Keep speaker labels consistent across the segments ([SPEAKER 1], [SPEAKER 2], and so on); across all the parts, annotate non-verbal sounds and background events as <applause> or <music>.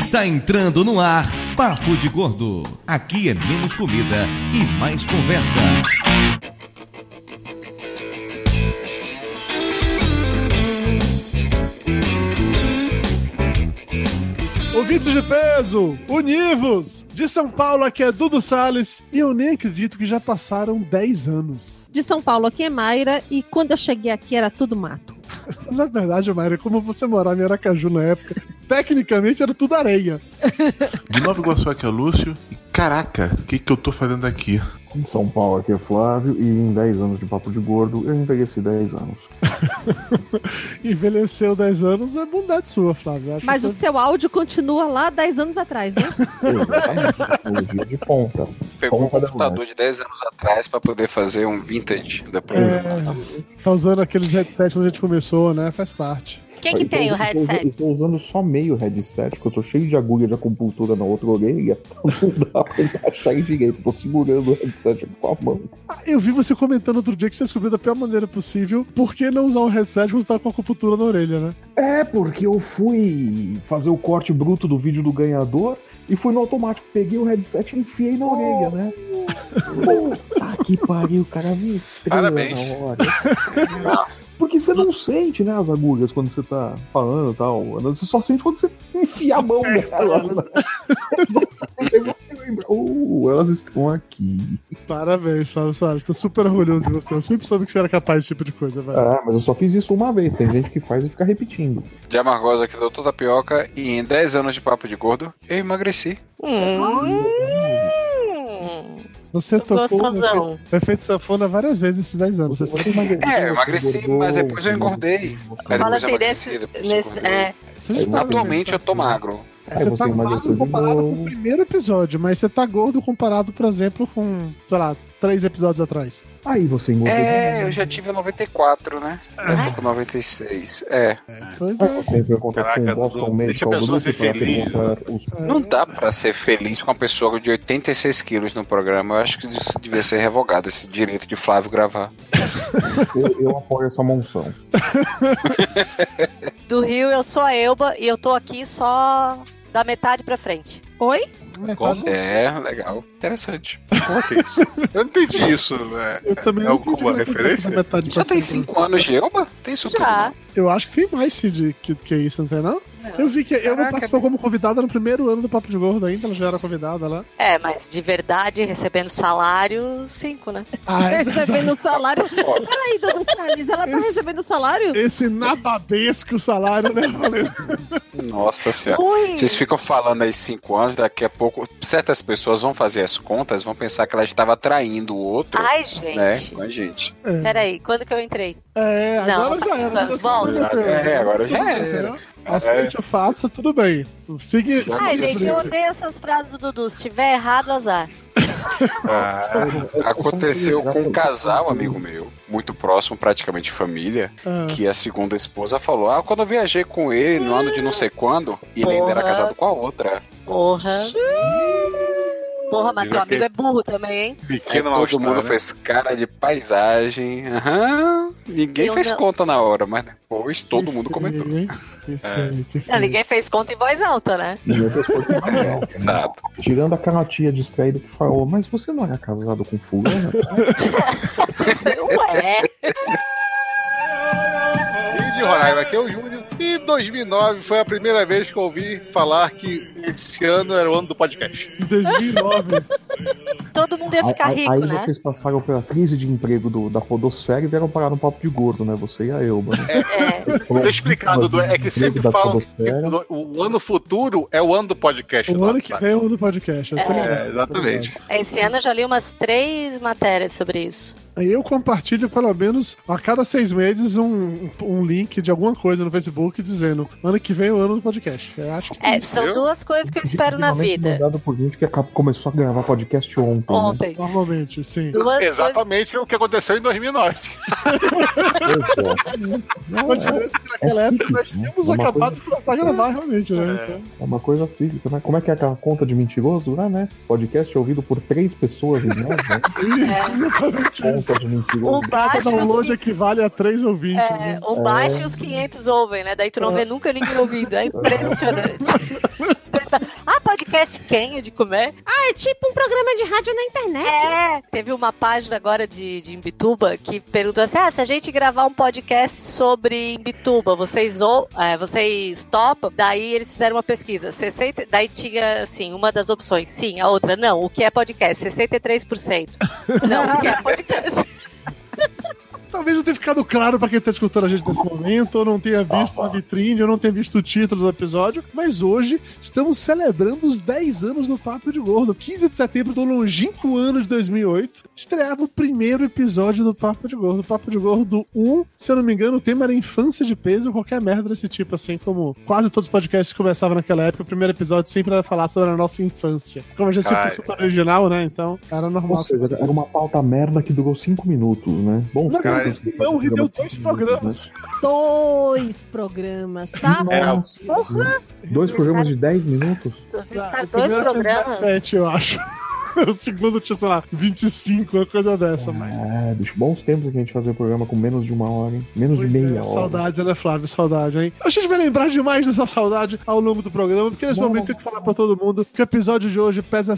[SPEAKER 1] Está entrando no ar Papo de Gordo. Aqui é menos comida e mais conversa.
[SPEAKER 2] Ouvintes de peso, univos! De São Paulo, aqui é Dudu Salles e eu nem acredito que já passaram 10 anos.
[SPEAKER 3] De São Paulo, aqui é Mayra e quando eu cheguei aqui era tudo mato.
[SPEAKER 2] Na verdade, Mayra, como você morava em Aracaju na época, <laughs> tecnicamente era tudo areia.
[SPEAKER 4] De Nova Iguaçu aqui é o Lúcio e caraca, o que, que eu tô fazendo aqui?
[SPEAKER 5] Em São Paulo aqui é Flávio e em 10 anos de Papo de Gordo eu envelheci 10 anos.
[SPEAKER 2] Envelheceu 10 anos é bondade sua, Flávio. Acho
[SPEAKER 3] Mas
[SPEAKER 2] que
[SPEAKER 3] o
[SPEAKER 2] você-
[SPEAKER 3] seu áudio continua lá 10 anos atrás, né?
[SPEAKER 6] <laughs>
[SPEAKER 5] Exatamente. Hoje de ponta.
[SPEAKER 7] Pegou um
[SPEAKER 5] Ponta da
[SPEAKER 7] computador de 10 anos atrás pra poder fazer um vintage depois.
[SPEAKER 2] É, tá usando aqueles headsets quando a gente começou, né? Faz parte.
[SPEAKER 6] Quem que
[SPEAKER 5] Eu tô
[SPEAKER 6] tem o
[SPEAKER 5] usando- então, eu tô usando-
[SPEAKER 6] headset?
[SPEAKER 5] Eu tô usando só meio headset, porque eu tô cheio de agulha de acupuntura na outra orelha. <laughs> Não dá pra encaixar em direito. Eu tô segurando o headset com a mão.
[SPEAKER 2] Ah, eu vi você comentando outro dia que você descobriu da pior maneira possível por que não usar um headset quando você tá com a acupuntura na orelha, né?
[SPEAKER 5] É, porque eu fui fazer o corte bruto do vídeo do ganhador e fui no automático. Peguei o headset e enfiei na orelha, né? Oh. Puta que pariu, cara. Me estranha
[SPEAKER 4] Parabéns.
[SPEAKER 5] na hora. <laughs> Porque você não sente, né, as agulhas quando você tá falando e tal. Você só sente quando você enfia a mão nelas. né? <laughs> Aí você lembra, oh, elas estão aqui.
[SPEAKER 2] Parabéns, Flávio Soares. Tô super orgulhoso de você. Eu sempre soube que você era capaz desse tipo de coisa, velho.
[SPEAKER 5] Ah, mas eu só fiz isso uma vez. Tem gente que faz e fica repetindo.
[SPEAKER 6] É.
[SPEAKER 7] De Amargosa aqui, doutor Tapioca, e em 10 anos de papo de gordo, eu emagreci.
[SPEAKER 6] Hum,
[SPEAKER 2] Você tocou no efeito,
[SPEAKER 6] gostosão.
[SPEAKER 2] no efeito sanfona várias vezes esses 10 anos. Você sabe?
[SPEAKER 7] É, eu emagreci, mas depois eu engordei. Aí
[SPEAKER 6] Fala
[SPEAKER 7] depois eu emagreci,
[SPEAKER 6] assim, nesse,
[SPEAKER 7] depois eu
[SPEAKER 6] nesse,
[SPEAKER 7] engordei.
[SPEAKER 6] é, Uhum.
[SPEAKER 2] Você já tá-
[SPEAKER 7] Atualmente eu tô magro.
[SPEAKER 5] Aí
[SPEAKER 2] Você
[SPEAKER 5] você
[SPEAKER 2] tá
[SPEAKER 5] emagreceu
[SPEAKER 2] magro
[SPEAKER 5] de
[SPEAKER 2] comparado
[SPEAKER 5] novo.
[SPEAKER 2] com o primeiro episódio, mas você tá gordo comparado, por exemplo, com, sei lá, três episódios atrás.
[SPEAKER 5] Aí você engordou.
[SPEAKER 7] É, eu já tive 94, né?
[SPEAKER 6] Ah.
[SPEAKER 7] Eu tô com 96. É.
[SPEAKER 2] Pois
[SPEAKER 5] Ah,
[SPEAKER 2] é.
[SPEAKER 5] Sempre acontece
[SPEAKER 4] Caraca,
[SPEAKER 5] com o Boston
[SPEAKER 4] Dudu, deixa a
[SPEAKER 5] Medical
[SPEAKER 4] pessoa
[SPEAKER 5] Group
[SPEAKER 4] ser
[SPEAKER 5] pra
[SPEAKER 4] feliz,
[SPEAKER 5] demonstrar os-
[SPEAKER 7] Não dá pra ser feliz com uma pessoa de 86 quilos no programa. Eu acho que isso devia ser revogado, esse direito de Flávio gravar.
[SPEAKER 5] eu, eu apoio essa monção.
[SPEAKER 6] do Rio, eu sou a Elba e eu tô aqui só da metade pra frente.
[SPEAKER 3] Oi?
[SPEAKER 6] Uhum.
[SPEAKER 2] Metade-
[SPEAKER 7] É, legal. Interessante.
[SPEAKER 4] Como assim? Eu não entendi isso. né?
[SPEAKER 2] Eu também
[SPEAKER 4] É
[SPEAKER 2] não
[SPEAKER 4] alguma
[SPEAKER 2] entendi, né,
[SPEAKER 4] referência?
[SPEAKER 2] da metade
[SPEAKER 7] Já
[SPEAKER 2] pra
[SPEAKER 7] tem
[SPEAKER 2] cima.
[SPEAKER 7] 5 anos de Elba? Tem isso tudo.
[SPEAKER 6] Já.
[SPEAKER 2] Eu acho que tem mais, Cid, que, que isso, não tem não? Eu vi que eu
[SPEAKER 7] Caraca, né?
[SPEAKER 2] participou como convidada no primeiro ano do Papo de Gordo ainda, ela já era convidada lá.
[SPEAKER 7] <laughs>
[SPEAKER 6] É, mas de verdade, recebendo salário, cinco, né?
[SPEAKER 2] Ah, é
[SPEAKER 3] tá recebendo salário. Peraí, Dudu Salles, ela tá
[SPEAKER 2] Esse-
[SPEAKER 3] recebendo salário?
[SPEAKER 2] Ah, Esse nababesco salário, né?
[SPEAKER 7] <laughs>
[SPEAKER 2] Valeu.
[SPEAKER 7] Nossa
[SPEAKER 6] É.
[SPEAKER 7] senhora.
[SPEAKER 6] Ui!
[SPEAKER 7] Vocês ficam falando aí cinco anos, daqui a pouco certas pessoas vão fazer as contas, vão pensar que ela estava traindo o outro,
[SPEAKER 6] Ai,
[SPEAKER 7] né?
[SPEAKER 6] gente.
[SPEAKER 7] Com a gente.
[SPEAKER 6] Peraí, quando que eu entrei?
[SPEAKER 2] É, agora
[SPEAKER 6] Não,
[SPEAKER 2] já era.
[SPEAKER 6] tá,
[SPEAKER 2] já se
[SPEAKER 6] volta.
[SPEAKER 2] comprometeu,
[SPEAKER 7] É, agora
[SPEAKER 2] se
[SPEAKER 7] já
[SPEAKER 2] comprometeu.
[SPEAKER 7] era.
[SPEAKER 2] Aceite o fato, tá tudo bem. Siga.
[SPEAKER 6] Ai,
[SPEAKER 2] siga-
[SPEAKER 6] gente, eu odeio essas frases do Dudu. Se tiver errado, azar.
[SPEAKER 4] Ah,
[SPEAKER 7] Aconteceu com um casal, amigo meu, muito próximo, praticamente família,
[SPEAKER 2] Ah,
[SPEAKER 7] que a segunda esposa falou: Ah, quando eu viajei com ele no ano de não sei quando, e ele ainda era
[SPEAKER 6] Porra.
[SPEAKER 7] casado com a outra.
[SPEAKER 6] Porra. Porra, mas teu amigo é burro também, hein?
[SPEAKER 7] Aí
[SPEAKER 4] pequeno
[SPEAKER 7] todo
[SPEAKER 4] mal-estar,
[SPEAKER 7] mundo
[SPEAKER 4] né?
[SPEAKER 7] fez cara de paisagem. Aham. Ninguém
[SPEAKER 6] Eu
[SPEAKER 7] fez
[SPEAKER 6] não-
[SPEAKER 7] conta na hora, mas depois todo
[SPEAKER 2] que
[SPEAKER 7] mundo
[SPEAKER 2] feio,
[SPEAKER 7] comentou. É.
[SPEAKER 2] hein? Que feio, que
[SPEAKER 6] Não,
[SPEAKER 2] feio.
[SPEAKER 6] ninguém fez conta em voz alta, <laughs> né?
[SPEAKER 5] E outras
[SPEAKER 7] <laughs>
[SPEAKER 5] coisas que não é.
[SPEAKER 7] Exato.
[SPEAKER 5] Tirando aquela tia distraída que falou, mas você não era casado com
[SPEAKER 6] <laughs>
[SPEAKER 5] fulano?
[SPEAKER 6] Ué.
[SPEAKER 4] Rio de Roraima, aqui é o Júnior. E 2009 foi a primeira vez que eu ouvi falar que esse ano era o ano do podcast.
[SPEAKER 2] 2009.
[SPEAKER 6] Todo mundo ia ficar
[SPEAKER 5] Aí- aí
[SPEAKER 6] rico, né?
[SPEAKER 5] vocês passaram pela crise de emprego do- da podosfera e vieram parar no papo de gordo, né? Você e a Elba.
[SPEAKER 4] <laughs>
[SPEAKER 5] Né?
[SPEAKER 6] É.
[SPEAKER 4] Tá explicado, Dudu, é que sempre
[SPEAKER 5] da
[SPEAKER 4] falam que
[SPEAKER 5] podosfera.
[SPEAKER 4] o ano futuro é o ano do podcast.
[SPEAKER 2] o
[SPEAKER 4] Eduardo,
[SPEAKER 2] ano que
[SPEAKER 4] sabe?
[SPEAKER 2] vem é o ano do podcast. eu tô
[SPEAKER 6] É,
[SPEAKER 2] ligado,
[SPEAKER 4] É,
[SPEAKER 2] tô
[SPEAKER 4] exatamente.
[SPEAKER 2] ligado.
[SPEAKER 6] Esse ano eu já li umas três matérias sobre isso.
[SPEAKER 2] Aí eu compartilho pelo menos a cada seis meses um, um link de alguma coisa no Facebook dizendo ano que vem é o ano do podcast. Eu acho que
[SPEAKER 6] É, são
[SPEAKER 4] viu?
[SPEAKER 6] duas coisas que eu espero na
[SPEAKER 5] Geralmente
[SPEAKER 6] vida.
[SPEAKER 5] Mandado por gente que acaba- começou a gravar podcast ontem. né?
[SPEAKER 6] Ontem.
[SPEAKER 2] normalmente, sim.
[SPEAKER 6] Duas coisas.
[SPEAKER 4] Exatamente o que aconteceu
[SPEAKER 2] <laughs>
[SPEAKER 4] em 2009.
[SPEAKER 2] Uma diferença que naquela época nós tínhamos é
[SPEAKER 5] Uma
[SPEAKER 2] acabado
[SPEAKER 5] coisa-
[SPEAKER 2] de começar a gravar realmente, né?
[SPEAKER 4] É.
[SPEAKER 2] Então,
[SPEAKER 5] É uma coisa cívica, né? Como é que é aquela conta de mentiroso lá, né? Podcast ouvido por três pessoas em nós, né?
[SPEAKER 2] Então, <laughs> exatamente isso.
[SPEAKER 6] É.
[SPEAKER 5] Conta de mentiroso.
[SPEAKER 6] O
[SPEAKER 2] Cada
[SPEAKER 6] baixo,
[SPEAKER 2] download
[SPEAKER 6] os,
[SPEAKER 2] equivale a três ouvintes,
[SPEAKER 6] é,
[SPEAKER 2] né?
[SPEAKER 6] o baixo e os 500 ouvem, né? Daí tu não vê nunca ninguém ouvindo. É impressionante. Você perguntaram: ah, podcast quem é de comer?
[SPEAKER 8] Ah, é tipo um programa de rádio na internet.
[SPEAKER 6] É, teve uma página agora de, de Imbituba que perguntou assim: ah, se a gente gravar um podcast sobre Imbituba, vocês ou é, vocês topam? Daí eles fizeram uma pesquisa. 60, daí tinha assim, uma das opções, sim, a outra, não. O que é podcast? 63%.
[SPEAKER 2] <laughs>
[SPEAKER 6] Não, o que é podcast?
[SPEAKER 2] Talvez não tenha ficado claro pra quem tá escutando a gente nesse momento, ou não tenha
[SPEAKER 5] Tá
[SPEAKER 2] visto a vitrine, ou não tenha visto o título do episódio, mas hoje estamos celebrando os 10 anos do Papo de Gordo. 15 de setembro do longínquo ano de 2008, estreava o primeiro episódio do Papo de Gordo. Papo de Gordo 1, se eu não me engano, o tema era infância de peso ou qualquer merda desse tipo, assim, como quase todos os podcasts que começavam naquela época, o primeiro episódio sempre era falar sobre a nossa infância. Como a gente sempre
[SPEAKER 7] Ah,
[SPEAKER 2] foi super original, né? Então, era
[SPEAKER 5] Ou
[SPEAKER 2] normal.
[SPEAKER 5] seja, era uma pauta merda que durou cinco minutos, né? Bom,
[SPEAKER 2] Não,
[SPEAKER 5] cara,
[SPEAKER 4] não,
[SPEAKER 2] Não, rendeu dois programas.
[SPEAKER 3] É
[SPEAKER 8] Dois programas, tá?
[SPEAKER 4] Era-
[SPEAKER 8] Porra!
[SPEAKER 5] Dois programas de 10 minutos?
[SPEAKER 6] Vocês
[SPEAKER 2] Tá,
[SPEAKER 6] ficaram
[SPEAKER 2] o primeiro
[SPEAKER 6] dois
[SPEAKER 2] era
[SPEAKER 6] programas.
[SPEAKER 2] 17, eu acho. <laughs> O segundo tinha, sei lá, 25, uma coisa dessa, mas.
[SPEAKER 5] É, bicho, bons tempos que a gente fazia programa com menos de uma hora, hein? Menos
[SPEAKER 2] Pois
[SPEAKER 5] de meia
[SPEAKER 2] é,
[SPEAKER 5] hora.
[SPEAKER 2] saudades, né, Flávio? Saudade, hein? A gente vai lembrar demais dessa saudade ao longo do programa, porque nesse
[SPEAKER 5] Não.
[SPEAKER 2] momento eu tenho que falar pra todo mundo que o episódio de hoje pesa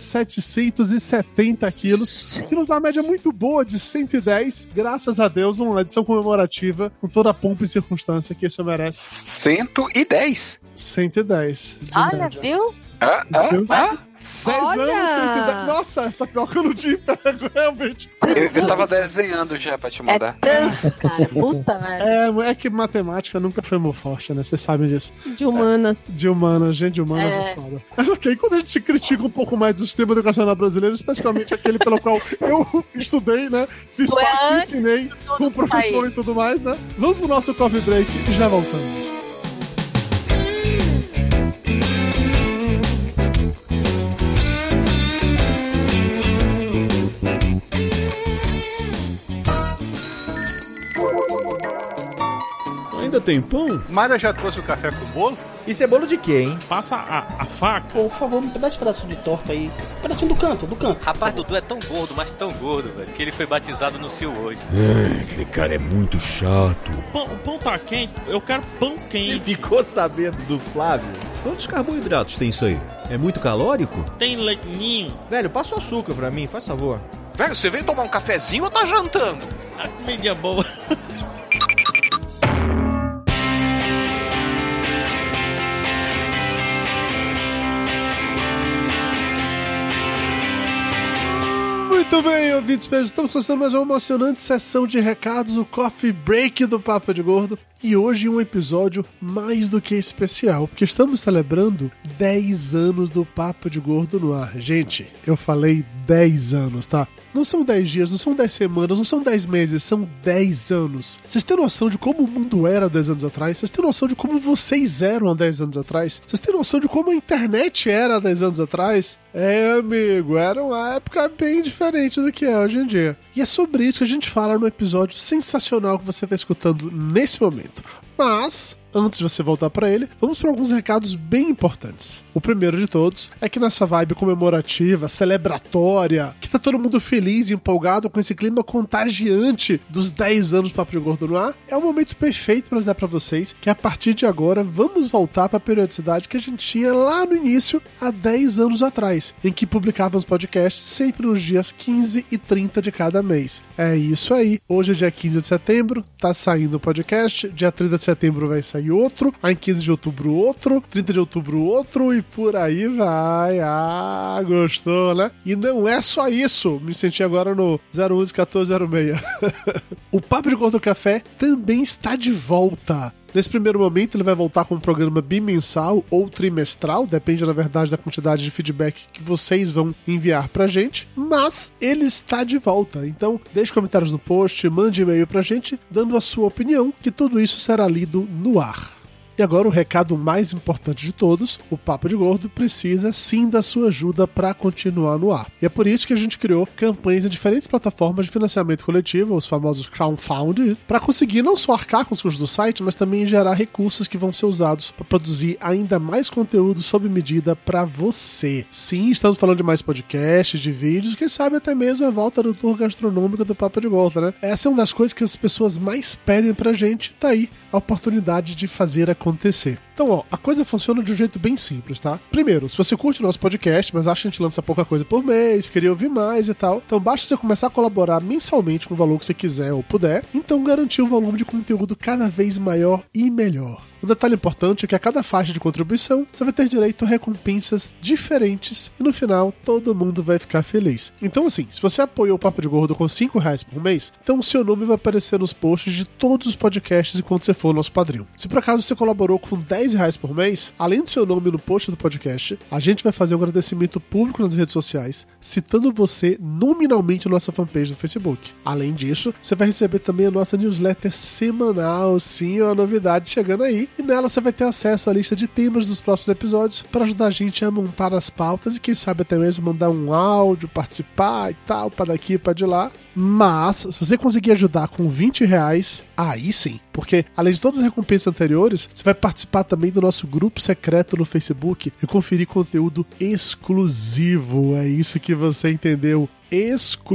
[SPEAKER 2] 770 quilos, que nos dá uma média muito boa de 110, graças a Deus, uma edição comemorativa, com toda a pompa e circunstância que isso merece.
[SPEAKER 7] 110.
[SPEAKER 2] 110. de
[SPEAKER 6] Olha,
[SPEAKER 2] média.
[SPEAKER 6] viu?
[SPEAKER 7] Ah, ah,
[SPEAKER 2] Viu?
[SPEAKER 7] ah.
[SPEAKER 2] 10 anos,
[SPEAKER 8] Olha!
[SPEAKER 2] 110. Nossa, tá pior que eu não tinha pego, <laughs> realmente.
[SPEAKER 7] Eu, eu tava desenhando já pra te
[SPEAKER 6] É
[SPEAKER 7] mandar.
[SPEAKER 2] <laughs>
[SPEAKER 6] tanso, cara. Puta merda.
[SPEAKER 2] É, é que matemática nunca foi meu forte, né? Vocês sabem disso.
[SPEAKER 8] De humanas.
[SPEAKER 2] De humanas, gente de humanas é,
[SPEAKER 6] É.
[SPEAKER 2] foda. Mas ok, quando a gente critica um pouco mais o sistema educacional brasileiro, especificamente aquele pelo qual eu <laughs> estudei, né? Fiz
[SPEAKER 6] Foi
[SPEAKER 2] parte,
[SPEAKER 6] antes
[SPEAKER 2] ensinei
[SPEAKER 6] Todo
[SPEAKER 2] com o
[SPEAKER 6] mundo
[SPEAKER 2] professor
[SPEAKER 6] aí.
[SPEAKER 2] e tudo mais, né? Vamos pro nosso coffee break e já voltamos.
[SPEAKER 9] Ainda tem pão?
[SPEAKER 4] Mara já trouxe o café com bolo?
[SPEAKER 10] Isso é bolo de quê, hein?
[SPEAKER 9] Passa a, a faca.
[SPEAKER 11] Pô, por favor, me dá esse pedaço de torta aí. Um pedacinho do canto, do canto.
[SPEAKER 10] Rapaz, Dudu é tão gordo, mas tão gordo, velho, que ele foi batizado no Sil hoje.
[SPEAKER 9] Pão- O pão tá quente. Eu quero pão
[SPEAKER 10] E
[SPEAKER 9] quente.
[SPEAKER 10] ficou sabendo do Flávio?
[SPEAKER 11] Quantos carboidratos tem isso aí? É muito calórico?
[SPEAKER 9] Tem leite ninho.
[SPEAKER 10] Velho, passa o açúcar pra mim, faz favor.
[SPEAKER 11] Velho, você veio tomar um cafezinho ou tá jantando?
[SPEAKER 9] A comida é boa.
[SPEAKER 2] Muito bem, ouvintes, meus, estamos começando mais uma emocionante sessão de recados, o Coffee Break do Papo de Gordo. E hoje um episódio mais do que especial, porque estamos celebrando 10 anos do Papo de Gordo no ar. Gente, eu falei 10 anos, tá? Não são 10 dias, não são 10 semanas, não são 10 meses, são 10 anos. Vocês têm noção de como o mundo era 10 anos atrás? Vocês têm noção de como vocês eram há 10 anos atrás? Vocês têm noção de como a internet era há 10 anos atrás? É, amigo, era uma época bem diferente do que é hoje em dia. E é sobre isso que a gente fala no episódio sensacional que você está escutando nesse momento. Mas, antes de você voltar para ele, vamos para alguns recados bem importantes. O primeiro de todos é que nessa vibe comemorativa, celebratória, que tá todo mundo feliz e empolgado com esse clima contagiante dos 10 anos do Papo de Gordo no ar, é o momento perfeito para dizer para vocês que a partir de agora vamos voltar para a periodicidade que a gente tinha lá no início, há 10 anos atrás, em que publicávamos podcasts sempre nos dias 15 e 30 de cada mês. É isso aí. Hoje é dia 15 de setembro, tá saindo o podcast. Dia 30 de setembro vai sair outro. Aí em 15 de outubro, outro. 30 de outubro, outro. E por aí vai. Ah, gostou, né? E não é só isso. Me senti agora no 011 1406. O Papo de Gordo Café também está de volta. Nesse primeiro momento, ele vai voltar com um programa bimensal ou trimestral, depende, na verdade, da quantidade de feedback que vocês vão enviar pra gente. Mas ele está de volta. Então, deixe comentários no post, mande e-mail pra gente, dando a sua opinião, que tudo isso será lido no ar. E agora o recado mais importante de todos, o Papo de Gordo precisa sim da sua ajuda para continuar no ar. E é por isso que a gente criou campanhas em diferentes plataformas de financiamento coletivo, os famosos crowdfunding, para conseguir não só arcar com os custos do site, mas também gerar recursos que vão ser usados para produzir ainda mais conteúdo sob medida para você. Sim, estamos falando de mais podcasts, de vídeos, quem sabe até mesmo a volta do tour gastronômico do Papo de Gordo, né? Essa é uma das coisas que as pessoas mais pedem pra gente, tá aí a oportunidade de fazer acontecer acontecer. Então, ó, a coisa funciona de um jeito bem simples, tá? Primeiro, se você curte o nosso podcast, mas acha que a gente lança pouca coisa por mês, queria ouvir mais e tal, então basta você começar a colaborar mensalmente com o valor que você quiser ou puder, então garantir um volume de conteúdo cada vez maior e melhor. Um detalhe importante é que a cada faixa de contribuição você vai ter direito a recompensas diferentes e no final todo mundo vai ficar feliz. Então, assim, se você apoiou o Papo de Gordo com 5 reais por mês, então o seu nome vai aparecer nos posts de todos os podcasts enquanto você for nosso padrinho. Se por acaso você colaborou com 10 reais por mês, além do seu nome no post do podcast, a gente vai fazer um agradecimento público nas redes sociais, citando você nominalmente na nossa fanpage do Facebook. Além disso, você vai receber também a nossa newsletter semanal, sim, é uma novidade chegando aí, e nela você vai ter acesso à lista de temas dos próximos episódios para ajudar a gente a montar as pautas e quem sabe até mesmo mandar um áudio, participar e tal, para daqui, para de lá. Mas, se você conseguir ajudar com 20 reais, aí sim. Porque, além de todas as recompensas anteriores, você vai participar também do nosso grupo secreto no Facebook e conferir conteúdo exclusivo. É isso que você entendeu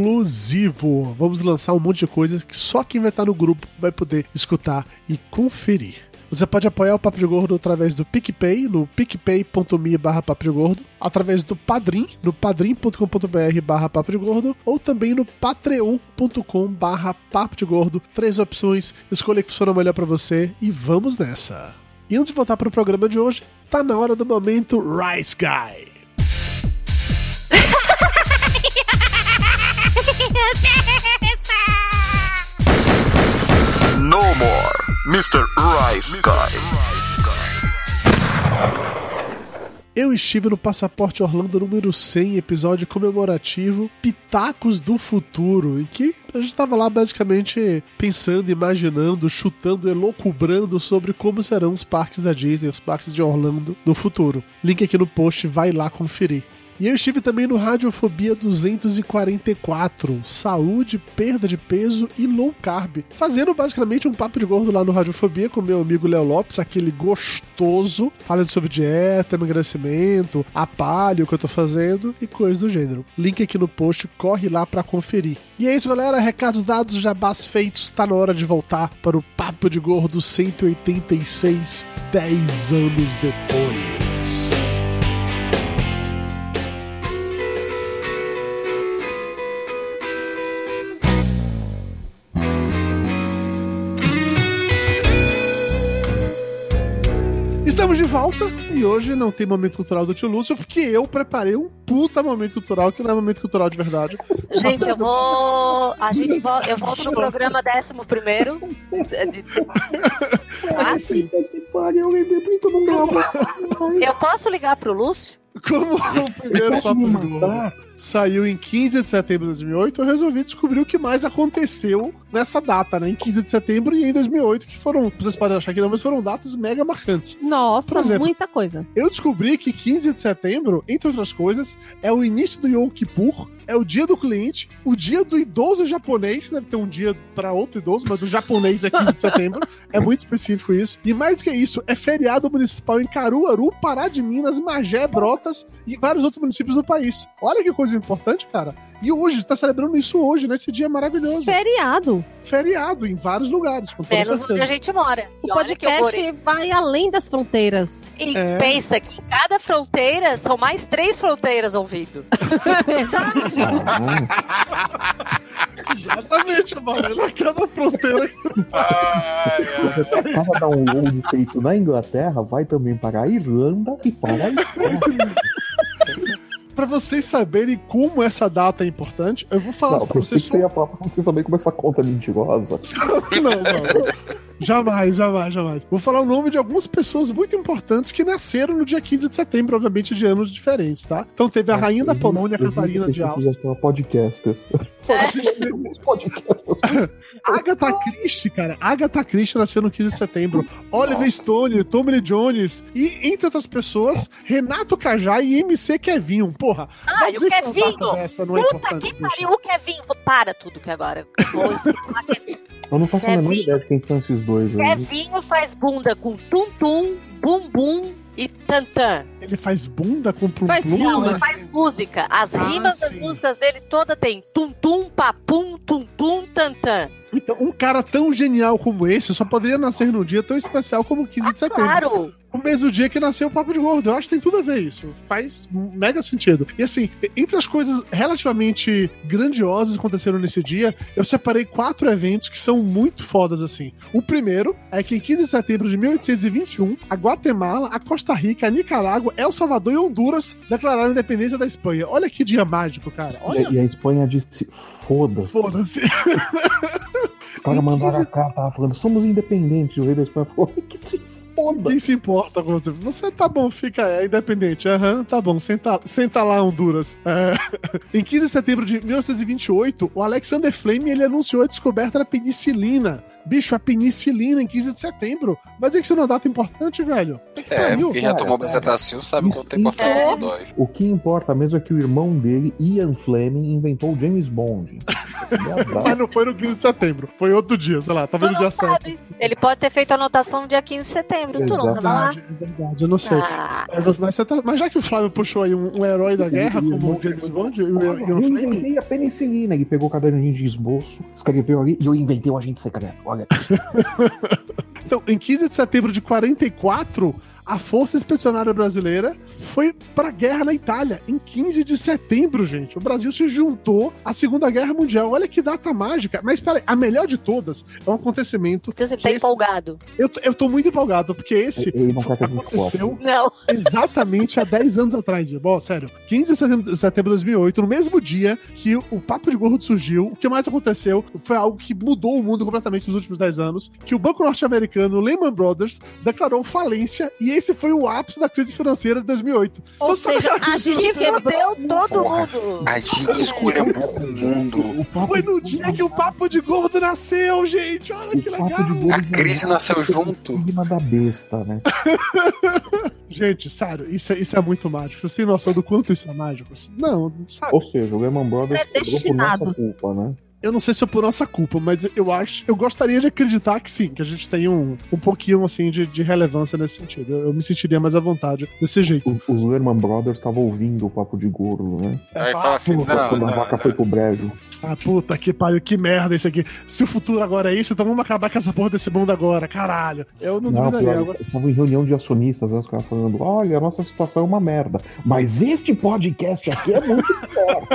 [SPEAKER 2] exclusivo. Vamos lançar um monte de coisas que só quem vai estar no grupo vai poder escutar e conferir. Você pode apoiar o Papo de Gordo através do PicPay, no picpay.me barra Papo de Gordo, através do Padrim, no padrim.com.br barra Papo de Gordo, ou também no patreon.com barra Papo de Gordo. Três opções, escolha a que funciona melhor para você e vamos nessa. E antes de voltar para o programa de hoje, tá na hora do momento Rice Guy.
[SPEAKER 12] No more, Mr. Rice Guy.
[SPEAKER 2] Eu estive no Passaporte Orlando número 100, episódio comemorativo Pitacos do Futuro, em que a gente estava lá basicamente pensando, imaginando, chutando, elocubrando sobre como serão os parques da Disney, os parques de Orlando no futuro. Link aqui no post, vai lá conferir. E eu estive também no Radiofobia 244, saúde, perda de peso e low carb, fazendo basicamente um papo de gordo lá no Radiofobia com meu amigo Léo Lopes, aquele gostoso, falando sobre dieta, emagrecimento, apalho que eu tô fazendo e coisas do gênero. Link aqui no post, corre lá pra conferir. E é isso, galera, recados dados, jabás feitos, tá na hora de voltar para o Papo de Gordo 186, 10 anos depois. Estamos de volta e hoje não tem momento cultural do tio Lúcio, porque eu preparei um puta momento cultural que não é momento cultural de verdade.
[SPEAKER 6] Gente, eu vou. A gente vol- eu volto no programa 11
[SPEAKER 2] <laughs>
[SPEAKER 6] primeiro. de-
[SPEAKER 2] É
[SPEAKER 6] Tá?
[SPEAKER 5] Assim, pariu, eu lembrei por que eu não gravo.
[SPEAKER 6] Eu posso ligar pro Lúcio?
[SPEAKER 2] Como o primeiro Papo de Gordo saiu em 15 de setembro de 2008, eu resolvi descobrir o que mais aconteceu nessa data, né? Em 15 de setembro e em 2008, que foram, vocês podem achar que não, mas foram datas mega marcantes.
[SPEAKER 3] Nossa,
[SPEAKER 2] Por exemplo,
[SPEAKER 3] muita coisa.
[SPEAKER 2] Eu descobri que 15 de setembro, entre outras coisas, é o início do Yom Kippur, é o dia do cliente, o dia do idoso japonês, deve ter um dia para outro idoso, mas do japonês é 15 de setembro. É muito específico isso. E mais do que isso, é feriado municipal em Caruaru, Pará de Minas, Magé, Brotas e vários outros municípios do país. Olha que coisa importante, cara. E hoje, tá celebrando isso hoje, nesse dia maravilhoso.
[SPEAKER 3] Feriado.
[SPEAKER 2] Feriado em vários lugares, com toda
[SPEAKER 6] Menos onde
[SPEAKER 2] certeza.
[SPEAKER 6] a gente mora.
[SPEAKER 3] O
[SPEAKER 6] E olha que eu morei.
[SPEAKER 3] podcast vai além das
[SPEAKER 6] <laughs>
[SPEAKER 3] fronteiras.
[SPEAKER 6] E
[SPEAKER 2] É.
[SPEAKER 6] pensa que em cada fronteira são mais três fronteiras
[SPEAKER 2] <laughs>
[SPEAKER 6] ouvido.
[SPEAKER 2] Exatamente, mano. É cada fronteira
[SPEAKER 5] Se você tentava dar um load feito na Inglaterra, vai também para a Irlanda e para a Escócia.
[SPEAKER 2] Pra vocês saberem como essa data é importante, eu vou falar
[SPEAKER 5] Não,
[SPEAKER 2] pra
[SPEAKER 5] por isso
[SPEAKER 2] vocês.
[SPEAKER 5] que você ia falar pra você saber como essa conta é mentirosa.
[SPEAKER 2] Não, não. Jamais, jamais, jamais. Vou falar o nome de algumas pessoas muito importantes que nasceram no dia 15 de setembro, obviamente de anos diferentes, tá? Então teve a rainha da Polônia,
[SPEAKER 5] Ah, Eu vi
[SPEAKER 2] Catarina
[SPEAKER 5] que
[SPEAKER 2] de
[SPEAKER 5] eu
[SPEAKER 2] Áustria.
[SPEAKER 5] queria falar Podcasters.
[SPEAKER 2] A gente tem um
[SPEAKER 5] <laughs>
[SPEAKER 2] uns podcasts. Agatha Christie, cara. Agatha Christie nasceu no 15 de setembro. Oliver Stone, Tommy Lee Jones e, entre outras pessoas, Renato Cajá e MC Kevinho. Porra,
[SPEAKER 6] Ah,
[SPEAKER 2] vai
[SPEAKER 6] e o
[SPEAKER 2] dizer que uma
[SPEAKER 6] Kevinho?
[SPEAKER 2] data dessa não é
[SPEAKER 6] Puta
[SPEAKER 2] importante,
[SPEAKER 6] que
[SPEAKER 2] bicho.
[SPEAKER 6] pariu, um o Kevinho. Para tudo
[SPEAKER 2] <laughs>
[SPEAKER 6] que agora. eu vou escutar Kevinho.
[SPEAKER 5] Eu não
[SPEAKER 6] É
[SPEAKER 5] faço a menor ideia de quem são esses dois aí.
[SPEAKER 6] Kevinho faz bunda com tum-tum, bumbum e tantã.
[SPEAKER 2] Ele faz bunda com plum
[SPEAKER 6] Faz
[SPEAKER 2] plum?
[SPEAKER 6] não,
[SPEAKER 2] né?
[SPEAKER 6] ele faz música. As
[SPEAKER 2] Ah,
[SPEAKER 6] rimas das músicas dele toda tem tum-tum, papum, tum-tum, tantã.
[SPEAKER 2] Então, um cara tão genial como esse só poderia nascer num dia tão especial como o 15 de setembro.
[SPEAKER 6] Claro!
[SPEAKER 2] O mesmo dia que nasceu o Papo de Gordo. Eu acho que tem tudo a ver isso. Faz mega sentido. E assim, entre as coisas relativamente grandiosas que aconteceram nesse dia, eu separei quatro eventos que são muito fodas, assim. O primeiro é que em 15 de setembro de 1821, a Guatemala, a Costa Rica, a Nicarágua, El Salvador e Honduras declararam a independência da Espanha. Olha que dia mágico, cara. Olha.
[SPEAKER 5] E, e a Espanha disse: foda-se.
[SPEAKER 2] Foda-se.
[SPEAKER 5] Os caras mandaram a carta tava falando: somos independentes. O rei da Espanha falou: que se foda.
[SPEAKER 2] Quem se importa com você? Você tá bom, fica é, independente. Aham, tá bom, senta, senta lá, Honduras. É. <laughs> em 15 de setembro de 1928, o Alexander Fleming ele anunciou a descoberta da penicilina. Bicho, a penicilina em 15 de setembro. Mas é que isso não é uma data importante, velho. Tem que
[SPEAKER 7] É,
[SPEAKER 2] pariu.
[SPEAKER 7] quem já
[SPEAKER 5] cara,
[SPEAKER 7] tomou
[SPEAKER 5] cara.
[SPEAKER 7] bezetacil sabe quanto tempo a
[SPEAKER 2] É.
[SPEAKER 7] frente dói.
[SPEAKER 5] O que importa mesmo é que o irmão dele, Ian Fleming, inventou o
[SPEAKER 2] <laughs>
[SPEAKER 5] James Bond.
[SPEAKER 2] Mas não foi no 15 de setembro. Foi outro dia, sei lá,
[SPEAKER 6] Tu
[SPEAKER 2] talvez no
[SPEAKER 6] não
[SPEAKER 2] dia 7.
[SPEAKER 6] sabe. Ele pode ter feito a anotação no dia 15 de setembro. Tu não tava lá.
[SPEAKER 2] Verdade, é verdade, eu não sei.
[SPEAKER 6] Ah.
[SPEAKER 2] É, você- mas, você tá- mas já que o Flávio puxou aí um, um herói da guerra, como o James Bond e o
[SPEAKER 5] Eu
[SPEAKER 2] Ian Fleming,
[SPEAKER 5] inventei a penicilina. né? Ele pegou o caderninho de esboço, escreveu ali e eu inventei o agente secreto.
[SPEAKER 7] <laughs>
[SPEAKER 5] Olha.
[SPEAKER 2] Então, em 15 de setembro de 44, a Força Expedicionária Brasileira foi pra guerra na Itália. Em 15 de setembro, gente, o Brasil se juntou à Segunda Guerra Mundial. Olha que data mágica. Mas peraí, a melhor de todas é um acontecimento.
[SPEAKER 6] Então você tá empolgado.
[SPEAKER 2] Eu, tô- eu tô muito empolgado, porque esse
[SPEAKER 5] Ele não quer que a gente
[SPEAKER 2] aconteceu
[SPEAKER 6] Não.
[SPEAKER 2] exatamente há 10 anos atrás. Diego. Bom, sério, 15 de setembro, setembro de 2008, no mesmo dia que o Papo de Gordo surgiu, o que mais aconteceu foi algo que mudou o mundo completamente nos últimos 10 anos, que o banco norte-americano Lehman Brothers declarou falência e esse foi o ápice da crise financeira de 2008.
[SPEAKER 8] Ou
[SPEAKER 2] Então,
[SPEAKER 8] seja,
[SPEAKER 2] sabe,
[SPEAKER 8] a gente tá
[SPEAKER 6] quebrou todo mundo.
[SPEAKER 7] A gente escolheu um o mundo.
[SPEAKER 2] Foi no dia que o Papo de Gordo nasceu, gente! Olha que legal!
[SPEAKER 7] A crise nasceu junto.
[SPEAKER 5] Clima da besta,
[SPEAKER 7] <laughs>
[SPEAKER 5] né?
[SPEAKER 2] Gente, sério, isso é, isso é muito mágico. Vocês têm noção do quanto isso é mágico? Não, não sabe?
[SPEAKER 5] Ou seja, o Lehman Brothers quebrou por nossa
[SPEAKER 2] Predestinados.
[SPEAKER 5] culpa, né?
[SPEAKER 2] Eu não sei se é por nossa culpa, mas eu acho. Eu gostaria de acreditar que sim, que a gente tem um, um pouquinho assim de, de relevância nesse sentido. Eu, eu me sentiria mais à vontade desse jeito.
[SPEAKER 5] Os, os Lehman Brothers estavam ouvindo o papo de gordo, né?
[SPEAKER 4] Aí fala assim,
[SPEAKER 5] Puta,
[SPEAKER 4] não,
[SPEAKER 5] quando a
[SPEAKER 4] não, <laughs>
[SPEAKER 5] vaca foi pro brejo.
[SPEAKER 2] Ah, puta que pariu, que merda isso aqui. Se o futuro agora é isso, então vamos acabar com essa porra desse mundo agora, caralho. Eu não,
[SPEAKER 5] Não,
[SPEAKER 2] duvidaria.
[SPEAKER 5] pior,
[SPEAKER 2] Agora,
[SPEAKER 5] eles estavam em reunião de acionistas, né, os caras falando, olha, a nossa situação é uma merda, mas este podcast aqui é muito <laughs> pior.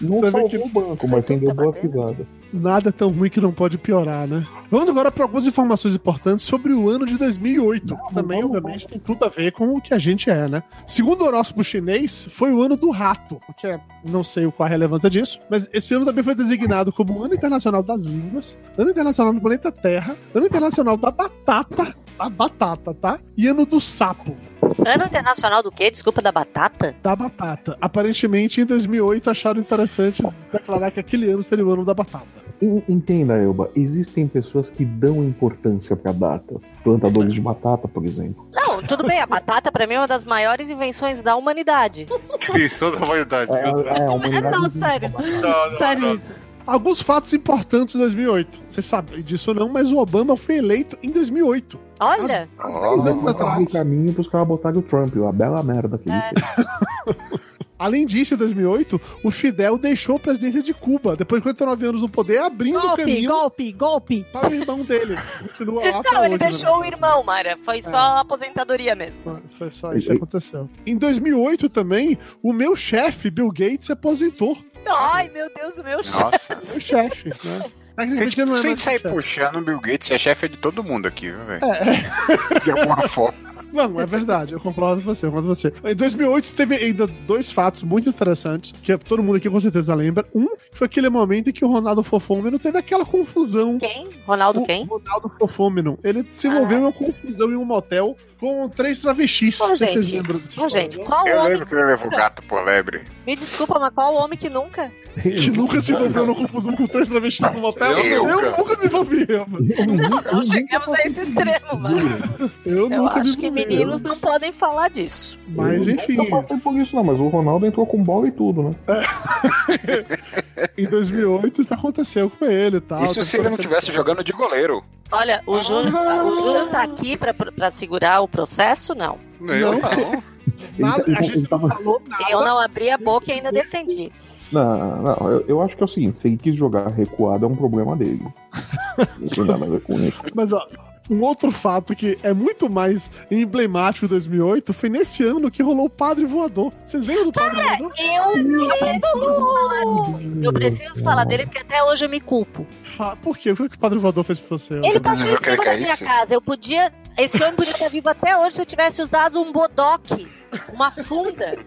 [SPEAKER 5] Não salvou o banco, mas quem deu boas risadas.
[SPEAKER 2] Nada é tão ruim que não pode piorar, né? Vamos agora para algumas informações importantes sobre o ano de 2008, que também, obviamente, tem tudo a ver com o que a gente é, né? Segundo o horóscopo chinês, foi o ano do rato, o que é, não sei qual a relevância disso, mas esse ano também foi designado como o Ano Internacional das Línguas, Ano Internacional do Planeta Terra, Ano Internacional da Batata, a batata, tá? E Ano do Sapo.
[SPEAKER 6] Ano Internacional do quê? Desculpa, da batata?
[SPEAKER 2] Da batata. Aparentemente, em 2008, acharam interessante declarar que aquele ano seria o ano da batata.
[SPEAKER 5] En- Entenda, Elba, existem pessoas que dão importância pra datas. Plantadores de batata, por exemplo.
[SPEAKER 6] Não, tudo bem. A batata, pra mim, é uma das maiores invenções da humanidade.
[SPEAKER 4] Cristo da
[SPEAKER 2] É,
[SPEAKER 4] humanidade. meu Deus.
[SPEAKER 6] Não, sério.
[SPEAKER 4] Não, não, Sério não.
[SPEAKER 6] isso.
[SPEAKER 2] Alguns fatos importantes em 2008. Vocês sabem disso ou não, mas o Obama foi eleito em 2008.
[SPEAKER 6] Olha!
[SPEAKER 2] Dez anos atrás.
[SPEAKER 5] o um caminho pros caras botarem o Trump, a bela merda que ele
[SPEAKER 6] É.
[SPEAKER 5] fez.
[SPEAKER 2] Além disso, em 2008, o Fidel deixou a presidência de Cuba, depois de 49 anos no poder, abrindo o
[SPEAKER 8] Golpe,
[SPEAKER 2] caminho
[SPEAKER 8] golpe, golpe.
[SPEAKER 2] para o Tá irmão dele. Continua lá até
[SPEAKER 6] Não, ele
[SPEAKER 2] hoje, né?
[SPEAKER 6] deixou o irmão, Mara.
[SPEAKER 2] É.
[SPEAKER 6] Foi só aposentadoria mesmo.
[SPEAKER 2] Foi só isso que aconteceu. Em 2008 também, o meu chefe, Bill Gates, se aposentou.
[SPEAKER 6] Ai, meu Deus, o
[SPEAKER 2] <laughs>
[SPEAKER 6] meu chefe.
[SPEAKER 2] Meu chefe,
[SPEAKER 6] <laughs>
[SPEAKER 2] né? Tecnicamente
[SPEAKER 7] Gente,
[SPEAKER 2] ele não é
[SPEAKER 7] sem
[SPEAKER 2] mais
[SPEAKER 7] sair
[SPEAKER 2] chefe.
[SPEAKER 7] puxando o Bill Gates, é chefe de todo mundo aqui, viu, velho?
[SPEAKER 2] É.
[SPEAKER 7] De alguma
[SPEAKER 6] <laughs>
[SPEAKER 7] forma.
[SPEAKER 2] Não, é verdade, eu concordo com você, eu concordo com você. Em 2008 teve ainda dois fatos muito interessantes, que todo mundo aqui com certeza lembra. Um, foi aquele momento em que o Ronaldo Fofômeno teve aquela confusão.
[SPEAKER 6] Quem? Ronaldo
[SPEAKER 2] o
[SPEAKER 6] quem? Ah.
[SPEAKER 2] Ronaldo Fofômeno. Ele se envolveu em uma confusão em um motel com três travestis.
[SPEAKER 6] Ô,
[SPEAKER 2] não sei se vocês
[SPEAKER 6] gente.
[SPEAKER 2] lembram dessa
[SPEAKER 6] Ô,
[SPEAKER 2] história.
[SPEAKER 6] gente, qual
[SPEAKER 7] Eu
[SPEAKER 6] homem?
[SPEAKER 7] lembro que ele levou o gato por lebre.
[SPEAKER 6] Me desculpa, mas qual homem que nunca?
[SPEAKER 2] Que nunca se envolveu numa confusão com três travestis no motel. Eu,
[SPEAKER 7] Eu, cara.
[SPEAKER 2] nunca me envolvi.
[SPEAKER 6] Não chegamos a esse extremo, mas
[SPEAKER 2] Eu,
[SPEAKER 6] eu
[SPEAKER 2] nunca
[SPEAKER 6] acho
[SPEAKER 2] me
[SPEAKER 6] que
[SPEAKER 2] envolvi.
[SPEAKER 6] meninos não podem falar disso.
[SPEAKER 2] Mas
[SPEAKER 5] Eu
[SPEAKER 2] enfim.
[SPEAKER 5] Não passei por isso, não, mas o Ronaldo entrou com bola e tudo, né?
[SPEAKER 2] Em 2008 isso aconteceu com ele e tal.
[SPEAKER 7] Isso se ele não tivesse jogando de goleiro.
[SPEAKER 6] Olha, o Júnior, tá, o Júnior tá aqui pra, pra segurar o processo? Não.
[SPEAKER 4] Eu não.
[SPEAKER 5] Nada, a gente não
[SPEAKER 6] falou nada. Eu não abri a boca e ainda defendi.
[SPEAKER 5] Não, não, eu, eu acho que é o seguinte: se ele quis jogar recuado, é um problema <laughs> dele. Isso não dá nada com isso.
[SPEAKER 2] Mas ó, um outro fato que é muito mais emblemático de 2008 foi nesse ano que rolou o Padre Voador. Vocês lembram do Padre
[SPEAKER 6] Cara,
[SPEAKER 2] Voador?
[SPEAKER 6] eu, eu, preciso falar dele. eu preciso falar dele porque até hoje eu me culpo.
[SPEAKER 2] Fa- Por quê? O que o Padre Voador fez pra você?
[SPEAKER 6] Ele passou em cima da minha casa. Eu podia. Esse homem podia estar vivo até hoje se eu tivesse usado um bodoque, uma funda,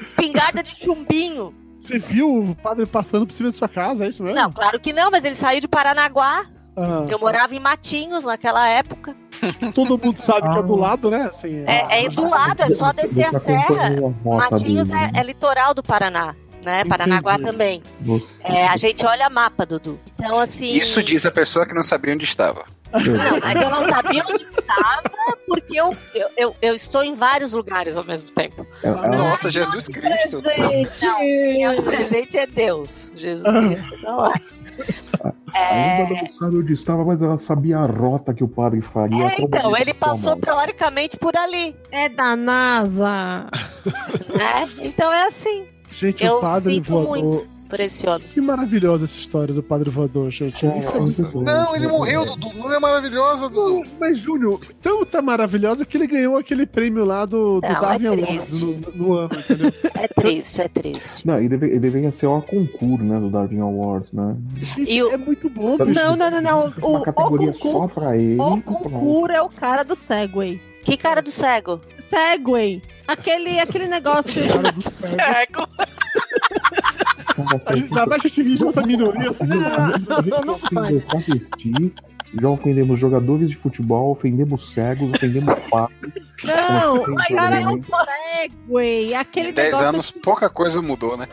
[SPEAKER 6] espingarda de chumbinho.
[SPEAKER 2] Você viu o padre passando por cima da sua casa, é isso mesmo?
[SPEAKER 6] Não, claro que não, mas ele saiu de Paranaguá.
[SPEAKER 2] Ah.
[SPEAKER 6] Eu morava em Matinhos naquela época.
[SPEAKER 2] Todo mundo sabe que é do lado, né? Assim,
[SPEAKER 6] É, é do lado, é só descer a serra. Matinhos é, é litoral do Paraná, né? Paranaguá
[SPEAKER 5] né? Entendi.
[SPEAKER 6] também.
[SPEAKER 5] Você-
[SPEAKER 6] É, a gente olha mapa, Dudu. Então, assim.
[SPEAKER 7] Isso diz a pessoa que não sabia onde estava.
[SPEAKER 6] Não,
[SPEAKER 5] é,
[SPEAKER 6] mas eu não sabia onde estava, porque eu, eu, eu, eu estou em vários lugares ao mesmo tempo.
[SPEAKER 7] Nossa, Jesus Cristo.
[SPEAKER 6] Não, meu presente é Deus. Jesus
[SPEAKER 5] <laughs>
[SPEAKER 6] Cristo não é.
[SPEAKER 5] Ainda não sabe onde estava, mas ela sabia a rota que o padre faria.
[SPEAKER 6] É, então,
[SPEAKER 5] tá
[SPEAKER 6] ele passou teoricamente por ali.
[SPEAKER 8] É da NASA.
[SPEAKER 6] né? Então é assim.
[SPEAKER 2] Gente,
[SPEAKER 6] eu
[SPEAKER 2] o padre
[SPEAKER 6] sinto
[SPEAKER 2] voador.
[SPEAKER 6] muito por esse homem.
[SPEAKER 2] Que maravilhosa essa história do padre voador, gente. Isso é muito bom.
[SPEAKER 4] Não, ele morreu, Dudu. Não é maravilhosa, Dudu.
[SPEAKER 2] Mas, Júnior, tão tá maravilhosa que ele ganhou aquele prêmio lá do, do
[SPEAKER 6] Não, é
[SPEAKER 2] Darwin Awards
[SPEAKER 6] triste.
[SPEAKER 2] no, no ano, entendeu?
[SPEAKER 6] É triste, é triste.
[SPEAKER 5] Não, ele, deve, ele deveria ser o concurso, né, do Darwin Awards, né?
[SPEAKER 2] É muito bom, bicho.
[SPEAKER 8] Não, não, não, não.
[SPEAKER 2] é
[SPEAKER 8] O,
[SPEAKER 5] Uma categoria
[SPEAKER 8] o
[SPEAKER 5] só
[SPEAKER 8] concurso,
[SPEAKER 5] pra ele.
[SPEAKER 8] o
[SPEAKER 5] Pronto.
[SPEAKER 8] concurso é o cara do Segway.
[SPEAKER 6] Que cara do cego?
[SPEAKER 8] Segway. Aquele, aquele negócio.
[SPEAKER 6] Cego.
[SPEAKER 5] Cara,
[SPEAKER 2] Ainda mais a gente ri de outra minoria, assim.
[SPEAKER 5] Não ofendeu travestis, já ofendemos jogadores de futebol, ofendemos cegos, ofendemos padres.
[SPEAKER 8] Não,
[SPEAKER 5] Como
[SPEAKER 8] o
[SPEAKER 5] assim,
[SPEAKER 8] cara é um
[SPEAKER 5] Júnior?
[SPEAKER 8] Segway. Aquele
[SPEAKER 7] Em 10
[SPEAKER 8] negócio
[SPEAKER 7] anos, pouca coisa mudou, né?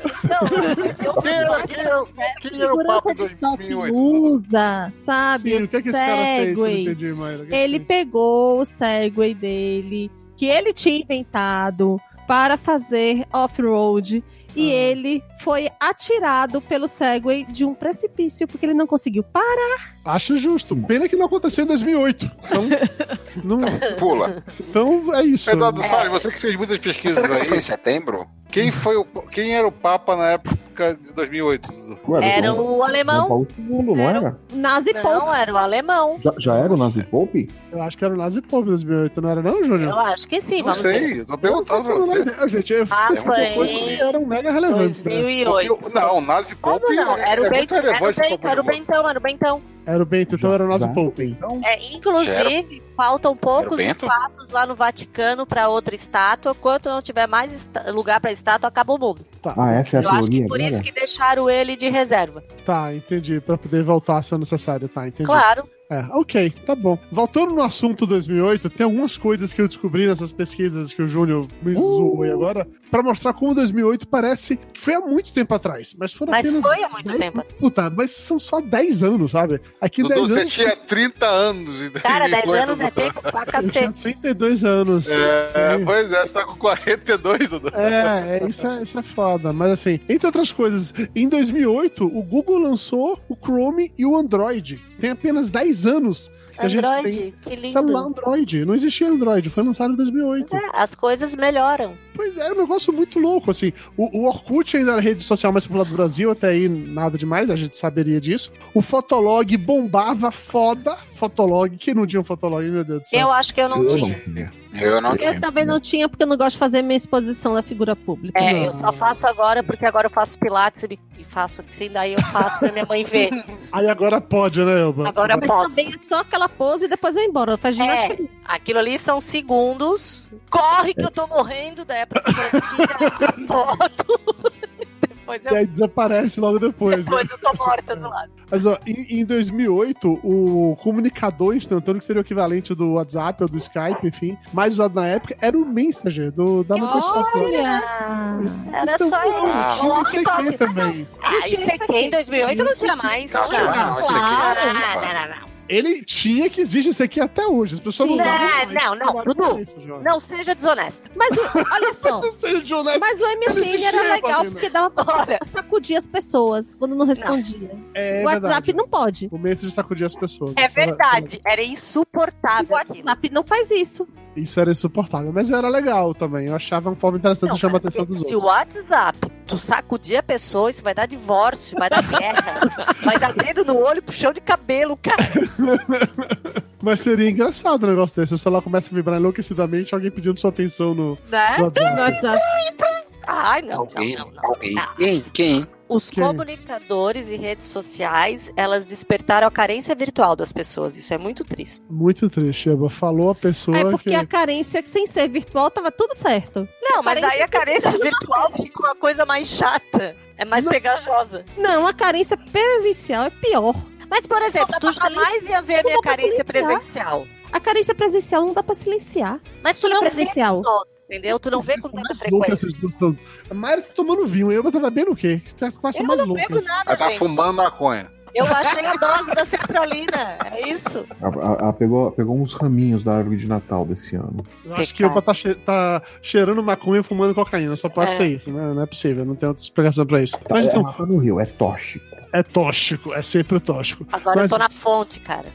[SPEAKER 4] Quem era, quem era- quem era o Papa
[SPEAKER 8] segurança
[SPEAKER 4] em
[SPEAKER 8] de top
[SPEAKER 4] 2008?
[SPEAKER 8] usa,
[SPEAKER 6] Ah,
[SPEAKER 8] sabe?
[SPEAKER 2] Sim,
[SPEAKER 8] o
[SPEAKER 2] o que, é que esse cara fez? Eu não
[SPEAKER 8] Segway.
[SPEAKER 2] entendi, Mayra.
[SPEAKER 8] Ele pegou o Segway dele, que ele tinha inventado para fazer off-road,
[SPEAKER 2] Ah.
[SPEAKER 8] e ele foi atirado pelo Segway de um precipício, porque ele não conseguiu parar.
[SPEAKER 2] Acho é justo. Pena que não aconteceu em 2008.
[SPEAKER 6] <laughs>
[SPEAKER 2] Então, não...
[SPEAKER 7] <laughs> Pula.
[SPEAKER 2] então é isso.
[SPEAKER 4] Eduardo Salles, você que fez muitas pesquisas
[SPEAKER 7] Será que não foi
[SPEAKER 4] aí.
[SPEAKER 7] em setembro?
[SPEAKER 4] Quem, foi o, quem era o Papa na época de 2008, Dudu?
[SPEAKER 5] Ué,
[SPEAKER 6] Era
[SPEAKER 2] um
[SPEAKER 5] Dudu,
[SPEAKER 6] o
[SPEAKER 5] Era
[SPEAKER 6] alemão.
[SPEAKER 5] então, Paulo II, não era?
[SPEAKER 8] Nazi
[SPEAKER 6] Não, era o alemão.
[SPEAKER 5] Já, já era o Nazi Pope?
[SPEAKER 2] Eu acho que era o Nazi Pope em 2008, não era não, Júnior?
[SPEAKER 6] Eu acho que sim,
[SPEAKER 4] Não
[SPEAKER 6] vamos ver.
[SPEAKER 4] sei, eu tô
[SPEAKER 2] Eu não
[SPEAKER 4] perguntando
[SPEAKER 2] faço
[SPEAKER 4] pra
[SPEAKER 2] a menor
[SPEAKER 4] você.
[SPEAKER 2] ideia, gente. Eu-
[SPEAKER 6] Ah,
[SPEAKER 2] Essas
[SPEAKER 6] foi é.
[SPEAKER 2] coisas
[SPEAKER 6] em
[SPEAKER 2] eram mega relevantes, né?
[SPEAKER 6] 2008.
[SPEAKER 4] Porque o- não, o Nazi Pop
[SPEAKER 6] Como não? Era o
[SPEAKER 4] é muito
[SPEAKER 6] Bento, era o
[SPEAKER 4] relevante pro
[SPEAKER 6] Bento,
[SPEAKER 4] Papa
[SPEAKER 6] era o
[SPEAKER 4] de Gosto.
[SPEAKER 6] Bentão, era o Bentão.
[SPEAKER 2] Era o Bento, então era o Nazi
[SPEAKER 5] Já.
[SPEAKER 2] Pope.
[SPEAKER 5] Então,
[SPEAKER 6] É, inclusive, faltam poucos
[SPEAKER 7] Bento?
[SPEAKER 6] espaços lá no Vaticano para outra estátua. Quanto não tiver mais esta- lugar para estátua, acaba o mundo.
[SPEAKER 5] ah, essa é a
[SPEAKER 6] Eu acho
[SPEAKER 5] teoria
[SPEAKER 6] que por
[SPEAKER 5] agora?
[SPEAKER 6] isso que deixaram ele de reserva.
[SPEAKER 2] Tá, entendi. Pra poder voltar se for necessário, tá, entendi.
[SPEAKER 6] Claro.
[SPEAKER 2] É, ok, tá bom. Voltando no assunto 2008, tem algumas coisas que eu descobri nessas pesquisas que o Júnior me
[SPEAKER 5] Uh!
[SPEAKER 2] zoou aí agora, pra mostrar como 2008 parece que foi há muito tempo atrás, mas foram
[SPEAKER 6] Mas
[SPEAKER 2] apenas...
[SPEAKER 6] foi há muito
[SPEAKER 2] dez-
[SPEAKER 6] tempo.
[SPEAKER 2] Puta, mas são só 10 anos, sabe? Aqui
[SPEAKER 4] Dudu,
[SPEAKER 2] 10
[SPEAKER 4] você
[SPEAKER 2] anos...
[SPEAKER 4] tinha 30 anos em 2008.
[SPEAKER 6] Cara, 10 anos é
[SPEAKER 4] Dudu.
[SPEAKER 6] tempo pra
[SPEAKER 2] Eu tinha
[SPEAKER 6] cacete.
[SPEAKER 2] 32 anos.
[SPEAKER 4] É,
[SPEAKER 2] Sim.
[SPEAKER 4] pois é, você tá com 42, Dudu.
[SPEAKER 2] É, é, isso, é, isso é foda. Mas assim, entre outras coisas, em 2008, o Google lançou o Chrome e o Android. Tem apenas 10 anos que a gente
[SPEAKER 6] Android, que
[SPEAKER 2] tem celular
[SPEAKER 6] lindo.
[SPEAKER 2] Android. Não existia Android, foi lançado em 2008.
[SPEAKER 6] É, As coisas melhoram.
[SPEAKER 2] Pois é, é um negócio muito louco, assim. O, o Orkut ainda era a rede social mais popular do Brasil, até aí nada demais, a gente saberia disso. O Fotolog bombava foda. Fotolog, quem não tinha um Fotolog, meu Deus do céu.
[SPEAKER 6] Eu acho que eu não
[SPEAKER 5] Eu
[SPEAKER 6] tinha.
[SPEAKER 5] não tinha.
[SPEAKER 7] Eu não
[SPEAKER 8] Eu
[SPEAKER 7] tinha.
[SPEAKER 8] também
[SPEAKER 2] né?
[SPEAKER 8] não tinha, porque eu não gosto de fazer minha exposição da figura pública.
[SPEAKER 6] É, eu só faço agora porque agora eu faço pilates e me- e faço assim, daí eu faço pra minha mãe ver.
[SPEAKER 2] Aí agora pode, né, Elba?
[SPEAKER 6] Agora
[SPEAKER 8] Mas
[SPEAKER 6] posso.
[SPEAKER 8] também é só aquela pose e depois eu vou embora.
[SPEAKER 6] É.
[SPEAKER 8] Faz ginástica.
[SPEAKER 6] Aquilo ali são segundos. Corre que eu tô morrendo, daí a professora tira a foto. <laughs> Depois
[SPEAKER 2] E
[SPEAKER 6] eu,
[SPEAKER 2] aí desaparece logo depois, né?
[SPEAKER 6] depois eu tô morta do lado.
[SPEAKER 2] Mas ó, em, em 2008, o comunicador instantâneo, que seria o equivalente do WhatsApp ou do Skype, enfim, mais usado na época, era o Messenger do, da Microsoft. né?
[SPEAKER 8] É.
[SPEAKER 6] Ah, Era
[SPEAKER 2] Então,
[SPEAKER 6] só um
[SPEAKER 2] pô,
[SPEAKER 7] Ah.
[SPEAKER 6] isso.
[SPEAKER 2] tinha o ICQ
[SPEAKER 6] Walkie-talkie.
[SPEAKER 2] também.
[SPEAKER 6] Ah, isso aqui em 2008 não tinha mais.
[SPEAKER 7] Não,
[SPEAKER 6] Não,
[SPEAKER 7] tinha
[SPEAKER 6] não,
[SPEAKER 7] mais, não, isso aqui
[SPEAKER 6] não,
[SPEAKER 7] não tinha mais.
[SPEAKER 6] não, não, não.
[SPEAKER 2] Ele tinha que existe isso aqui até hoje. As pessoas não
[SPEAKER 6] Sim.
[SPEAKER 2] usavam
[SPEAKER 6] É,
[SPEAKER 2] isso,
[SPEAKER 6] não,
[SPEAKER 2] mas
[SPEAKER 6] não,
[SPEAKER 2] tomaram
[SPEAKER 6] Dudu.
[SPEAKER 2] isso, jovens.
[SPEAKER 6] Não seja desonesto. <laughs>
[SPEAKER 8] Mas o-
[SPEAKER 2] <laughs>
[SPEAKER 8] olha só.
[SPEAKER 2] Não seja desonesto.
[SPEAKER 8] Mas o
[SPEAKER 2] Ele
[SPEAKER 8] MSN
[SPEAKER 2] existia,
[SPEAKER 8] era legal
[SPEAKER 2] Paulina.
[SPEAKER 8] porque dava pra
[SPEAKER 6] Olha. é
[SPEAKER 8] sacudir as pessoas quando não respondia.
[SPEAKER 2] É
[SPEAKER 8] o WhatsApp
[SPEAKER 2] verdade.
[SPEAKER 8] não pode.
[SPEAKER 2] O medo de sacudir as pessoas.
[SPEAKER 6] É
[SPEAKER 2] Isso era-
[SPEAKER 6] verdade, era insuportável.
[SPEAKER 8] O WhatsApp não faz isso.
[SPEAKER 2] Isso era insuportável, mas era legal também. Eu achava uma forma interessante de chamar a atenção dos
[SPEAKER 6] Se
[SPEAKER 2] outros.
[SPEAKER 6] o WhatsApp tu sacudir a pessoa, isso vai dar divórcio, vai dar
[SPEAKER 2] <laughs>
[SPEAKER 6] guerra, vai dar dedo no olho, puxão de cabelo, cara.
[SPEAKER 2] Mas seria engraçado um negócio desse. O celular começa a vibrar enlouquecidamente, alguém pedindo sua atenção no.
[SPEAKER 6] Né?
[SPEAKER 2] no WhatsApp.
[SPEAKER 6] Ai, não, não,
[SPEAKER 7] Alguém,
[SPEAKER 6] não, não.
[SPEAKER 7] alguém. Ah. Quem? Quem?
[SPEAKER 6] Os
[SPEAKER 2] Quem?
[SPEAKER 6] comunicadores e redes sociais, elas despertaram a carência virtual das pessoas. Isso é muito triste.
[SPEAKER 2] Muito triste, Eba. Falou a pessoa
[SPEAKER 8] É porque
[SPEAKER 2] que.
[SPEAKER 8] a carência, sem ser virtual, tava tudo certo.
[SPEAKER 6] Não, mas
[SPEAKER 8] Carência
[SPEAKER 6] aí a carência virtual fica uma coisa mais chata. É mais pegajosa.
[SPEAKER 8] Não, a carência presencial é pior.
[SPEAKER 6] Mas, por exemplo, tu jamais ia ver a minha
[SPEAKER 8] dá pra
[SPEAKER 6] carência
[SPEAKER 8] silenciar.
[SPEAKER 6] presencial.
[SPEAKER 8] A carência presencial não dá pra silenciar.
[SPEAKER 6] Mas tu
[SPEAKER 8] Ela
[SPEAKER 6] não
[SPEAKER 8] é
[SPEAKER 6] vê
[SPEAKER 8] presencial.
[SPEAKER 6] com todo, entendeu? Tu não vê com tanta
[SPEAKER 2] Mais louca
[SPEAKER 6] frequência.
[SPEAKER 2] essas duas tão- A Mayra tá tomando vinho, eu tava bebendo o quê? Que você começa
[SPEAKER 6] Eu
[SPEAKER 2] mais
[SPEAKER 6] não
[SPEAKER 2] louca.
[SPEAKER 6] bebo nada,
[SPEAKER 4] Ela tá
[SPEAKER 6] gente.
[SPEAKER 4] fumando maconha.
[SPEAKER 6] Eu baixei a dose da sertralina. É isso.
[SPEAKER 5] Ela ela pegou, pegou uns raminhos da árvore de Natal desse ano.
[SPEAKER 2] Eu acho que Eba tá, che- tá cheirando maconha e fumando cocaína. Só pode
[SPEAKER 6] É.
[SPEAKER 2] ser isso, né? Não é possível, não tem outra explicação pra isso.
[SPEAKER 5] Tá,
[SPEAKER 2] Mas
[SPEAKER 5] é
[SPEAKER 2] então,
[SPEAKER 5] mata no rio, é tóxico.
[SPEAKER 2] é tóxico, é sempre tóxico.
[SPEAKER 6] Agora
[SPEAKER 2] Mas-
[SPEAKER 6] eu tô na fonte, cara.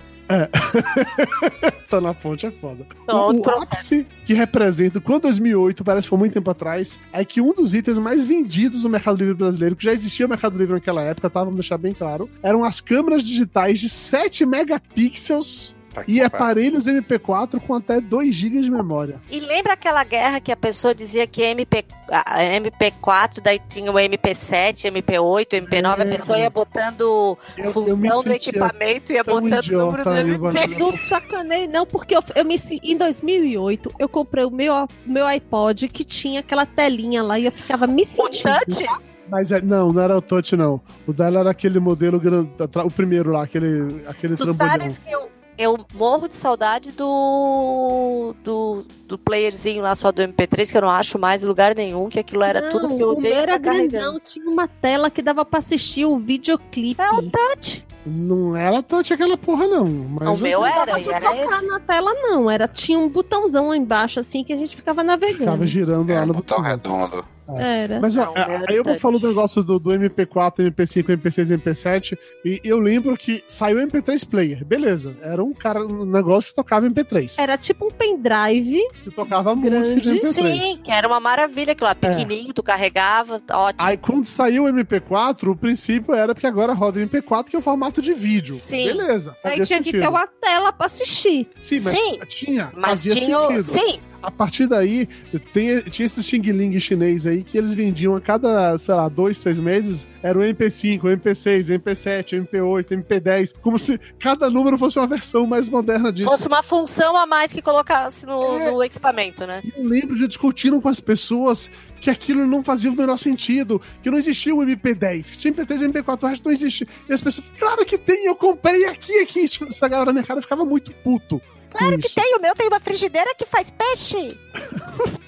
[SPEAKER 2] Tá na fonte é foda.
[SPEAKER 6] Não,
[SPEAKER 2] o
[SPEAKER 6] outro
[SPEAKER 2] o
[SPEAKER 6] processo.
[SPEAKER 2] ápice que representa o quanto 2008, parece que foi muito tempo atrás, é que um dos itens mais vendidos no Mercado Livre brasileiro, que já existia o Mercado Livre naquela época, tá? Vamos deixar bem claro, eram as câmeras digitais de 7 megapixels
[SPEAKER 4] Tá que
[SPEAKER 2] e é
[SPEAKER 4] pariu.
[SPEAKER 2] aparelhos MP4 com até 2 GB de memória.
[SPEAKER 6] E lembra aquela guerra que a pessoa dizia que MP, a- a MP4, daí tinha o MP7, MP8, MP9, a
[SPEAKER 2] É.
[SPEAKER 6] pessoa ia botando
[SPEAKER 2] Eu- eu me
[SPEAKER 6] função do
[SPEAKER 2] sentia
[SPEAKER 6] equipamento, ia
[SPEAKER 2] tão
[SPEAKER 6] botando o número do
[SPEAKER 2] idiota,
[SPEAKER 6] MP.
[SPEAKER 2] Ivana.
[SPEAKER 8] Não sacanei, não, porque eu, eu me se- em 2008 eu comprei o meu, meu iPod que tinha aquela telinha lá e eu ficava me
[SPEAKER 6] O
[SPEAKER 8] sentindo.
[SPEAKER 6] touch?
[SPEAKER 2] Mas é- não, não era o touch, não. O dela era aquele modelo grande, o primeiro lá, aquele, aquele
[SPEAKER 6] Tu
[SPEAKER 2] trambolhão.
[SPEAKER 6] sabes que eu, eu morro de saudade do, do do playerzinho lá só do MP3, que eu não acho mais em lugar nenhum, que aquilo era tudo que eu
[SPEAKER 8] o meu
[SPEAKER 6] odeio.
[SPEAKER 8] era
[SPEAKER 6] tá carregando.
[SPEAKER 8] grandão, tinha uma tela que dava pra assistir o videoclipe.
[SPEAKER 6] É o touch.
[SPEAKER 2] Não era touch aquela porra, não. Mas
[SPEAKER 6] o meu
[SPEAKER 8] Não
[SPEAKER 6] era,
[SPEAKER 8] dava
[SPEAKER 6] e
[SPEAKER 8] pra
[SPEAKER 6] era
[SPEAKER 8] tocar
[SPEAKER 6] esse.
[SPEAKER 8] na tela, não. Era, tinha um botãozão lá embaixo, assim, que a gente ficava
[SPEAKER 2] Ficava
[SPEAKER 8] navegando.
[SPEAKER 2] girando lá
[SPEAKER 7] Era
[SPEAKER 2] no
[SPEAKER 7] um botão
[SPEAKER 2] botão.
[SPEAKER 7] redondo.
[SPEAKER 8] Era.
[SPEAKER 2] Mas ó,
[SPEAKER 6] É Não, é
[SPEAKER 2] a-
[SPEAKER 6] era
[SPEAKER 2] aí eu
[SPEAKER 6] touch.
[SPEAKER 2] falo do negócio do, do MP4, MP5, MP6, MP7, e eu lembro que saiu o MP3 Player, beleza. Era um cara, um negócio que tocava MP3.
[SPEAKER 8] Era tipo um pendrive.
[SPEAKER 2] Que tocava música de
[SPEAKER 8] grande,
[SPEAKER 2] MP3.
[SPEAKER 6] Sim, que era uma maravilha
[SPEAKER 2] É.
[SPEAKER 6] aquilo lá, pequenininho, tu carregava, ótimo.
[SPEAKER 2] Aí quando saiu o MP4, o princípio era porque agora roda o MP4, que é o formato de vídeo.
[SPEAKER 6] Sim.
[SPEAKER 2] Beleza,
[SPEAKER 8] Aí
[SPEAKER 2] fazia
[SPEAKER 8] tinha
[SPEAKER 2] sentido.
[SPEAKER 8] que ter uma tela pra assistir.
[SPEAKER 2] Sim, mas
[SPEAKER 6] Sim.
[SPEAKER 2] tinha,
[SPEAKER 6] Mas
[SPEAKER 2] fazia
[SPEAKER 6] tinha. o-
[SPEAKER 2] sentido.
[SPEAKER 6] Sim,
[SPEAKER 2] A partir daí, tem- tinha esse Xing Ling chinês aí que eles vendiam a cada, sei lá, dois, três meses. Era o MP5, MP6, MP7, MP8, MP10. Como se cada número fosse uma versão mais moderna disso.
[SPEAKER 6] fosse uma função a mais que colocasse no,
[SPEAKER 2] É.
[SPEAKER 6] no equipamento, né?
[SPEAKER 2] E eu lembro de discutindo com as pessoas que aquilo não fazia o menor sentido, que não existia o MP10, que tinha MP3 e MP4, o resto não existia. E as pessoas, claro que tem, eu comprei aqui, aqui. Isso estragava na minha cara, eu ficava muito puto. Claro
[SPEAKER 6] Que tem o meu, tem uma frigideira que faz peixe.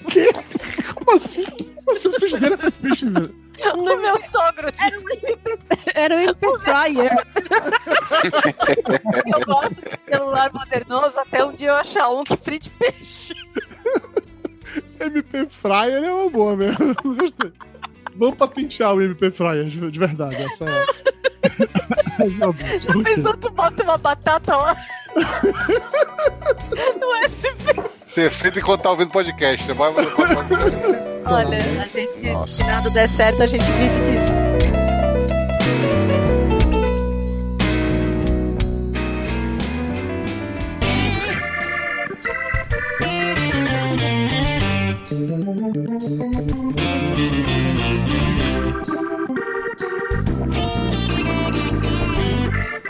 [SPEAKER 2] quê? Como assim? Como assim o frigideira faz peixe, velho?
[SPEAKER 6] O meu sogro disse.
[SPEAKER 8] Era o MP
[SPEAKER 6] <laughs>
[SPEAKER 8] Fryer.
[SPEAKER 6] Eu gosto de celular modernoso até um dia eu achar um que frite peixe.
[SPEAKER 2] MP Fryer é uma boa mesmo. <laughs> Gostei. Vamos patentear o MP Fryer, de, de verdade. Essa <laughs> é. essa é uma boa.
[SPEAKER 6] Já pensou tu bota uma batata lá? Não é assim.
[SPEAKER 4] Você feito enquanto tá ouvindo podcast. Você vai enquanto tá
[SPEAKER 6] Olha, a gente,
[SPEAKER 7] Nossa.
[SPEAKER 6] se nada der certo, a gente vive disso.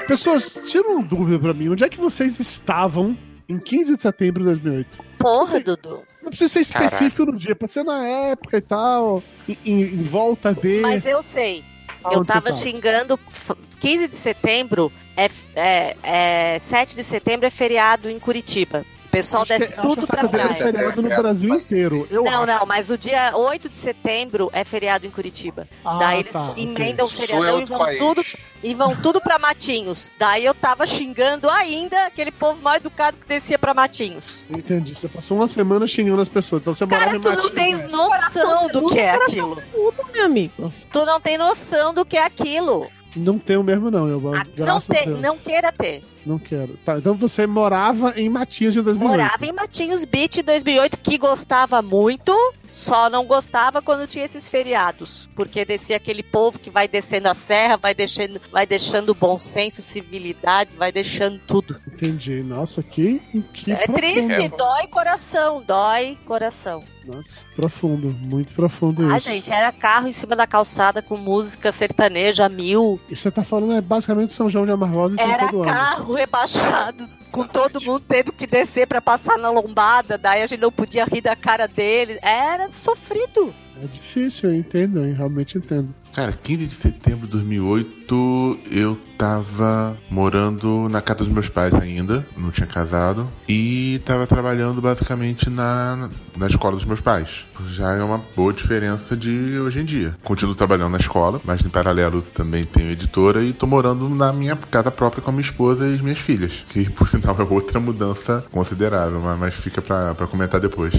[SPEAKER 2] Pessoas, tiram uma dúvida pra mim. Onde é que vocês estavam em 15 de setembro de 2008?
[SPEAKER 6] Porra, Dudu.
[SPEAKER 2] Não precisa ser específico no dia, pode ser na época e tal, em, em- em volta de.
[SPEAKER 6] Mas eu sei.
[SPEAKER 2] aonde
[SPEAKER 6] Eu
[SPEAKER 2] você
[SPEAKER 6] tava xingando. f- 15 de setembro é, f- é, é- 7 de setembro é feriado em Curitiba. O pessoal desce tudo pra
[SPEAKER 2] Passadeira é
[SPEAKER 6] trás.
[SPEAKER 2] feriado no Brasil inteiro. Eu
[SPEAKER 6] não,
[SPEAKER 2] acho.
[SPEAKER 6] não, mas o dia 8 de setembro é feriado em Curitiba.
[SPEAKER 2] Ah,
[SPEAKER 6] Daí eles
[SPEAKER 2] tá, ok.
[SPEAKER 6] emendam o
[SPEAKER 2] Sul é
[SPEAKER 6] feriadão e
[SPEAKER 2] outro
[SPEAKER 6] vão
[SPEAKER 2] país.
[SPEAKER 6] tudo e vão tudo para Matinhos. Daí eu tava xingando ainda aquele povo mal educado que descia pra Matinhos.
[SPEAKER 2] Entendi. Você passou uma semana xingando as pessoas. Então você mora
[SPEAKER 6] Cara,
[SPEAKER 2] em
[SPEAKER 6] tu não
[SPEAKER 2] Matinhos. né?
[SPEAKER 6] tens noção do que é aquilo.
[SPEAKER 2] Tudo, meu amigo.
[SPEAKER 6] Tu não tem noção do que é aquilo.
[SPEAKER 2] Não tenho mesmo, não, eu
[SPEAKER 6] Ah, Não,
[SPEAKER 2] Graças a
[SPEAKER 6] te,
[SPEAKER 2] Deus.
[SPEAKER 6] não queira ter.
[SPEAKER 2] Não quero. Tá, então você morava em Matinhos de 2008.
[SPEAKER 6] Morava em Matinhos Beach 2008, que gostava muito, só não gostava quando tinha esses feriados, porque descia aquele povo que vai descendo a serra, vai deixando, vai deixando bom senso, civilidade, vai deixando tudo.
[SPEAKER 2] Entendi. Nossa, que, que
[SPEAKER 6] é
[SPEAKER 2] profundo.
[SPEAKER 6] triste, dói coração, dói coração.
[SPEAKER 2] Nossa. Profundo, muito profundo
[SPEAKER 6] Ah,
[SPEAKER 2] isso.
[SPEAKER 6] gente, era carro em cima da calçada com música sertaneja a mil.
[SPEAKER 2] E você tá falando é basicamente São João de Amargosa então,
[SPEAKER 6] Era
[SPEAKER 2] todo ano.
[SPEAKER 6] carro rebaixado, com todo mundo tendo que descer pra passar na lombada, daí a gente não podia rir da cara deles. Era sofrido.
[SPEAKER 2] É difícil, eu entendo, eu realmente entendo.
[SPEAKER 13] Cara, 15 de setembro de 2008, eu tava morando na casa dos meus pais ainda, não tinha casado, e tava trabalhando basicamente na, na escola dos meus pais. Já é uma boa diferença de hoje em dia. Continuo trabalhando na escola, mas em paralelo também tenho editora e tô morando na minha casa própria com a minha esposa e as minhas filhas, que <laughs> por sinal é outra mudança considerável, mas, mas fica pra, pra comentar depois.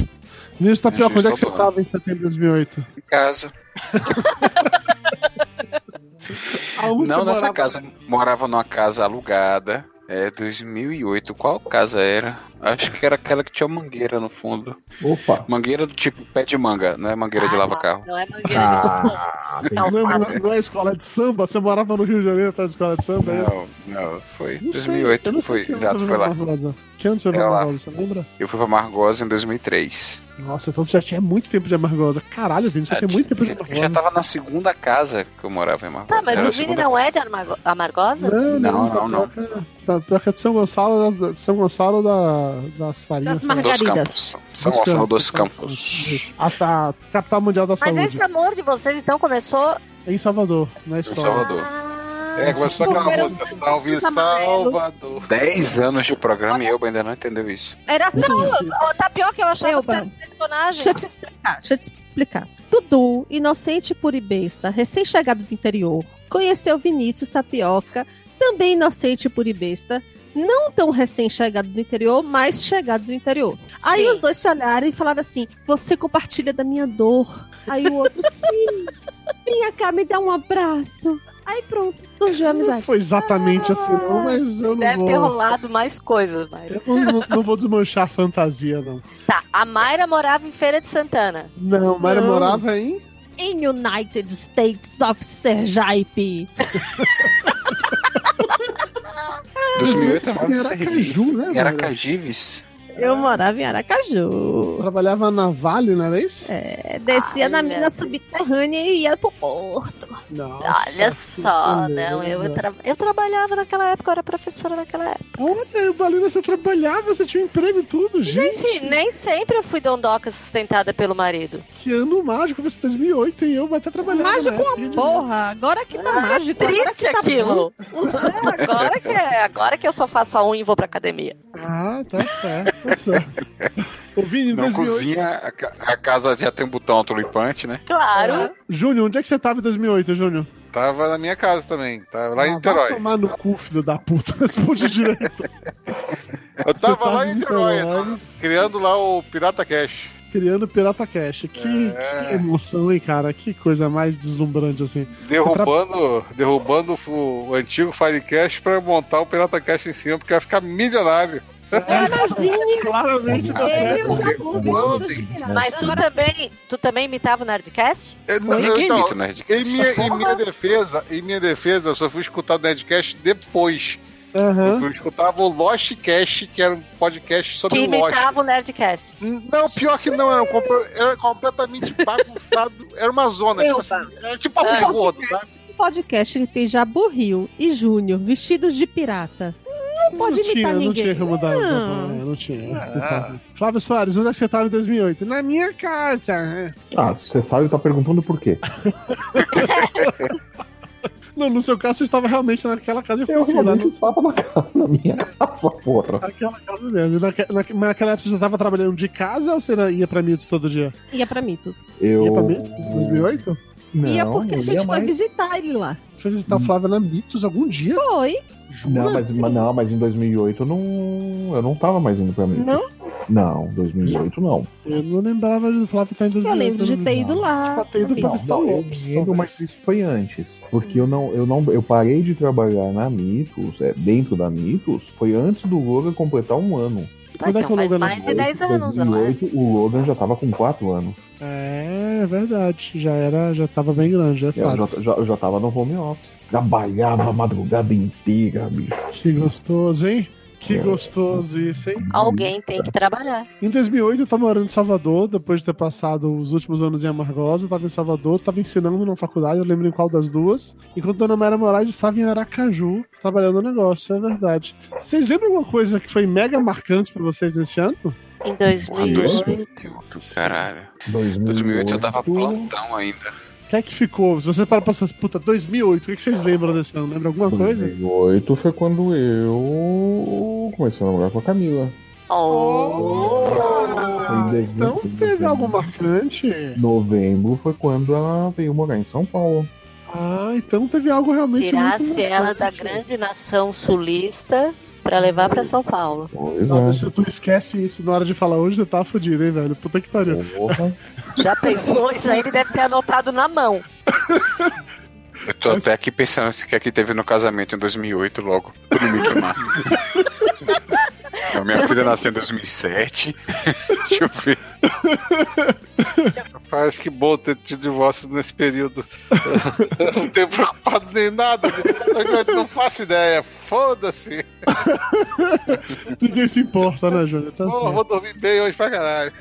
[SPEAKER 2] Vinícius Tapioca,
[SPEAKER 13] Gente,
[SPEAKER 2] onde é que você
[SPEAKER 13] estou falando.
[SPEAKER 2] tava em setembro de 2008?
[SPEAKER 7] Em casa.
[SPEAKER 2] Aonde
[SPEAKER 7] não
[SPEAKER 2] você
[SPEAKER 7] nessa
[SPEAKER 2] morava?
[SPEAKER 7] casa. Morava numa casa alugada. É 2008. Qual casa era? Acho que era aquela que tinha mangueira no fundo.
[SPEAKER 5] Opa.
[SPEAKER 2] <laughs>
[SPEAKER 7] Mangueira do tipo pé de manga, não é mangueira de lava-carro.
[SPEAKER 6] Não é mangueira.
[SPEAKER 7] Ah,
[SPEAKER 2] Não, não, não é escola de samba? Você morava no Rio de Janeiro, tá na escola de samba? é isso?
[SPEAKER 7] não, não, foi
[SPEAKER 2] Não sei,
[SPEAKER 7] 2008.
[SPEAKER 2] eu não sei
[SPEAKER 7] foi,
[SPEAKER 2] que ano você
[SPEAKER 7] exato, foi
[SPEAKER 2] veio pra
[SPEAKER 7] lá.
[SPEAKER 2] Amargosa. Que ano você veio pra
[SPEAKER 7] Era lá.
[SPEAKER 2] Amargosa, você lembra?
[SPEAKER 7] Eu fui pra Margosa em 2003.
[SPEAKER 2] Nossa, então você já tinha muito tempo de Amargosa. Caralho, Vini,
[SPEAKER 7] Ah,
[SPEAKER 2] você tem muito tempo de
[SPEAKER 7] Eu já
[SPEAKER 2] Amargosa.
[SPEAKER 7] tava na segunda casa que eu morava em Margosa.
[SPEAKER 6] Tá, mas
[SPEAKER 7] Era a
[SPEAKER 6] o Vini
[SPEAKER 7] segunda-
[SPEAKER 6] não é de Amargo- Amargosa?
[SPEAKER 2] Não, tá
[SPEAKER 7] Não, não, não.
[SPEAKER 2] Tapioca- Tapioca de São Gonçalo, da- da- São Gonçalo da, das farinhas.
[SPEAKER 6] Das Margaridas.
[SPEAKER 7] Dos Campos. São Gonçalo dos Campos.
[SPEAKER 2] Isso. A, a capital mundial da
[SPEAKER 6] Mas
[SPEAKER 2] saúde.
[SPEAKER 6] esse amor de vocês, então, começou... Ah.
[SPEAKER 2] Em Salvador, na
[SPEAKER 7] Em
[SPEAKER 2] escola.
[SPEAKER 7] Salvador.
[SPEAKER 4] É, começou aquela música
[SPEAKER 2] um,
[SPEAKER 4] Salve Salvador.
[SPEAKER 7] 10 anos de programa e eu ainda não entendeu isso.
[SPEAKER 3] Era
[SPEAKER 2] é
[SPEAKER 3] assim.
[SPEAKER 6] Não, tá pior que um eu achava
[SPEAKER 3] Elba, Deixa eu
[SPEAKER 8] tá
[SPEAKER 3] te explicar, deixa eu te explicar. Dudu, inocente e pura e besta, recém-chegado do interior, conheceu Vinícius Tapioca, também inocente e pura e besta, não tão recém-chegado do interior, mas chegado do interior. Aí os dois se olharam e falaram assim: Você compartilha da minha dor. Aí o <laughs> outro, sim, vinha cá, me dá um abraço. Aí pronto, surgiu a
[SPEAKER 2] Não
[SPEAKER 3] amizade.
[SPEAKER 2] foi exatamente assim, não, mas eu não
[SPEAKER 6] Deve
[SPEAKER 2] vou.
[SPEAKER 6] ter rolado mais coisas, mas...
[SPEAKER 2] Eu não, não- não vou desmanchar a fantasia, não.
[SPEAKER 6] Tá, a Mayra morava em Feira de Santana.
[SPEAKER 2] Não, Mayra
[SPEAKER 3] Não.
[SPEAKER 2] morava em.
[SPEAKER 3] Em United States of Sergipe.
[SPEAKER 7] 2008
[SPEAKER 2] Ah, Em Aracaju, né,
[SPEAKER 7] é Em
[SPEAKER 2] Mayra?
[SPEAKER 7] Aracajives.
[SPEAKER 3] Eu morava em Aracaju.
[SPEAKER 2] Trabalhava na Vale, não era isso?
[SPEAKER 3] É, descia na mina subterrânea e ia pro porto.
[SPEAKER 2] Nossa,
[SPEAKER 6] Olha só,
[SPEAKER 2] que
[SPEAKER 6] não, eu,
[SPEAKER 2] beleza.
[SPEAKER 6] tra- eu trabalhava naquela época, eu era professora naquela época.
[SPEAKER 2] Olha, Balina, é, você trabalhava, você tinha um emprego e tudo, gente.
[SPEAKER 6] Gente, nem sempre eu fui dondoca sustentada pelo marido.
[SPEAKER 2] Que ano mágico, vai ser 2008, hein? Eu vou até trabalhar.
[SPEAKER 6] Mágico
[SPEAKER 2] né?
[SPEAKER 6] uma
[SPEAKER 3] Porra, agora que tá mágico. agora
[SPEAKER 6] Ah, Triste
[SPEAKER 3] que tá
[SPEAKER 6] aquilo. <laughs>
[SPEAKER 3] bom.
[SPEAKER 6] É, agora, que, agora que eu só faço a unha e vou pra academia.
[SPEAKER 2] Ah, tá certo,
[SPEAKER 4] <laughs>
[SPEAKER 2] tá certo. Ô, Vini, em
[SPEAKER 7] Não
[SPEAKER 2] 2008.
[SPEAKER 7] cozinha, a, ca- a casa já tem um botão tulipante, né?
[SPEAKER 6] Claro.
[SPEAKER 2] Júnior, onde é que você tava em 2008, Júnior?
[SPEAKER 4] Tava na minha casa também, tava lá
[SPEAKER 2] Ah,
[SPEAKER 4] em
[SPEAKER 2] vai
[SPEAKER 4] Niterói.
[SPEAKER 2] tomar no cu, filho da puta. <laughs> Responde direito.
[SPEAKER 4] Eu
[SPEAKER 2] Você
[SPEAKER 4] tava
[SPEAKER 2] tá
[SPEAKER 4] lá em Niterói, né? tá?
[SPEAKER 2] Niterói.
[SPEAKER 4] criando lá o Pirata Cash.
[SPEAKER 2] Criando Pirata Cash. Que,
[SPEAKER 4] É.
[SPEAKER 2] que emoção, hein, cara? Que coisa mais deslumbrante, assim.
[SPEAKER 4] Derrubando, derrubando o, o antigo Firecast pra montar o Pirata Cash em cima, porque vai ficar milionário.
[SPEAKER 2] É
[SPEAKER 3] Imagine.
[SPEAKER 2] Claramente
[SPEAKER 5] é
[SPEAKER 2] dá certo. É.
[SPEAKER 6] Mas tu também, tu também imitava o Nerdcast?
[SPEAKER 4] Eu, não,
[SPEAKER 7] Ninguém
[SPEAKER 4] então,
[SPEAKER 7] imita o Nerdcast.
[SPEAKER 4] Em minha, em minha defesa, em minha defesa, eu só fui escutar o Nerdcast depois.
[SPEAKER 2] Aham.
[SPEAKER 4] Eu escutava o Lost Cast, que era um podcast sobre
[SPEAKER 6] Que
[SPEAKER 4] o Lost.
[SPEAKER 6] imitava o Nerdcast.
[SPEAKER 4] Não, pior que não, era, um compro- era completamente bagunçado, era uma zona.
[SPEAKER 3] Eu,
[SPEAKER 4] Tipo, assim, era tipo papo de gordo, sabe?
[SPEAKER 8] um
[SPEAKER 3] O podcast que tem Jabu Rio e Júnior vestidos de pirata. Não pode
[SPEAKER 2] não tinha,
[SPEAKER 3] imitar
[SPEAKER 2] não
[SPEAKER 3] ninguém.
[SPEAKER 2] tinha como dar.
[SPEAKER 3] Não.
[SPEAKER 2] né? Não, não tinha.
[SPEAKER 4] Ah.
[SPEAKER 2] Flávio Soares, onde é que você tava em 2008? Na minha casa.
[SPEAKER 8] <laughs>
[SPEAKER 5] Ah, se você sabe, tá perguntando por quê.
[SPEAKER 2] Não, no seu caso, você estava realmente naquela casa de
[SPEAKER 5] Eu
[SPEAKER 8] né?
[SPEAKER 5] realmente estava na, casa, na minha <laughs> casa, porra.
[SPEAKER 2] Naquela casa mesmo. Naque- naque- mas naquela época você já estava trabalhando de casa ou você era- ia pra Mitos todo dia?
[SPEAKER 8] Ia pra Mitos.
[SPEAKER 5] Eu... é
[SPEAKER 2] Ia pra Mitos em 2008?
[SPEAKER 8] Ia um, é porque a
[SPEAKER 5] eu
[SPEAKER 8] gente
[SPEAKER 5] ia
[SPEAKER 8] foi
[SPEAKER 5] mais-
[SPEAKER 8] visitar ele lá.
[SPEAKER 2] Foi
[SPEAKER 5] Hum.
[SPEAKER 2] visitar o Flávio na Mitos algum dia?
[SPEAKER 8] Foi.
[SPEAKER 5] Não,
[SPEAKER 6] assim?
[SPEAKER 5] mas, mas não, mas em 2008 eu não, eu não tava mais indo pra mim.
[SPEAKER 8] Não?
[SPEAKER 5] Não, 2008 não.
[SPEAKER 2] Eu não lembrava do Flávio estar em 2008.
[SPEAKER 8] Eu lembro de ter ido
[SPEAKER 6] Ah,
[SPEAKER 8] lá.
[SPEAKER 2] Tipo, ter ido pra
[SPEAKER 8] Não,
[SPEAKER 2] visitar o
[SPEAKER 5] não, eu
[SPEAKER 2] Lopes.
[SPEAKER 5] lembro,
[SPEAKER 2] talvez.
[SPEAKER 5] mas isso foi antes. Porque eu não, eu não, eu parei de trabalhar na Mitos, é, dentro da Mitos, foi antes do Logan completar um ano.
[SPEAKER 2] Quando é que o
[SPEAKER 6] Então, faz
[SPEAKER 2] Logan
[SPEAKER 6] mais de
[SPEAKER 2] nasceu?
[SPEAKER 6] 10 anos, não é?
[SPEAKER 5] 2008, o Logan já tava com 4 anos.
[SPEAKER 2] É, é verdade. Já era, já tava bem grande, já é
[SPEAKER 5] Eu
[SPEAKER 2] fato.
[SPEAKER 5] já, já, eu já tava no home office. Trabalhava a madrugada inteira, bicho.
[SPEAKER 2] Que gostoso, hein? Que
[SPEAKER 5] É.
[SPEAKER 2] gostoso isso, hein?
[SPEAKER 6] Alguém tem que trabalhar.
[SPEAKER 2] Em 2008 eu tava morando em Salvador, depois de ter passado os últimos anos em Amargosa, eu tava em Salvador, tava ensinando na faculdade, eu lembro em qual das duas. Enquanto Dona Mara Moraes estava em Aracaju, trabalhando no negócio, é verdade. Vocês lembram alguma coisa que foi mega marcante pra vocês nesse ano?
[SPEAKER 6] Em
[SPEAKER 7] Porra,
[SPEAKER 6] 2008.
[SPEAKER 7] 2008, caralho.
[SPEAKER 5] 2008
[SPEAKER 7] 2008 eu tava plantão ainda.
[SPEAKER 2] O que é que ficou? Se você para pra essas puta, 2008, o que que vocês lembram desse ano? Lembra alguma coisa?
[SPEAKER 5] 2008 foi quando eu comecei a namorar com a Camila.
[SPEAKER 6] Oh!
[SPEAKER 5] Foi em
[SPEAKER 2] Então
[SPEAKER 5] dezembro.
[SPEAKER 2] teve algo marcante?
[SPEAKER 5] Novembro foi quando ela veio morar em São Paulo.
[SPEAKER 2] Ah, então teve algo realmente muito
[SPEAKER 6] Tirasse ela da
[SPEAKER 2] marcante.
[SPEAKER 6] grande nação sulista pra levar pra São Paulo.
[SPEAKER 5] Pois
[SPEAKER 2] Não,
[SPEAKER 5] é.
[SPEAKER 2] se tu esquece isso na hora de falar hoje, você tá fudido, hein, velho? Puta que pariu.
[SPEAKER 5] Porra.
[SPEAKER 2] <laughs>
[SPEAKER 6] Já pensou? Isso aí ele deve ter anotado na mão.
[SPEAKER 7] Eu tô até aqui pensando o que aqui teve no casamento em 2008 logo. Tudo me queimar. Não, minha filha nasceu em 2007. <laughs> Deixa eu ver.
[SPEAKER 4] Rapaz, que bom ter tido divórcio nesse período. <laughs> Eu não tenho preocupado nem nada. Eu não faço ideia. Foda-se.
[SPEAKER 2] Ninguém se importa, né, Júnior? Tá
[SPEAKER 4] Porra,
[SPEAKER 2] certo.
[SPEAKER 4] vou dormir bem hoje pra caralho.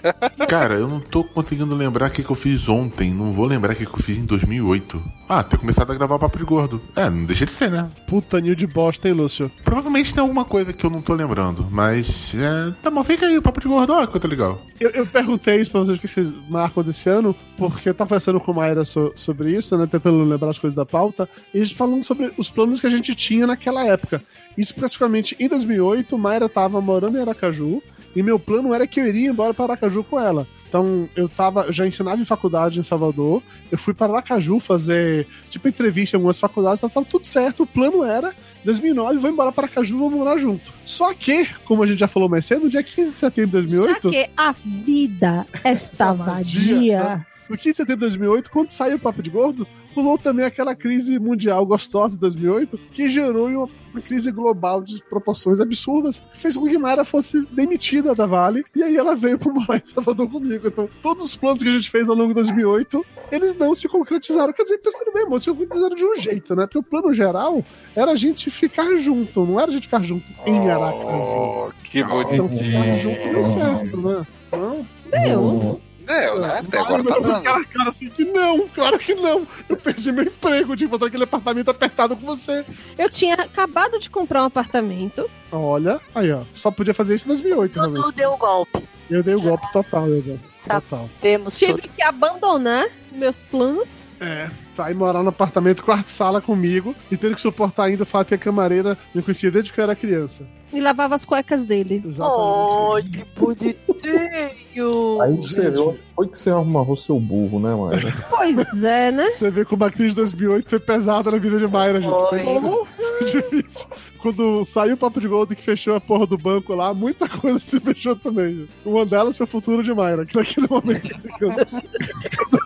[SPEAKER 13] Cara, eu não tô conseguindo lembrar o que, que eu fiz ontem. Não vou lembrar o que, que eu fiz em 2008. Ah, ter começado a gravar Papo de Gordo. É, não deixa de ser, né?
[SPEAKER 2] Puta nil de bosta, hein, Lúcio?
[SPEAKER 13] Provavelmente tem alguma coisa que eu não tô lembrando, mas. É, tá bom, fica aí, o Papo de Gordo, olha quanto é legal.
[SPEAKER 2] Eu, eu perguntei isso pra vocês o que vocês marcam desse ano, porque eu tava conversando com o Mayra so- sobre isso, né? Tentando lembrar as coisas da pauta, e a gente falando sobre os planos que a gente tinha naquela época. Especificamente em 2008, Mayra tava morando em Aracaju, e meu plano era que eu iria embora para Aracaju com ela. Então, eu tava, já ensinava em faculdade em Salvador, eu fui para Aracaju fazer, tipo, entrevista em algumas faculdades, então tava tudo certo, o plano era 2009, vou embora para Aracaju, vou morar junto. Só que, como a gente já falou mais cedo, dia 15 de setembro de
[SPEAKER 8] Já
[SPEAKER 2] 2008...
[SPEAKER 8] que a vida está
[SPEAKER 2] vadia,
[SPEAKER 8] vadia.
[SPEAKER 2] No 15 de setembro de 2008, quando saiu o Papo de Gordo, rolou também aquela crise mundial gostosa de 2008, que gerou uma, uma crise global de proporções absurdas, que fez com que Mayra fosse demitida da Vale, e aí ela veio para morar em Salvador comigo. Então, todos os planos que a gente fez ao longo de 2008, eles não se concretizaram. Quer dizer, pensando bem, amor, se concretizaram de um jeito, né? Porque o plano geral era a gente ficar junto, não era a gente ficar junto em Aracaju.
[SPEAKER 4] Oh, que
[SPEAKER 2] Então, ficar
[SPEAKER 4] bonitinho.
[SPEAKER 2] junto deu certo, né? Não?
[SPEAKER 8] Deu.
[SPEAKER 7] É, né? Até agora
[SPEAKER 2] Mas
[SPEAKER 7] tá
[SPEAKER 2] eu vi
[SPEAKER 7] dando.
[SPEAKER 2] aquela cara assim que não, claro que não. Eu perdi meu emprego, tinha que botar aquele apartamento apertado com você.
[SPEAKER 8] Eu tinha acabado de comprar um apartamento.
[SPEAKER 2] Olha, aí ó, só podia fazer isso em 2008
[SPEAKER 6] Tudo
[SPEAKER 2] realmente.
[SPEAKER 6] deu o golpe.
[SPEAKER 2] Eu dei o golpe total, eu dei. Total.
[SPEAKER 6] Temos tudo.
[SPEAKER 8] Tive que abandonar meus planos.
[SPEAKER 2] É, vai morar no apartamento quarto sala comigo e tendo que suportar ainda o fato que a camareira me conhecia desde que eu era criança.
[SPEAKER 8] E lavava as cuecas dele.
[SPEAKER 6] Oh,
[SPEAKER 2] Exatamente.
[SPEAKER 6] que bonitinho!
[SPEAKER 5] Aí você viu, foi que você arrumou seu burro, né, mano?
[SPEAKER 8] Pois é, né?
[SPEAKER 2] Você vê como a crise de 2008 foi pesada na vida de Mayra, gente. Foi
[SPEAKER 6] Foi.
[SPEAKER 2] difícil. Foi difícil. Quando saiu o Papo de Gordo que fechou a porra do banco lá, muita coisa se fechou também. gente. Uma delas foi o futuro de Mayra, que naquele momento ficou cada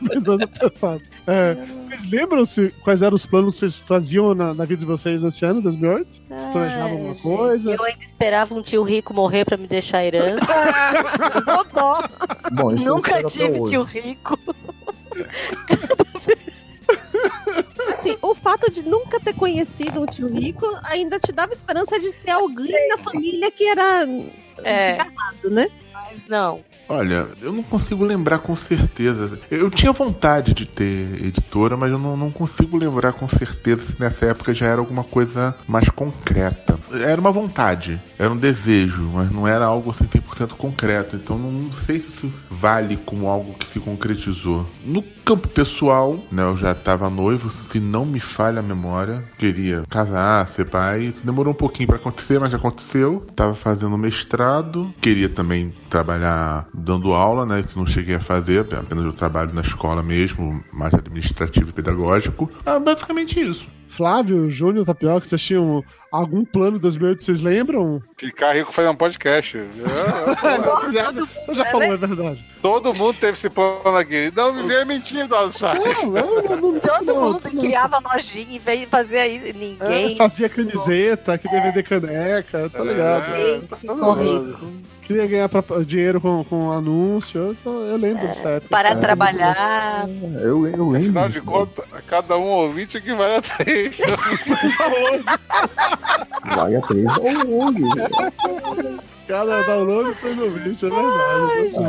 [SPEAKER 2] vez mais apertado. <laughs> É, vocês lembram-se quais eram os planos que vocês faziam na, na vida de vocês nesse ano, 2008? Vocês planejavam alguma
[SPEAKER 6] Ai,
[SPEAKER 2] coisa?
[SPEAKER 6] Eu ainda esperava um tio rico morrer pra me deixar herança.
[SPEAKER 8] Dodó.
[SPEAKER 5] Bom, isso
[SPEAKER 6] Nunca
[SPEAKER 5] era pra
[SPEAKER 6] tive
[SPEAKER 5] hoje.
[SPEAKER 6] tio <laughs> rico.
[SPEAKER 8] Assim, o fato de nunca ter conhecido o tio Rico ainda te dava esperança de ter alguém na família que era
[SPEAKER 6] É,
[SPEAKER 8] desgarrado, né?
[SPEAKER 6] mas não.
[SPEAKER 13] Olha, eu não consigo lembrar com certeza. Eu tinha vontade de ter editora, mas eu não, não consigo lembrar com certeza se nessa época já era alguma coisa mais concreta. Era uma vontade, era um desejo, mas não era algo assim 100% concreto. Então não sei se isso vale como algo que se concretizou. No campo pessoal, né, eu já estava noivo, se não me falha a memória, queria casar, ser pai. Isso demorou um pouquinho para acontecer, mas já aconteceu. Tava fazendo mestrado, queria também trabalhar dando aula, né? Isso não cheguei a fazer, apenas eu trabalho na escola mesmo, mais administrativo e pedagógico. Ah, basicamente isso.
[SPEAKER 2] Flávio, Júnior, Tapioca, vocês tinham algum plano de 2008, vocês lembram?
[SPEAKER 4] Ficar rico fazendo um podcast.
[SPEAKER 2] <laughs>
[SPEAKER 4] É, é,
[SPEAKER 2] é, Você já falou, é verdade.
[SPEAKER 4] Todo mundo teve esse plano aqui. Não me venha mentindo, Alçai.
[SPEAKER 2] Não, não, não, não,
[SPEAKER 6] Todo
[SPEAKER 2] não,
[SPEAKER 6] mundo
[SPEAKER 2] não.
[SPEAKER 6] criava lojinha e veio fazer aí. Ninguém.
[SPEAKER 2] É, fazia camiseta, queria vender caneca,
[SPEAKER 7] É.
[SPEAKER 2] tá ligado?
[SPEAKER 6] Ninguém
[SPEAKER 4] É,
[SPEAKER 2] Tá todo
[SPEAKER 6] ficou
[SPEAKER 2] mundo.
[SPEAKER 6] rico.
[SPEAKER 2] Queria ganhar pra- dinheiro com, com anúncio, eu, tô- eu
[SPEAKER 3] É,
[SPEAKER 2] lembro disso.
[SPEAKER 6] Para
[SPEAKER 2] É.
[SPEAKER 6] trabalhar.
[SPEAKER 5] Eu, eu lembro.
[SPEAKER 4] Afinal de contas, cada um ouvinte aqui vai atrair.
[SPEAKER 5] Vai atrás da
[SPEAKER 2] <laughs>
[SPEAKER 5] ONG.
[SPEAKER 2] Cada download foi no vídeo, é verdade. eu tô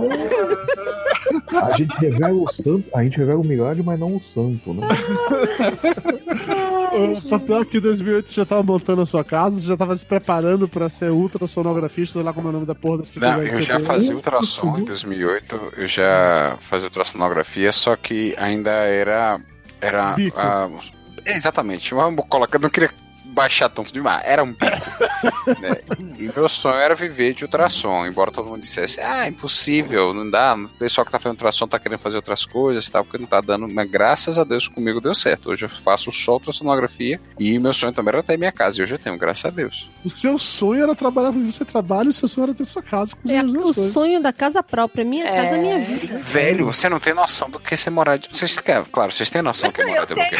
[SPEAKER 2] sabendo.
[SPEAKER 5] É. A gente revela o santo, a gente revela o milagre, mas não o santo, né?
[SPEAKER 2] O papel é que em 2008 você já tava montando a sua casa, você já tava se preparando pra ser ultrassonografista, sei lá como é o nome da porra das pessoas.
[SPEAKER 7] Não, eu já fazia um- ultrassom em 2008, eu já fazia ultrassonografia, só que ainda era. Era.
[SPEAKER 2] Bico.
[SPEAKER 7] ah, exatamente, uma coloca, eu não queria baixar tanto demais, era um bico.
[SPEAKER 2] <laughs>
[SPEAKER 7] né? E meu sonho era viver de ultrassom, embora todo mundo dissesse, ah, impossível, não dá, o pessoal que tá fazendo ultrassom tá querendo fazer outras coisas e tal, porque não tá dando, mas graças a Deus comigo deu certo. Hoje eu faço só ultrassonografia e meu sonho também era ter minha casa, e hoje eu tenho, graças a Deus.
[SPEAKER 2] O seu sonho era trabalhar porque você trabalha, e o seu sonho era ter sua casa com os
[SPEAKER 3] É,
[SPEAKER 2] meus
[SPEAKER 3] o
[SPEAKER 2] sonhos.
[SPEAKER 3] sonho da casa própria, minha casa, minha vida.
[SPEAKER 7] Velho, você não tem noção do que é ser morar de. Vocês, querem- claro, vocês têm noção do que é morar de aluguel.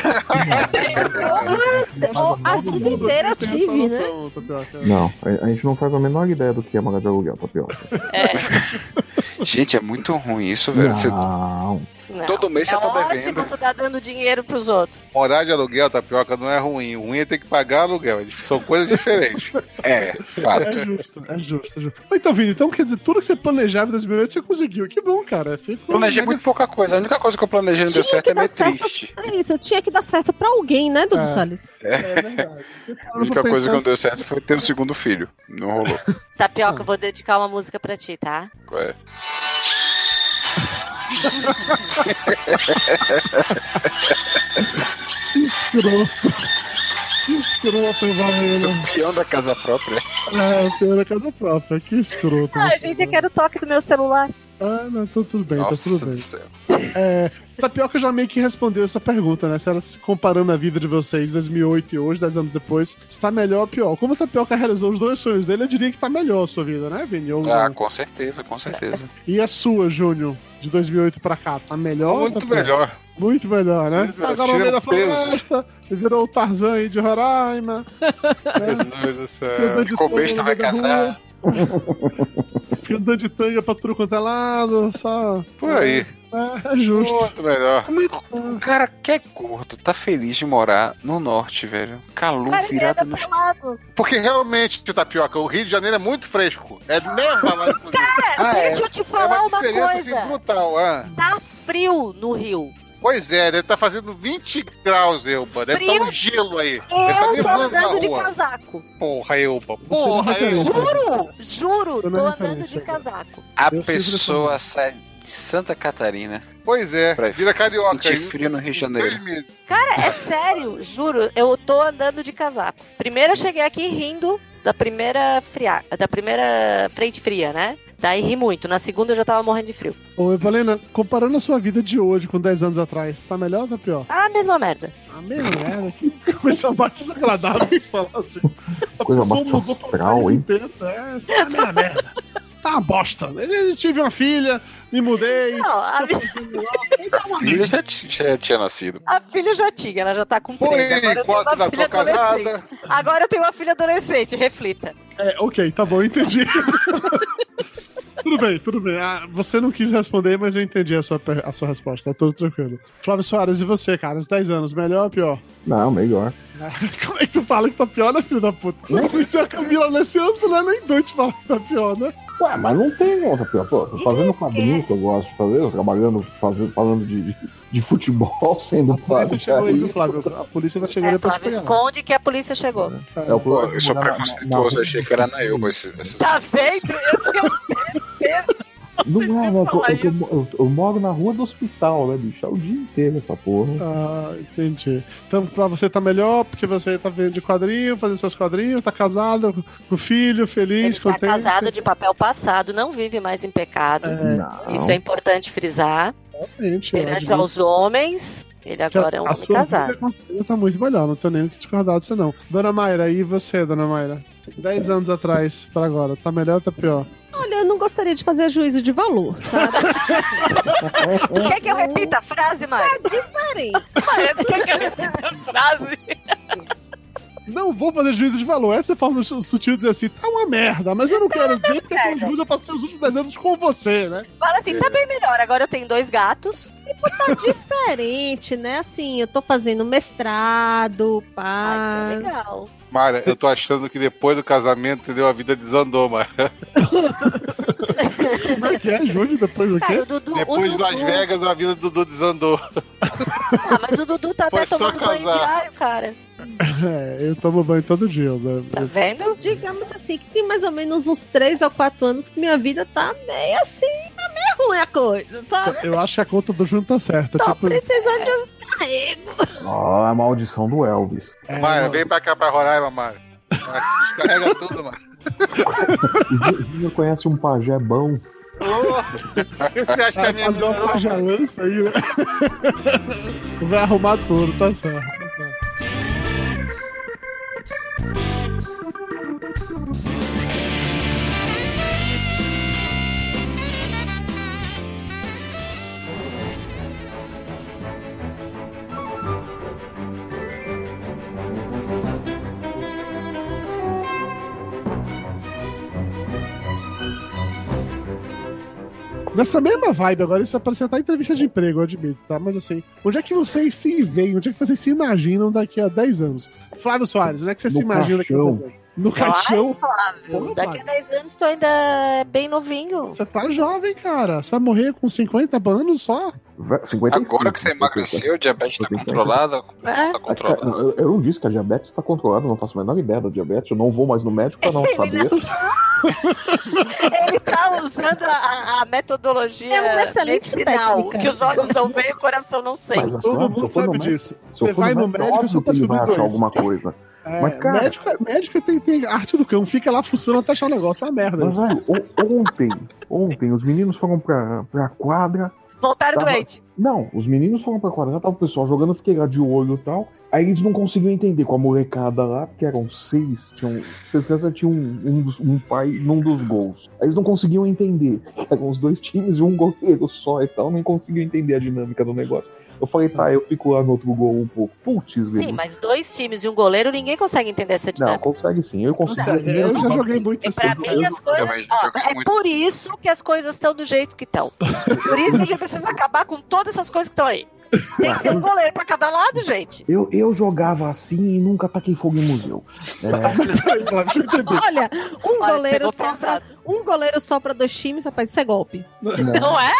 [SPEAKER 6] <laughs>
[SPEAKER 3] Ou a vida inteira eu
[SPEAKER 2] tem essa
[SPEAKER 3] tive, né?
[SPEAKER 2] noção, Tapioca.
[SPEAKER 5] Não, a, a gente não faz a menor ideia do que é morar de aluguel, tapioca.
[SPEAKER 6] É,
[SPEAKER 7] Gente, <laughs> é muito ruim isso, velho. Você-
[SPEAKER 5] Não.
[SPEAKER 6] Não.
[SPEAKER 7] Todo mês
[SPEAKER 6] é
[SPEAKER 7] você tá
[SPEAKER 6] ótimo,
[SPEAKER 7] devendo.
[SPEAKER 6] tu tá dando dinheiro pros outros.
[SPEAKER 4] Morar de aluguel, tapioca, não é ruim. O ruim é ter que pagar aluguel. São coisas diferentes.
[SPEAKER 7] É,
[SPEAKER 2] <laughs> É justo, é justo, é justo. Mas Então, Vini, então quer dizer, tudo que você planejava em 2008 você conseguiu. Que bom, cara. Fico
[SPEAKER 7] Planejei muito pouca coisa. A única coisa que eu planejei e não deu
[SPEAKER 3] Tinha
[SPEAKER 7] certo
[SPEAKER 3] que
[SPEAKER 7] é
[SPEAKER 3] dar
[SPEAKER 7] meio
[SPEAKER 3] certo.
[SPEAKER 7] triste.
[SPEAKER 3] É isso, eu tinha que dar certo pra alguém, né, Dudu
[SPEAKER 7] É.
[SPEAKER 3] Salles?
[SPEAKER 7] A única
[SPEAKER 2] pra
[SPEAKER 7] coisa
[SPEAKER 2] pensar
[SPEAKER 7] que não deu certo foi ter um segundo filho. Não rolou.
[SPEAKER 2] Ah.
[SPEAKER 6] Tapioca, eu vou dedicar uma música pra ti, tá?
[SPEAKER 7] É.
[SPEAKER 2] <laughs> Que escroto. Que escroto,
[SPEAKER 7] Sou
[SPEAKER 2] Valena.
[SPEAKER 7] peão da casa própria.
[SPEAKER 2] É, o pior é casa própria. Que escroto. é.
[SPEAKER 6] Ah, gente, eu quero o toque do meu celular.
[SPEAKER 2] Ah, não, então tudo bem,
[SPEAKER 7] Nossa
[SPEAKER 2] tá tudo
[SPEAKER 7] do
[SPEAKER 2] bem.
[SPEAKER 7] céu.
[SPEAKER 2] É, Tapioca já meio que respondeu essa pergunta, né? Se ela se comparando a vida de vocês em 2008 e hoje, 10 anos depois, está melhor ou pior? Como o Tapioca realizou os dois sonhos dele, eu diria que tá melhor a sua vida, né, Vini? Ou
[SPEAKER 7] Ah,
[SPEAKER 2] não?
[SPEAKER 7] com certeza, com
[SPEAKER 2] <laughs>
[SPEAKER 7] certeza.
[SPEAKER 2] E a sua, Júnior, de 2008 pra cá, tá melhor? ou
[SPEAKER 4] Muito
[SPEAKER 2] tá pior?
[SPEAKER 6] <laughs>
[SPEAKER 4] melhor.
[SPEAKER 2] Muito melhor, né?
[SPEAKER 4] Muito melhor.
[SPEAKER 2] Agora no meio da
[SPEAKER 4] Tira o peso.
[SPEAKER 2] floresta, virou o Tarzan aí de Roraima.
[SPEAKER 6] É.
[SPEAKER 4] Jesus do céu.
[SPEAKER 2] Cuidou de
[SPEAKER 7] Ficou
[SPEAKER 2] todo
[SPEAKER 7] besta,
[SPEAKER 2] mundo
[SPEAKER 7] vai
[SPEAKER 2] da
[SPEAKER 7] casar.
[SPEAKER 2] rua, Ficou de tanga pra tudo quanto é lado, só...
[SPEAKER 4] Por aí.
[SPEAKER 2] É, é justo.
[SPEAKER 4] Muito melhor.
[SPEAKER 7] Como é que um cara que é gordo tá feliz de morar no norte, velho? Calor
[SPEAKER 6] Cara, ele
[SPEAKER 7] virado
[SPEAKER 6] anda
[SPEAKER 7] nos.
[SPEAKER 6] pelado.
[SPEAKER 4] Porque realmente, tapioca, o Rio de Janeiro é muito fresco. É mesmo lá no
[SPEAKER 6] <laughs> Cara,
[SPEAKER 7] Ah, é.
[SPEAKER 6] deixa eu te
[SPEAKER 4] É
[SPEAKER 6] falar
[SPEAKER 4] uma
[SPEAKER 6] uma,
[SPEAKER 4] diferença assim,
[SPEAKER 6] coisa.
[SPEAKER 4] brutal. Ah.
[SPEAKER 6] Tá frio no Rio.
[SPEAKER 4] Pois é, deve tá fazendo 20 graus, Elba. Deve
[SPEAKER 6] Frio.
[SPEAKER 4] tá um gelo aí. Deve tá
[SPEAKER 6] Eu tô
[SPEAKER 4] nevando na
[SPEAKER 6] andando de
[SPEAKER 4] rua.
[SPEAKER 6] casaco.
[SPEAKER 4] Porra, Elba.
[SPEAKER 2] não
[SPEAKER 4] Porra,
[SPEAKER 2] referência.
[SPEAKER 4] Elba.
[SPEAKER 6] Juro, juro,
[SPEAKER 2] Isso
[SPEAKER 6] tô
[SPEAKER 2] não é
[SPEAKER 6] andando
[SPEAKER 2] referência,
[SPEAKER 6] de casaco.
[SPEAKER 7] A
[SPEAKER 2] Eu sei que tá
[SPEAKER 7] pessoa sai de Santa Catarina
[SPEAKER 4] Pois é,
[SPEAKER 7] pra
[SPEAKER 4] vira carioca.
[SPEAKER 7] sentir
[SPEAKER 4] aí.
[SPEAKER 7] frio no Rio de Janeiro.
[SPEAKER 4] Dois meses.
[SPEAKER 6] Cara, é sério, juro, eu tô andando de casaco. Primeiro eu cheguei aqui rindo da primeira fria, da primeira frente fria, né? Daí ri muito. Na segunda eu já tava morrendo de frio.
[SPEAKER 2] Ô, Evalena, comparando a sua vida de hoje com 10 anos atrás, tá melhor ou tá pior?
[SPEAKER 6] Ah, mesma merda.
[SPEAKER 5] Tá
[SPEAKER 2] Ah, mesmo,
[SPEAKER 5] né?
[SPEAKER 2] merda, <laughs> que coisa mais desagradável de falar assim. A
[SPEAKER 5] Coisa
[SPEAKER 2] pessoa
[SPEAKER 5] mais
[SPEAKER 2] mudou pra
[SPEAKER 5] astral,
[SPEAKER 2] país
[SPEAKER 5] hein?
[SPEAKER 2] inteiro, né? Essa é a minha merda. Tá uma bosta. Eu tive uma filha, me mudei.
[SPEAKER 6] Não, a,
[SPEAKER 2] tô
[SPEAKER 6] mi-
[SPEAKER 2] fazendo negócio, nem dá uma
[SPEAKER 7] Filho já, t- já tinha nascido.
[SPEAKER 6] a filha já tinha, ela já tá com
[SPEAKER 4] Põe
[SPEAKER 6] três. Agora eu tenho
[SPEAKER 4] quatro
[SPEAKER 6] uma
[SPEAKER 4] da
[SPEAKER 6] filha
[SPEAKER 4] tua
[SPEAKER 6] adolescente.
[SPEAKER 4] casada.
[SPEAKER 2] <laughs>
[SPEAKER 6] Agora eu tenho uma filha adolescente, reflita.
[SPEAKER 2] É, ok, tá bom, entendi. tudo bem, tudo bem. Ah, você não quis responder, mas eu entendi a sua, per- a sua resposta. Tá tudo tranquilo. Flávio Soares, e você, cara? Uns 10 anos, melhor ou pior? <laughs>
[SPEAKER 5] Não, melhor.
[SPEAKER 2] Como é que tu fala que tá pior, né, filho da puta? Não conheceu a Camila nesse ano, tu não é nem doido de falar que tá pior, né?
[SPEAKER 5] Ué, mas não tem outra pior. Pô, tô fazendo quadrinho que eu gosto de fazer, eu trabalhando, fazendo, falando de, de, de futebol, <laughs> sendo
[SPEAKER 2] Você chegou aí, viu, Flávio? A polícia vai chegar
[SPEAKER 6] É,
[SPEAKER 2] aí pra te
[SPEAKER 6] Flávio,
[SPEAKER 2] pegar.
[SPEAKER 6] esconde que a polícia chegou.
[SPEAKER 5] É o
[SPEAKER 7] Pô, eu sou
[SPEAKER 5] na- na-
[SPEAKER 7] preconceituoso, achei que era na eu. Esse, esse...
[SPEAKER 6] Tá vendo? Eu tinha um
[SPEAKER 5] Não é, né? Eu, eu- eu- eu moro na rua do hospital, né, bicho? É o dia inteiro essa porra.
[SPEAKER 2] Ah, entendi. Então, pra você tá melhor, porque você tá vendo de quadrinho, fazendo seus quadrinhos, tá casado com filho, feliz,
[SPEAKER 6] Tá
[SPEAKER 2] contente.
[SPEAKER 6] casado de papel passado, não vive mais em pecado.
[SPEAKER 2] É. Não.
[SPEAKER 6] Isso é importante frisar.
[SPEAKER 2] Exatamente, eu
[SPEAKER 6] Perante
[SPEAKER 2] admiro.
[SPEAKER 6] aos é homens, ele
[SPEAKER 2] Que a-
[SPEAKER 6] agora é um
[SPEAKER 2] a
[SPEAKER 6] homem
[SPEAKER 2] sua
[SPEAKER 6] casado.
[SPEAKER 2] vida com filho tá muito melhor, não tô nem o que discordar disso, não. Dona Mayra, e você, dona Mayra? 10 anos atrás pra agora, tá melhor ou tá pior?
[SPEAKER 3] Olha, eu não gostaria de fazer juízo de valor, sabe?
[SPEAKER 6] Quer que eu repita a frase, Mário?
[SPEAKER 3] É diferente.
[SPEAKER 6] Mário, quer que eu repita a frase?
[SPEAKER 2] Não vou fazer juízo de valor. Essa é a forma su- sutil de dizer assim, tá uma merda, mas eu não quero dizer porque afinal de contas eu passei os últimos 10 anos com você, né?
[SPEAKER 6] Fala assim, tá bem melhor, agora eu tenho dois gatos.
[SPEAKER 3] tá diferente, né? Assim, eu tô fazendo mestrado, pá.
[SPEAKER 6] Ai, que legal.
[SPEAKER 4] Mara, eu tô achando que depois do casamento, entendeu? A vida desandou, Mara.
[SPEAKER 2] Como é que é, Júlio? Depois do quê?
[SPEAKER 6] Dudu, o
[SPEAKER 4] Depois de
[SPEAKER 6] Dudu-
[SPEAKER 4] Las Vegas, a vida do Dudu desandou.
[SPEAKER 6] Ah, mas o Dudu tá até
[SPEAKER 4] Foi só
[SPEAKER 6] tomando banho
[SPEAKER 4] casar.
[SPEAKER 6] diário, cara.
[SPEAKER 2] É, eu tomo banho todo dia, né?
[SPEAKER 6] Tá vendo?
[SPEAKER 3] Digamos assim, que tem mais ou menos uns 3 ou 4 anos que minha vida tá meio assim, tá meio ruim a coisa, sabe?
[SPEAKER 2] Eu acho que a conta do Júnior tá certa.
[SPEAKER 3] Tô
[SPEAKER 2] Tipo,
[SPEAKER 3] precisando
[SPEAKER 6] É.
[SPEAKER 3] de uns carregos.
[SPEAKER 5] Ah, a maldição do Elvis.
[SPEAKER 2] é,
[SPEAKER 4] Mara, vem pra cá, pra Roraima, Mara. Descarrega tudo,
[SPEAKER 6] <laughs>
[SPEAKER 4] Mara.
[SPEAKER 5] O Júnior conhece um pajé bom.
[SPEAKER 4] Ô, Você acha que é a
[SPEAKER 2] vai
[SPEAKER 4] minha
[SPEAKER 2] fazer uma
[SPEAKER 4] vida
[SPEAKER 2] pajalança aí, né? <laughs> Vai arrumar tudo, tá certo. Nessa mesma vibe agora, isso vai parecer até entrevista de emprego, eu admito, tá? Mas assim, onde é que vocês se veem? Onde é que vocês se imaginam daqui a 10 anos? Flávio Soares, onde é que você
[SPEAKER 5] No
[SPEAKER 2] se imagina
[SPEAKER 5] caixão.
[SPEAKER 2] daqui a 10 anos? No caixão?
[SPEAKER 6] Ai, Flávio,
[SPEAKER 2] Porra,
[SPEAKER 6] daqui a
[SPEAKER 2] Flávio.
[SPEAKER 6] 10 anos tu ainda é bem
[SPEAKER 2] <laughs>
[SPEAKER 6] novinho.
[SPEAKER 2] Você tá jovem, cara. Você vai morrer com 50 anos só?
[SPEAKER 5] Vé, 55.
[SPEAKER 7] Agora que você emagreceu, o diabetes tá
[SPEAKER 5] 55.
[SPEAKER 7] controlado, a
[SPEAKER 6] É.
[SPEAKER 7] tá
[SPEAKER 5] Ah, cara,
[SPEAKER 7] controlada.
[SPEAKER 5] não, eu- Eu não disse que a diabetes está controlada, eu não faço a menor ideia da diabetes, eu não vou mais no médico pra não saber.
[SPEAKER 6] Ele tá usando a- a, a metodologia
[SPEAKER 3] É uma excelente
[SPEAKER 6] medicinal,
[SPEAKER 3] técnica.
[SPEAKER 6] que os olhos não veem, o coração não sente.
[SPEAKER 5] Mas assim, ó,
[SPEAKER 2] Todo
[SPEAKER 5] se
[SPEAKER 2] mundo
[SPEAKER 5] eu for no
[SPEAKER 2] sabe
[SPEAKER 5] médico-
[SPEAKER 2] disso.
[SPEAKER 5] se eu
[SPEAKER 2] Você
[SPEAKER 5] for no
[SPEAKER 2] vai no médico
[SPEAKER 5] óbvio
[SPEAKER 2] só pra
[SPEAKER 5] que ele vai
[SPEAKER 2] subir
[SPEAKER 5] achar
[SPEAKER 2] dois. <laughs>
[SPEAKER 5] alguma coisa.
[SPEAKER 2] É,
[SPEAKER 5] Mas, cara-
[SPEAKER 2] médico, médico tem, tem arte do cão, fica lá fuçando até achar o negócio. É uma merda.
[SPEAKER 5] Mas,
[SPEAKER 2] isso.
[SPEAKER 5] velho, o- ontem, ontem, os meninos foram pra, pra quadra.
[SPEAKER 6] Voltaram
[SPEAKER 5] Tava-
[SPEAKER 6] doente.
[SPEAKER 5] Não, os meninos foram pra quadra, já tava o pessoal jogando, eu fiquei lá de olho e tal. Aí eles não conseguiam entender com a molecada lá, porque eram seis, tinham. Seis crianças tinham um, um dos- um pai num dos gols. Aí eles não conseguiam entender. Eram os dois times e um goleiro só e tal, não conseguiam entender a dinâmica do negócio. Eu falei, tá, eu fico lá no outro gol um pouco. Putz,
[SPEAKER 6] Sim,
[SPEAKER 5] velho.
[SPEAKER 6] mas dois times e um goleiro, ninguém consegue entender essa
[SPEAKER 5] Não,
[SPEAKER 6] dinâmica.
[SPEAKER 5] consegue sim. Eu consigo.
[SPEAKER 2] Sério, eu já joguei muito assim,
[SPEAKER 6] E É
[SPEAKER 4] é
[SPEAKER 6] pra mim as coisas.
[SPEAKER 7] também já
[SPEAKER 6] ó,
[SPEAKER 7] joguei
[SPEAKER 6] é
[SPEAKER 7] muito.
[SPEAKER 6] por isso que as coisas estão do jeito que estão. Por isso que a gente precisa acabar com todas essas coisas que estão aí. Tem que ser um goleiro pra cada lado, gente.
[SPEAKER 5] Eu, eu jogava assim e nunca taquei fogo em museu.
[SPEAKER 6] <laughs>
[SPEAKER 5] É,
[SPEAKER 2] Peraí, Flávio, deixa eu entender.
[SPEAKER 3] Olha, um
[SPEAKER 6] Olha,
[SPEAKER 3] goleiro
[SPEAKER 6] pegou
[SPEAKER 3] só pra,
[SPEAKER 6] pesado.
[SPEAKER 3] um goleiro só pra dois times, rapaz, isso é golpe.
[SPEAKER 6] Não é?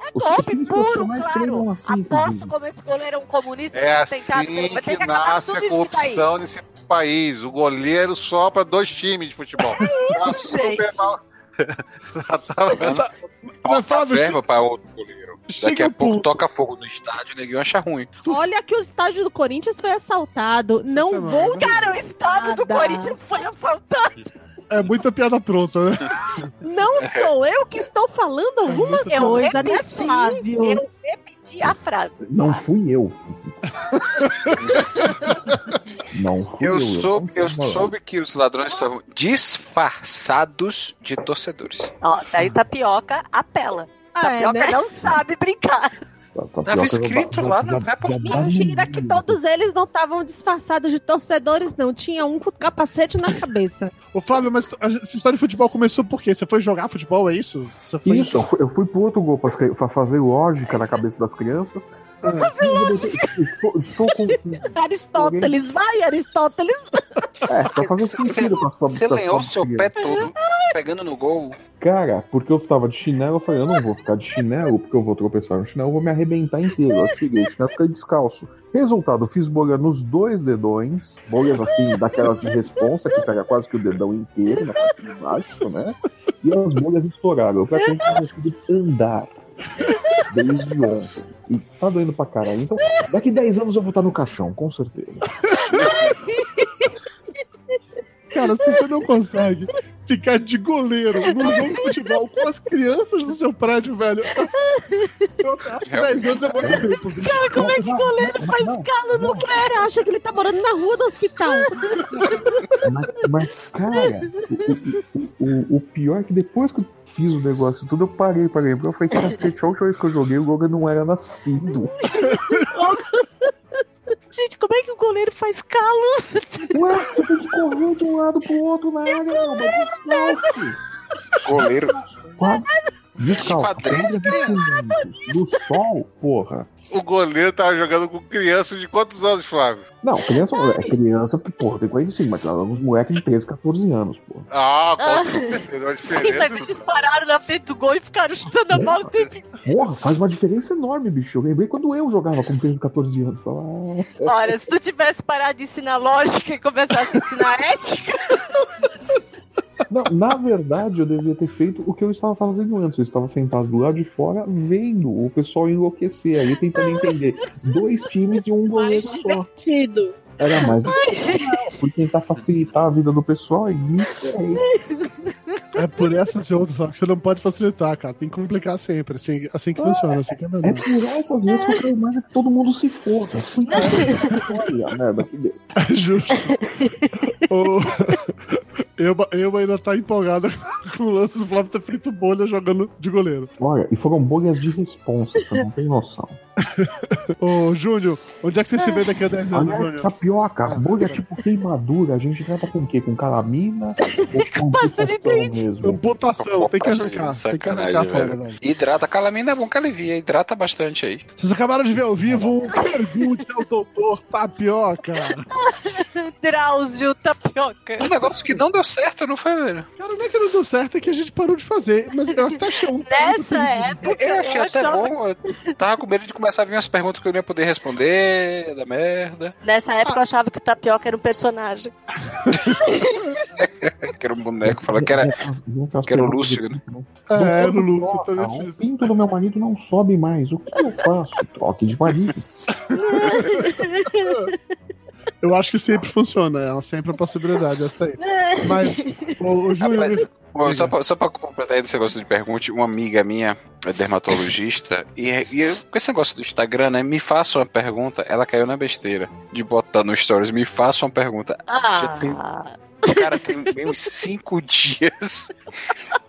[SPEAKER 6] É
[SPEAKER 5] Os
[SPEAKER 6] golpe
[SPEAKER 5] times
[SPEAKER 6] puro,
[SPEAKER 5] profissionais
[SPEAKER 6] claro.
[SPEAKER 5] treinam assim,
[SPEAKER 6] Aposto
[SPEAKER 5] inclusive.
[SPEAKER 6] como esse goleiro é um comunista
[SPEAKER 4] É
[SPEAKER 6] sustentado,
[SPEAKER 4] assim
[SPEAKER 6] mas tem
[SPEAKER 4] que
[SPEAKER 6] que acabar com
[SPEAKER 4] nasce
[SPEAKER 6] tudo
[SPEAKER 4] a
[SPEAKER 6] isso que tá aí.
[SPEAKER 4] corrupção nesse país. O goleiro só pra dois times
[SPEAKER 6] <laughs>
[SPEAKER 4] de futebol. Nossa,
[SPEAKER 6] gente.
[SPEAKER 4] super mal. Já tava vendo?
[SPEAKER 7] Falta
[SPEAKER 2] Fábio,
[SPEAKER 7] Tá verba pra outro goleiro.
[SPEAKER 2] chega
[SPEAKER 7] Daqui a
[SPEAKER 2] um
[SPEAKER 7] pouco
[SPEAKER 2] ponto.
[SPEAKER 7] toca fogo no estádio, ninguém acha ruim.
[SPEAKER 3] Olha que o estádio do Corinthians foi assaltado. Não
[SPEAKER 2] semana,
[SPEAKER 3] vou
[SPEAKER 2] né?
[SPEAKER 6] Cara, o estado do
[SPEAKER 3] Nada.
[SPEAKER 6] Corinthians foi assaltado.
[SPEAKER 2] É muita piada pronta, né?
[SPEAKER 3] Não sou eu que estou falando alguma
[SPEAKER 6] Eu
[SPEAKER 3] coisa, né,
[SPEAKER 6] repeti,
[SPEAKER 3] Flávio?
[SPEAKER 6] É Eu repeti a frase.
[SPEAKER 5] Não fui eu. Não fui eu.
[SPEAKER 7] Eu, soube, eu
[SPEAKER 5] não sei
[SPEAKER 7] soube que os ladrões estavam disfarçados de torcedores.
[SPEAKER 6] Ó, daí tapioca apela.
[SPEAKER 3] Ah, é,
[SPEAKER 6] Tapioca
[SPEAKER 3] né?
[SPEAKER 6] não sabe brincar.
[SPEAKER 5] falar.
[SPEAKER 6] Tava escrito lá na Apple.
[SPEAKER 3] Mentira é que todos eles não estavam disfarçados de torcedores, não. Tinha um com capacete na <laughs> cabeça.
[SPEAKER 2] Ô, Flávio, mas tu- a- essa história de futebol começou por quê? Você foi jogar futebol, é isso? Você foi...
[SPEAKER 5] Isso, eu fui- eu fui pro outro gol pra escre- pra fazer lógica na cabeça das crianças. É, estou, estou com.
[SPEAKER 3] Aristóteles, vai, Aristóteles.
[SPEAKER 5] É, tá fazendo sentido pra sua
[SPEAKER 7] Você
[SPEAKER 5] pra
[SPEAKER 7] lenhou
[SPEAKER 5] sua
[SPEAKER 7] seu
[SPEAKER 5] criança.
[SPEAKER 7] pé todo, pegando no gol.
[SPEAKER 5] Cara, porque eu tava de chinelo, eu falei, eu não vou ficar de chinelo, porque eu vou tropeçar no chinelo, eu vou me arrebentar inteiro. Eu tirei o chinelo, fiquei descalço. Resultado, eu fiz bolha nos dois dedões, bolhas assim, daquelas de responsa, que pega quase que o dedão inteiro, né? na parte de baixo, né? E as bolhas estouraram. Eu praticamente não consegui andar desde ontem. E tá doendo pra caralho. Então, daqui 10 anos eu vou estar no caixão, com certeza.
[SPEAKER 2] Cara, se você não consegue ficar de goleiro num jogo de futebol com as crianças do seu prédio, velho. Eu acho que 10 anos é muito tempo.
[SPEAKER 3] Cara, como é que goleiro faz calo no cara? Você acha que ele tá morando na rua do hospital?
[SPEAKER 5] Mas, mas, cara, o, o- o pior é que depois que eu fiz o negócio e tudo, eu parei pra lembrar. Eu falei, cacete, a última vez que eu joguei, o Goga não era nascido.
[SPEAKER 6] Gente, como é que o goleiro faz calo?
[SPEAKER 5] Ué, você tem que correr de um lado pro outro na área, meu.
[SPEAKER 7] Goleiro.
[SPEAKER 5] Quadro, descalço, quadra de cimento, do sol, porra.
[SPEAKER 4] O goleiro tava jogando com criança de quantos anos, Flávio?
[SPEAKER 5] Não, criança é criança, que, porra, tem 45, mas ela é uns moleques de 13, 14 anos, porra.
[SPEAKER 4] Ah,
[SPEAKER 6] Ah.
[SPEAKER 4] com certeza.
[SPEAKER 6] <laughs> Sim,
[SPEAKER 4] uma diferença.
[SPEAKER 6] mas eles pararam na frente do gol e ficaram chutando a bola o tempo inteiro.
[SPEAKER 5] Porra, faz uma diferença enorme, bicho. Eu lembrei quando eu jogava com 13, 14 anos. Falava, ah,
[SPEAKER 6] Olha, se tu tivesse parado de ensinar lógica e começasse a ensinar <laughs> ética,
[SPEAKER 5] Não, na verdade, eu devia ter feito o que eu estava fazendo antes. Eu estava sentado do lado de fora, vendo o pessoal enlouquecer ali, tentando entender. Dois times e um goleiro só.
[SPEAKER 3] Tido.
[SPEAKER 5] Era mais
[SPEAKER 3] Ai,
[SPEAKER 5] Fui tentar facilitar a vida do pessoal e me ferrei.
[SPEAKER 2] É por essas e outras Flávio, que você não pode facilitar, cara. Tem que complicar sempre. Assim, assim que funciona, assim que é
[SPEAKER 5] É
[SPEAKER 2] melhor.
[SPEAKER 5] por essas vezes que eu falei, mas é que todo mundo se foda. Fui cara, olha a merda que deu.
[SPEAKER 2] É Justo. Ô, Eba, Eba ainda tá empolgada <laughs> com o lance do Flávio ter feito bolha jogando de goleiro.
[SPEAKER 5] Olha, e foram bolhas de responsa, você não tem noção.
[SPEAKER 2] Ô, Júnior, onde é que você se vê daqui a 10
[SPEAKER 7] Ah,
[SPEAKER 2] anos,
[SPEAKER 5] Aliás,
[SPEAKER 2] Júnior?
[SPEAKER 5] tapioca, bolha tipo queimadura, a gente trata com o quê? Com calamina ou com putação mesmo?
[SPEAKER 2] Amputação, tem que arrancar. Tem que arrancar
[SPEAKER 7] Sacanagem,
[SPEAKER 2] a folha,
[SPEAKER 7] velho.
[SPEAKER 2] velho.
[SPEAKER 7] Hidrata, calamina é bom que alivia, hidrata bastante aí.
[SPEAKER 2] Vocês acabaram de ver ao vivo um pergunte ao doutor Tapioca.
[SPEAKER 6] Drauzio Tapioca.
[SPEAKER 7] Um negócio que não deu certo, não foi, velho?
[SPEAKER 2] Cara, não é que não deu certo, é que a gente parou de fazer. Mas eu até achei um.
[SPEAKER 6] Nessa época,
[SPEAKER 7] Eu achei até
[SPEAKER 6] achava-
[SPEAKER 7] bom, eu tava com medo de começar a vir umas perguntas que eu não ia poder responder, da merda.
[SPEAKER 6] Nessa época eu achava que o Tapioca era um personagem.
[SPEAKER 7] Que era um boneco, falou que era, que era o Lúcio, né?
[SPEAKER 2] É, era o Lúcio, tá
[SPEAKER 5] Ah, o pinto do meu marido não sobe mais. O que eu faço? Troque de marido.
[SPEAKER 2] Eu acho que sempre funciona, é sempre uma possibilidade essa aí. Mas, ô, ô Júnior, me-
[SPEAKER 7] Bom, só, pra, só pra completar esse negócio de pergunte, uma amiga minha é dermatologista, e, e eu, com esse negócio do Instagram, né? Me faça uma pergunta, ela caiu na besteira de botar no Stories, me faça uma pergunta. Já tem-
[SPEAKER 6] Ah,
[SPEAKER 7] Cara, tem bem uns cinco dias.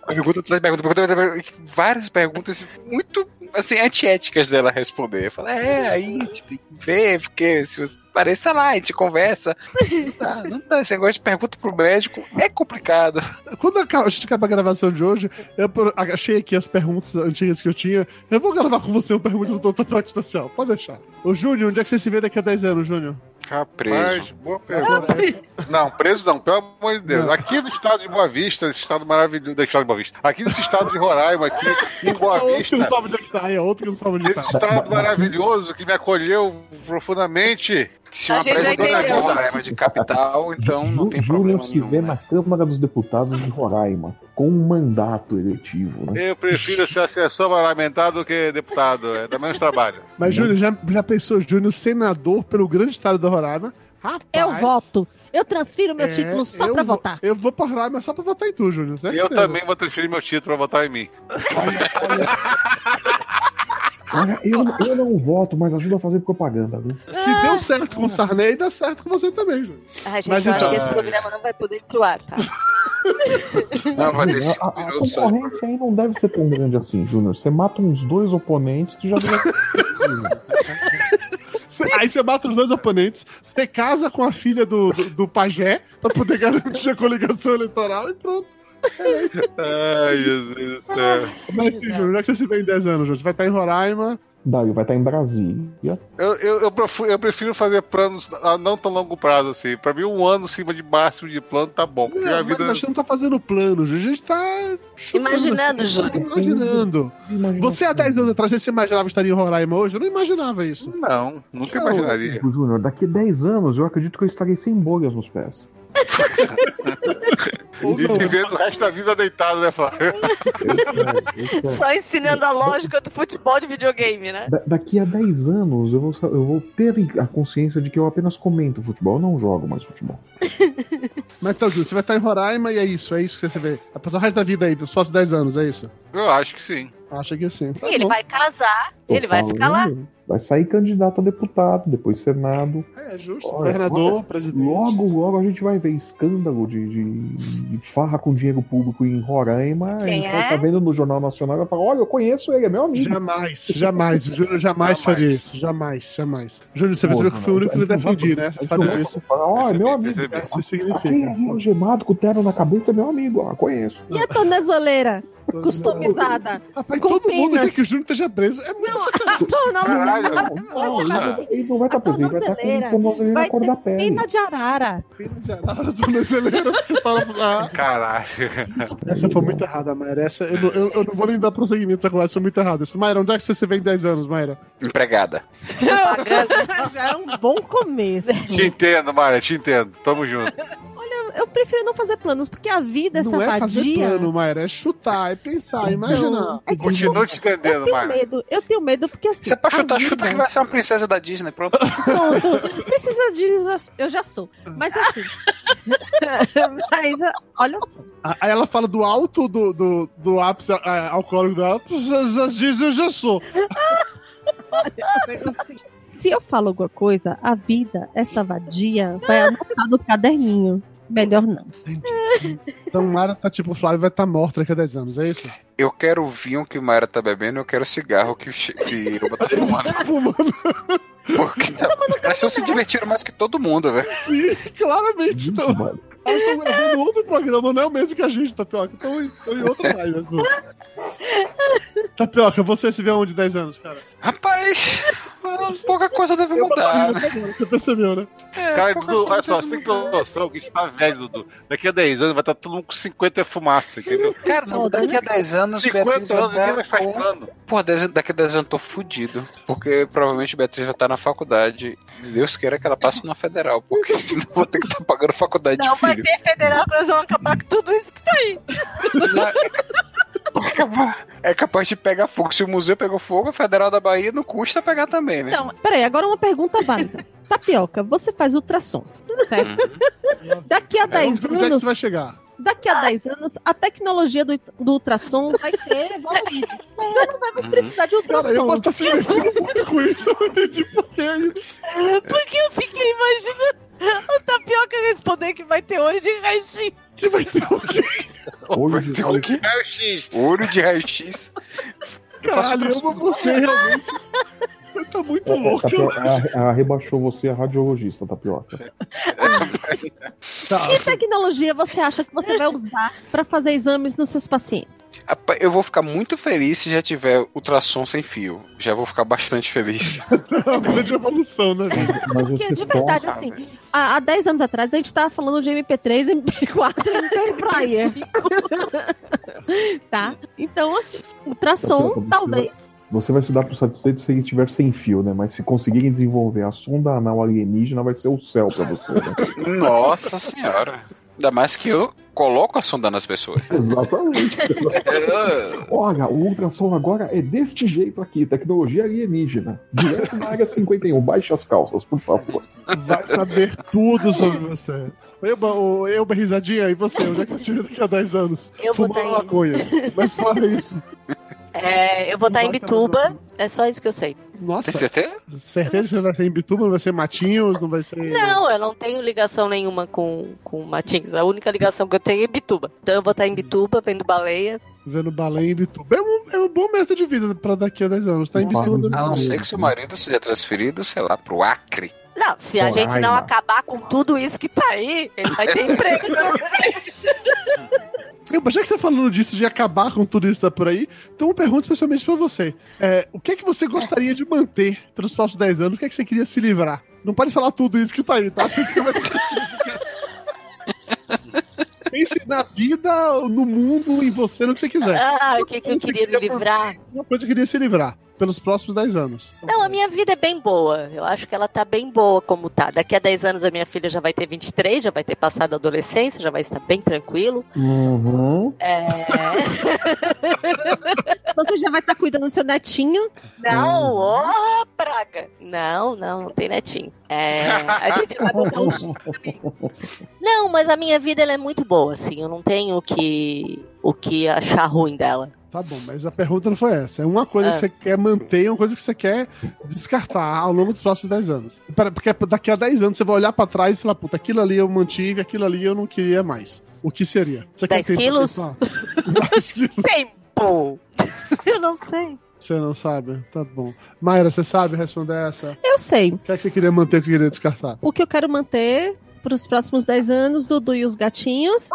[SPEAKER 7] Pergunta, atrás de pergunta, pergunta, atrás de pergunta, várias perguntas muito assim, antiéticas dela responder. Eu falei, é, aí a gente tem que ver, porque se você pareça lá, a gente conversa. Não dá, não dá. Esse negócio de pergunta pro médico é complicado.
[SPEAKER 2] quando aca- a gente acabar a gravação de hoje, eu pro- achei aqui as perguntas antigas que eu tinha. Eu vou gravar com você uma pergunta do Doutor Toque Especial, pode deixar. Ô Júnior, onde é que você se vê daqui a 10 anos, Júnior?
[SPEAKER 4] Mas, boa pergunta. Não, preso não, pelo amor de Deus. Aqui do estado de Boa Vista, esse estado maravilhoso do estado de Boa Vista. Aqui nesse estado de Roraima, aqui em
[SPEAKER 2] É
[SPEAKER 4] Boa
[SPEAKER 2] outro que
[SPEAKER 4] Vista.
[SPEAKER 2] não sabe onde é que tá, é outro que não sabe onde é que
[SPEAKER 4] Esse
[SPEAKER 2] tá.
[SPEAKER 4] estado maravilhoso que me acolheu profundamente.
[SPEAKER 7] Se uma é
[SPEAKER 6] A gente já
[SPEAKER 7] apresentadora
[SPEAKER 6] entendeu.
[SPEAKER 7] ganha uma tarefa né, de capital, então não tem
[SPEAKER 5] Júnior
[SPEAKER 7] problema
[SPEAKER 5] se
[SPEAKER 7] nenhum. né?
[SPEAKER 5] vê na Câmara dos Deputados de Roraima, com um mandato eletivo, né?
[SPEAKER 4] Eu prefiro ser assessor parlamentar do que deputado. É, dá menos trabalho.
[SPEAKER 2] Mas Júnior, já, já pensou, Júnior, senador pelo grande estado da Roraima? Rapaz,
[SPEAKER 3] Eu voto. Eu transfiro meu
[SPEAKER 2] é,
[SPEAKER 3] título só
[SPEAKER 2] eu
[SPEAKER 3] pra
[SPEAKER 2] vou-
[SPEAKER 3] votar.
[SPEAKER 2] Eu vou pra Roraima só pra votar em tu, Júnior.
[SPEAKER 4] E
[SPEAKER 2] certeza.
[SPEAKER 4] eu também vou transferir meu título pra votar em mim.
[SPEAKER 5] Cara, eu, eu não voto, mas ajuda a fazer propaganda, viu?
[SPEAKER 2] Se
[SPEAKER 3] Ah.
[SPEAKER 2] deu certo com o Sarney, dá certo com você também, Júnior.
[SPEAKER 6] Ai, gente,
[SPEAKER 2] Mas
[SPEAKER 6] eu acho
[SPEAKER 2] então-
[SPEAKER 6] que esse programa não vai poder ir pro ar, tá?
[SPEAKER 7] Não, vai ter
[SPEAKER 5] Júnior, a,
[SPEAKER 7] 5
[SPEAKER 5] a
[SPEAKER 7] minutos. né? só de
[SPEAKER 5] concorrência aí não deve ser tão grande assim, Júnior. Você mata uns dois oponentes, tu já deve...
[SPEAKER 2] Cê- Aí você mata os dois oponentes, você casa com a filha do, do, do pajé pra poder <laughs> garantir a coligação eleitoral e pronto.
[SPEAKER 4] Ai, Jesus do céu.
[SPEAKER 2] Mas sim, Júnior, onde é que você se vê em 10 anos, Júnior? Você vai estar em Roraima.
[SPEAKER 5] Daí vai estar em Brasília.
[SPEAKER 4] Eu, eu, eu, prefu- eu prefiro fazer planos a não tão longo prazo assim. Pra mim, um ano acima de máximo de plano tá bom. Porque a
[SPEAKER 2] Não, mas
[SPEAKER 4] vida.
[SPEAKER 2] a gente não tá fazendo plano, Júnior. A gente tá. chutando,
[SPEAKER 6] Imaginando,
[SPEAKER 2] assim,
[SPEAKER 6] Júnior.
[SPEAKER 2] Imaginando. Você há 10 anos atrás, você se imaginava estar em Roraima hoje? Eu não imaginava isso.
[SPEAKER 4] Não, nunca
[SPEAKER 5] Eu,
[SPEAKER 4] imaginaria.
[SPEAKER 5] tipo, Júnior, daqui 10 anos eu acredito que eu estarei sem bolhas nos pés.
[SPEAKER 4] E vivendo o resto da vida deitado, né, Flávio?
[SPEAKER 6] Só ensinando a lógica do futebol de videogame, né?
[SPEAKER 5] Da- daqui a 10 anos eu vou, sa- eu vou ter a consciência de que eu apenas comento futebol, eu não jogo mais futebol.
[SPEAKER 2] Mas então, Júnior, você vai estar em Roraima e é isso, é isso que você se vê. Vai passar o resto da vida aí, dos próximos 10 anos, é isso?
[SPEAKER 4] Eu acho que sim.
[SPEAKER 2] Acho que sim. Tá
[SPEAKER 7] Tá
[SPEAKER 6] E ele vai casar,
[SPEAKER 5] Tô
[SPEAKER 6] ele vai ficar lá.
[SPEAKER 5] falando, Vai sair candidato a deputado, depois senado.
[SPEAKER 2] É justo.
[SPEAKER 5] Olha,
[SPEAKER 2] Governador,
[SPEAKER 5] olha,
[SPEAKER 2] presidente.
[SPEAKER 5] Logo, logo a gente vai ver escândalo de, de- de farra com dinheiro público em Roraima. a
[SPEAKER 2] Quem
[SPEAKER 5] gente vai
[SPEAKER 2] é?
[SPEAKER 5] tá vendo no Jornal Nacional e vai falar: olha, eu conheço ele, é meu amigo.
[SPEAKER 2] Jamais, jamais. O Júnior jamais, faria isso. Jamais, jamais. Júnior, você percebeu que foi o único que eu defendi, né? Você sabe disso.
[SPEAKER 5] Ó, é meu amigo.
[SPEAKER 4] percebi.
[SPEAKER 2] Isso
[SPEAKER 5] Tem
[SPEAKER 2] significa.
[SPEAKER 5] aí algemado com o terno na cabeça, é meu amigo, ó, conheço.
[SPEAKER 8] E a tornozeleira customizada?
[SPEAKER 2] Rapaz,
[SPEAKER 8] com
[SPEAKER 2] todo mundo
[SPEAKER 8] pinas?
[SPEAKER 2] quer que o Júnior esteja preso. É muito sacanagem.
[SPEAKER 4] Caralho,
[SPEAKER 5] Não, ele não- ele não vai estar preso, ele vai estar com
[SPEAKER 8] tornozeleira.
[SPEAKER 5] o tornozeleiro na
[SPEAKER 8] Vai
[SPEAKER 5] cor da
[SPEAKER 8] ter
[SPEAKER 5] pele.
[SPEAKER 8] pena assim, de arara.
[SPEAKER 2] Nada do brasileiro. Eu tava- ah,
[SPEAKER 4] caralho.
[SPEAKER 2] Essa foi muito errada, Mayra. Essa, eu, não, eu- eu não vou nem dar prosseguimento essa conversa, foi muito errada. Isso, Mayra, onde é que você se vê em 10 anos, Mayra?
[SPEAKER 7] Empregada. <laughs>
[SPEAKER 8] Já é um bom começo.
[SPEAKER 4] Te entendo, Mária, te entendo. Tamo junto.
[SPEAKER 8] Olha, eu prefiro não fazer planos, porque a vida é
[SPEAKER 2] não é fazer
[SPEAKER 8] safadia.
[SPEAKER 2] plano, Mayra, é chutar, é pensar, imaginar.
[SPEAKER 8] Não. É que eu
[SPEAKER 2] um
[SPEAKER 4] Continua te
[SPEAKER 8] eu
[SPEAKER 4] entendendo,
[SPEAKER 8] tenho
[SPEAKER 4] Mária.
[SPEAKER 8] medo, eu tenho medo porque assim.
[SPEAKER 7] Você é
[SPEAKER 5] tá
[SPEAKER 7] pra
[SPEAKER 8] a
[SPEAKER 7] chutar,
[SPEAKER 8] vida-
[SPEAKER 7] chuta que vai ser uma princesa da Disney, pronto.
[SPEAKER 8] Pronto. Precisa disso, eu já sou. Mas assim. mas ah, olha só.
[SPEAKER 2] A- Ah, Aí ela fala do alto do, do, do ápice ah, alcoólico dela. Às vezes eu já sou.
[SPEAKER 8] Se eu falo alguma coisa, a vida, essa vadia, vai anotar no caderninho. Melhor não.
[SPEAKER 2] Então, Mara tá tipo, o Flávio vai estar morto daqui a 10 anos, é <laughs> isso?
[SPEAKER 7] Eu quero o vinho que o Mayra tá bebendo, eu quero o cigarro que o Che- que o Iruba
[SPEAKER 5] <laughs>
[SPEAKER 7] tá fumando.
[SPEAKER 2] Fumando
[SPEAKER 7] Porque tá, elas estão se divertindo mais que todo mundo, velho.
[SPEAKER 2] assim, claramente. Então,
[SPEAKER 8] <laughs>
[SPEAKER 2] elas estão gravando outro programa, não é o mesmo que a gente, Tapioca. Estão em, estão em outra vibe. assim. as duas. <laughs> Tapioca, você se vê onde 10 anos, cara?
[SPEAKER 7] Rapaz, pouca coisa deve mudar. né?
[SPEAKER 2] Você percebeu, né?
[SPEAKER 7] É,
[SPEAKER 4] Cara,
[SPEAKER 7] pouca
[SPEAKER 4] Dudu,
[SPEAKER 7] coisa
[SPEAKER 4] olha só,
[SPEAKER 7] deve
[SPEAKER 4] você tem que ter
[SPEAKER 7] mudar.
[SPEAKER 4] noção que a gente tá velho, Dudu. Daqui a 10 anos vai estar todo mundo com 50 é fumaça, entendeu?
[SPEAKER 7] Cara, não, daqui
[SPEAKER 4] né?
[SPEAKER 7] a 10 anos,
[SPEAKER 4] 50
[SPEAKER 7] Beatriz
[SPEAKER 4] anos,
[SPEAKER 7] vai
[SPEAKER 4] ninguém vai
[SPEAKER 7] dar
[SPEAKER 4] faz
[SPEAKER 7] com-
[SPEAKER 4] plano.
[SPEAKER 7] Pô, dez- daqui a 10 anos eu tô fudido. Porque provavelmente Beatriz vai estar na faculdade. Deus queira que ela passe na federal. Porque <laughs> senão eu vou ter que estar pagando faculdade
[SPEAKER 6] Não
[SPEAKER 7] de
[SPEAKER 6] vai
[SPEAKER 7] filho.
[SPEAKER 6] ter federal, nós vamos acabar com tudo isso que tá aí.
[SPEAKER 7] É capaz, é capaz de pegar fogo. Se o museu pegou fogo, a federal da Bahia não custa pegar também, né?
[SPEAKER 8] Então, peraí, agora uma
[SPEAKER 2] <laughs>
[SPEAKER 8] pergunta válida. Tapioca, você faz ultrassom, certo? Daqui a
[SPEAKER 2] Vamos
[SPEAKER 8] 10
[SPEAKER 2] ver Onde Uhum. é que
[SPEAKER 8] anos,
[SPEAKER 2] você vai chegar?
[SPEAKER 8] daqui a 10 anos, a tecnologia do, do ultrassom vai ter evoluído. Já não vai mais precisar de
[SPEAKER 2] Cara, Uhum. eu
[SPEAKER 8] ultrassom.
[SPEAKER 2] vou estar se divertindo muito com isso. Eu não entendi por quê ainda.
[SPEAKER 6] Porque eu fiquei imaginando o Tapioca responder que vai ter olho de raio-x.
[SPEAKER 2] Que vai ter o quê?
[SPEAKER 5] Olho de,
[SPEAKER 8] um
[SPEAKER 4] O que é o X?
[SPEAKER 7] Olho de raio-x.
[SPEAKER 2] Caralho, eu amo você realmente. Você tá
[SPEAKER 5] É,
[SPEAKER 2] muito louco.
[SPEAKER 5] Tapioca, a, a- rebaixou é, você a radiologista, Tapioca.
[SPEAKER 2] <laughs> Tá.
[SPEAKER 8] Que tecnologia você acha que você vai usar pra fazer exames nos seus pacientes?
[SPEAKER 7] Rapaz, Eu vou ficar muito feliz se já tiver ultrassom sem fio. Já vou ficar bastante feliz.
[SPEAKER 2] Essa é uma grande evolução, né? velho?
[SPEAKER 5] Mas
[SPEAKER 8] Porque,
[SPEAKER 5] você
[SPEAKER 8] de verdade,
[SPEAKER 7] porra,
[SPEAKER 8] assim,
[SPEAKER 7] velho.
[SPEAKER 8] há, há 10 anos atrás a gente tava falando de MP3, MP4
[SPEAKER 2] <laughs>
[SPEAKER 8] e MP4. tá? Então, assim, ultrassom, talvez.
[SPEAKER 5] Você vai se dar por satisfeito se ele estiver sem fio, né? Mas se conseguirem desenvolver a sonda anal alienígena, vai ser o céu pra você. Né?
[SPEAKER 7] Nossa senhora. Ainda mais que eu coloco a sonda
[SPEAKER 2] <laughs>
[SPEAKER 7] nas pessoas.
[SPEAKER 5] Exatamente.
[SPEAKER 7] Eu-
[SPEAKER 5] Olha, o ultrassom agora é deste jeito aqui, tecnologia alienígena. Direto na área 51, baixe as calças, por favor.
[SPEAKER 2] Vai saber tudo sobre você. Euba, ô, Euba Risadinha, e você? Onde é que você estiver daqui a 10 anos?
[SPEAKER 6] Eu vou
[SPEAKER 2] Fumando
[SPEAKER 6] tá aí.
[SPEAKER 2] maconha. Mas fora isso.
[SPEAKER 6] É, eu vou estar em
[SPEAKER 2] Não vai ter mais
[SPEAKER 6] Bituba, é só isso que eu sei.
[SPEAKER 2] Nossa.
[SPEAKER 7] Tem certeza?
[SPEAKER 2] Certeza que não vai ser em Bituba, não vai ser Matinhos, não vai ser.
[SPEAKER 6] Não, eu não tenho ligação nenhuma com, com Matinhos. A única ligação que eu tenho é Bituba. Então eu vou estar em Bituba, vendo baleia.
[SPEAKER 2] Vendo baleia em Bituba. É um, é um bom meta de vida pra daqui a 10 anos. Tá em Bituba.
[SPEAKER 7] A não ser que seu marido seja transferido, sei lá, pro Acre.
[SPEAKER 6] Não, se a gente não acabar com tudo isso que tá aí, ele vai ter emprego.
[SPEAKER 2] Eu, já que você tá falando disso de acabar com tudo isso tá por aí, então uma pergunta especialmente pra você. É, o que é que você gostaria de manter pelos próximos 10 anos? O que é que você queria se livrar? Não pode falar tudo isso que tá aí, tá? Tudo que você vai esquecer. Pense na vida, no mundo, em você, no que você quiser. É
[SPEAKER 6] Ah, o que, que eu queria me livrar?
[SPEAKER 2] Uma coisa que eu queria se livrar pelos próximos 10 anos.
[SPEAKER 6] Não, a minha vida é bem boa. Eu acho que ela tá bem boa como tá. Daqui a 10 anos a minha filha já vai ter 23, já vai ter passado a adolescência, já vai estar bem tranquilo.
[SPEAKER 5] Uhum.
[SPEAKER 6] É...
[SPEAKER 8] Você já vai estar cuidando do seu netinho?
[SPEAKER 6] Não, ô praga. Não, não, não tem netinho. É, a gente vai botar um chip também. Não, mas a minha vida ela é muito boa, assim. Eu não tenho o que, o que achar ruim dela.
[SPEAKER 2] Tá bom, mas a pergunta não foi essa. É uma coisa
[SPEAKER 6] Ah.
[SPEAKER 2] que você quer manter, uma coisa que você quer descartar ao longo dos próximos 10 anos. Pra- Porque daqui a 10 anos você vai olhar pra trás e falar, puta, aquilo ali eu mantive, aquilo ali eu não queria mais. O que seria? Você
[SPEAKER 6] 10
[SPEAKER 2] tempo pra <laughs>
[SPEAKER 6] quilos?
[SPEAKER 2] pensar? 10 quilos?
[SPEAKER 6] Tempo! Eu não sei.
[SPEAKER 2] Você não sabe? Tá bom. Mayra, você sabe responder essa?
[SPEAKER 8] Eu sei.
[SPEAKER 2] O que é que você queria manter, o que você queria descartar?
[SPEAKER 8] O que eu quero manter pros próximos 10 anos, Dudu e os gatinhos.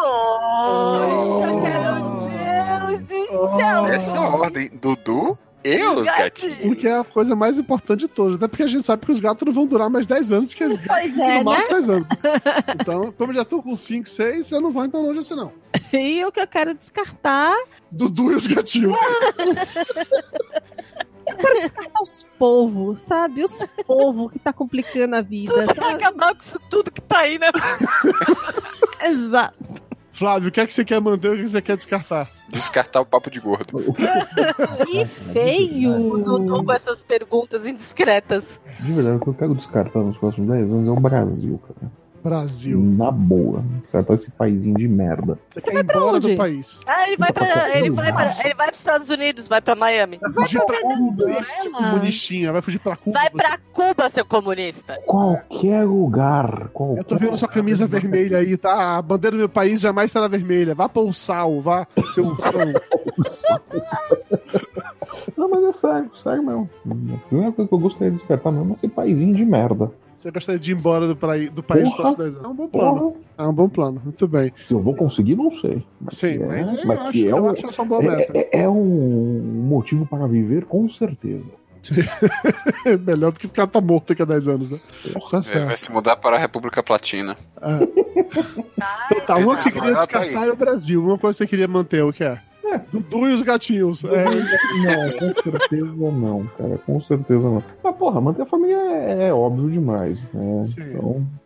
[SPEAKER 7] Essa é a ordem. Dudu e os gatinhos.
[SPEAKER 2] O que é a coisa mais importante de todas, até porque a gente sabe que os gatos não vão durar mais 10 anos, que é
[SPEAKER 8] Pois é,
[SPEAKER 2] no máximo
[SPEAKER 8] né?
[SPEAKER 2] 10 anos. Então, como eu já tô com 5, 6, eu não vou tão longe assim, não.
[SPEAKER 8] né? E o que eu quero descartar.
[SPEAKER 2] Dudu e os gatinhos.
[SPEAKER 8] Eu quero descartar os povos, sabe? Os povos que tá complicando a vida. sabe?
[SPEAKER 6] acabar com isso tudo que tá aí, né?
[SPEAKER 8] Exato.
[SPEAKER 2] Flávio, o que é que você quer manter e o que você quer descartar?
[SPEAKER 7] Descartar o papo de gordo.
[SPEAKER 8] Que feio.
[SPEAKER 6] Dudu com essas perguntas indiscretas.
[SPEAKER 5] De verdade, o que eu quero descartar nos próximos 10 anos é o Brasil, cara.
[SPEAKER 2] Brasil.
[SPEAKER 5] Na boa. Descartar esse paizinho de merda.
[SPEAKER 2] Você, quer ir embora do país.
[SPEAKER 6] Ah, ele vai pra. Ele vai para ele vai pros Estados Unidos, vai pra Miami.
[SPEAKER 2] Vai fugir pra Cuba, seu comunistinha. Vai fugir pra Cuba.
[SPEAKER 6] Vai
[SPEAKER 2] você.
[SPEAKER 6] pra Cuba, seu comunista.
[SPEAKER 5] Qualquer lugar. Qualquer...
[SPEAKER 2] Eu tô vendo sua camisa vermelha aí, tá? A bandeira do meu país jamais será vermelha. Vá pra um sal, vá, seu ursão.
[SPEAKER 5] Não, mas é sério, sério mesmo. A primeira coisa que eu gostaria de descartar mesmo é esse paizinho de merda.
[SPEAKER 2] Você gostaria de ir embora do, praí- do país
[SPEAKER 5] Porra,
[SPEAKER 2] dos dois anos. É um bom plano. É um bom plano, muito bem.
[SPEAKER 5] Se eu vou conseguir, não sei. Mas
[SPEAKER 2] Sim,
[SPEAKER 5] é,
[SPEAKER 2] mas eu,
[SPEAKER 5] mas
[SPEAKER 2] acho,
[SPEAKER 5] que é
[SPEAKER 2] eu
[SPEAKER 5] um-
[SPEAKER 2] acho essa uma boa <laughs>
[SPEAKER 5] é,
[SPEAKER 2] meta.
[SPEAKER 5] é- é um motivo para viver, com certeza.
[SPEAKER 2] Melhor do que ficar tá morto daqui a 10 anos, né? Tá
[SPEAKER 7] Ele É, vai
[SPEAKER 2] certo.
[SPEAKER 7] se mudar para a República Platina.
[SPEAKER 2] Ah. Então tá, uma que você queria
[SPEAKER 4] Ah, tá aí.
[SPEAKER 2] descartar é o Brasil, uma coisa que você queria manter, o que é? Dudu e os gatinhos. É,
[SPEAKER 5] Não, com certeza não, cara. Com certeza não. Mas, porra, manter a família é, é óbvio demais. Né?
[SPEAKER 2] Sim.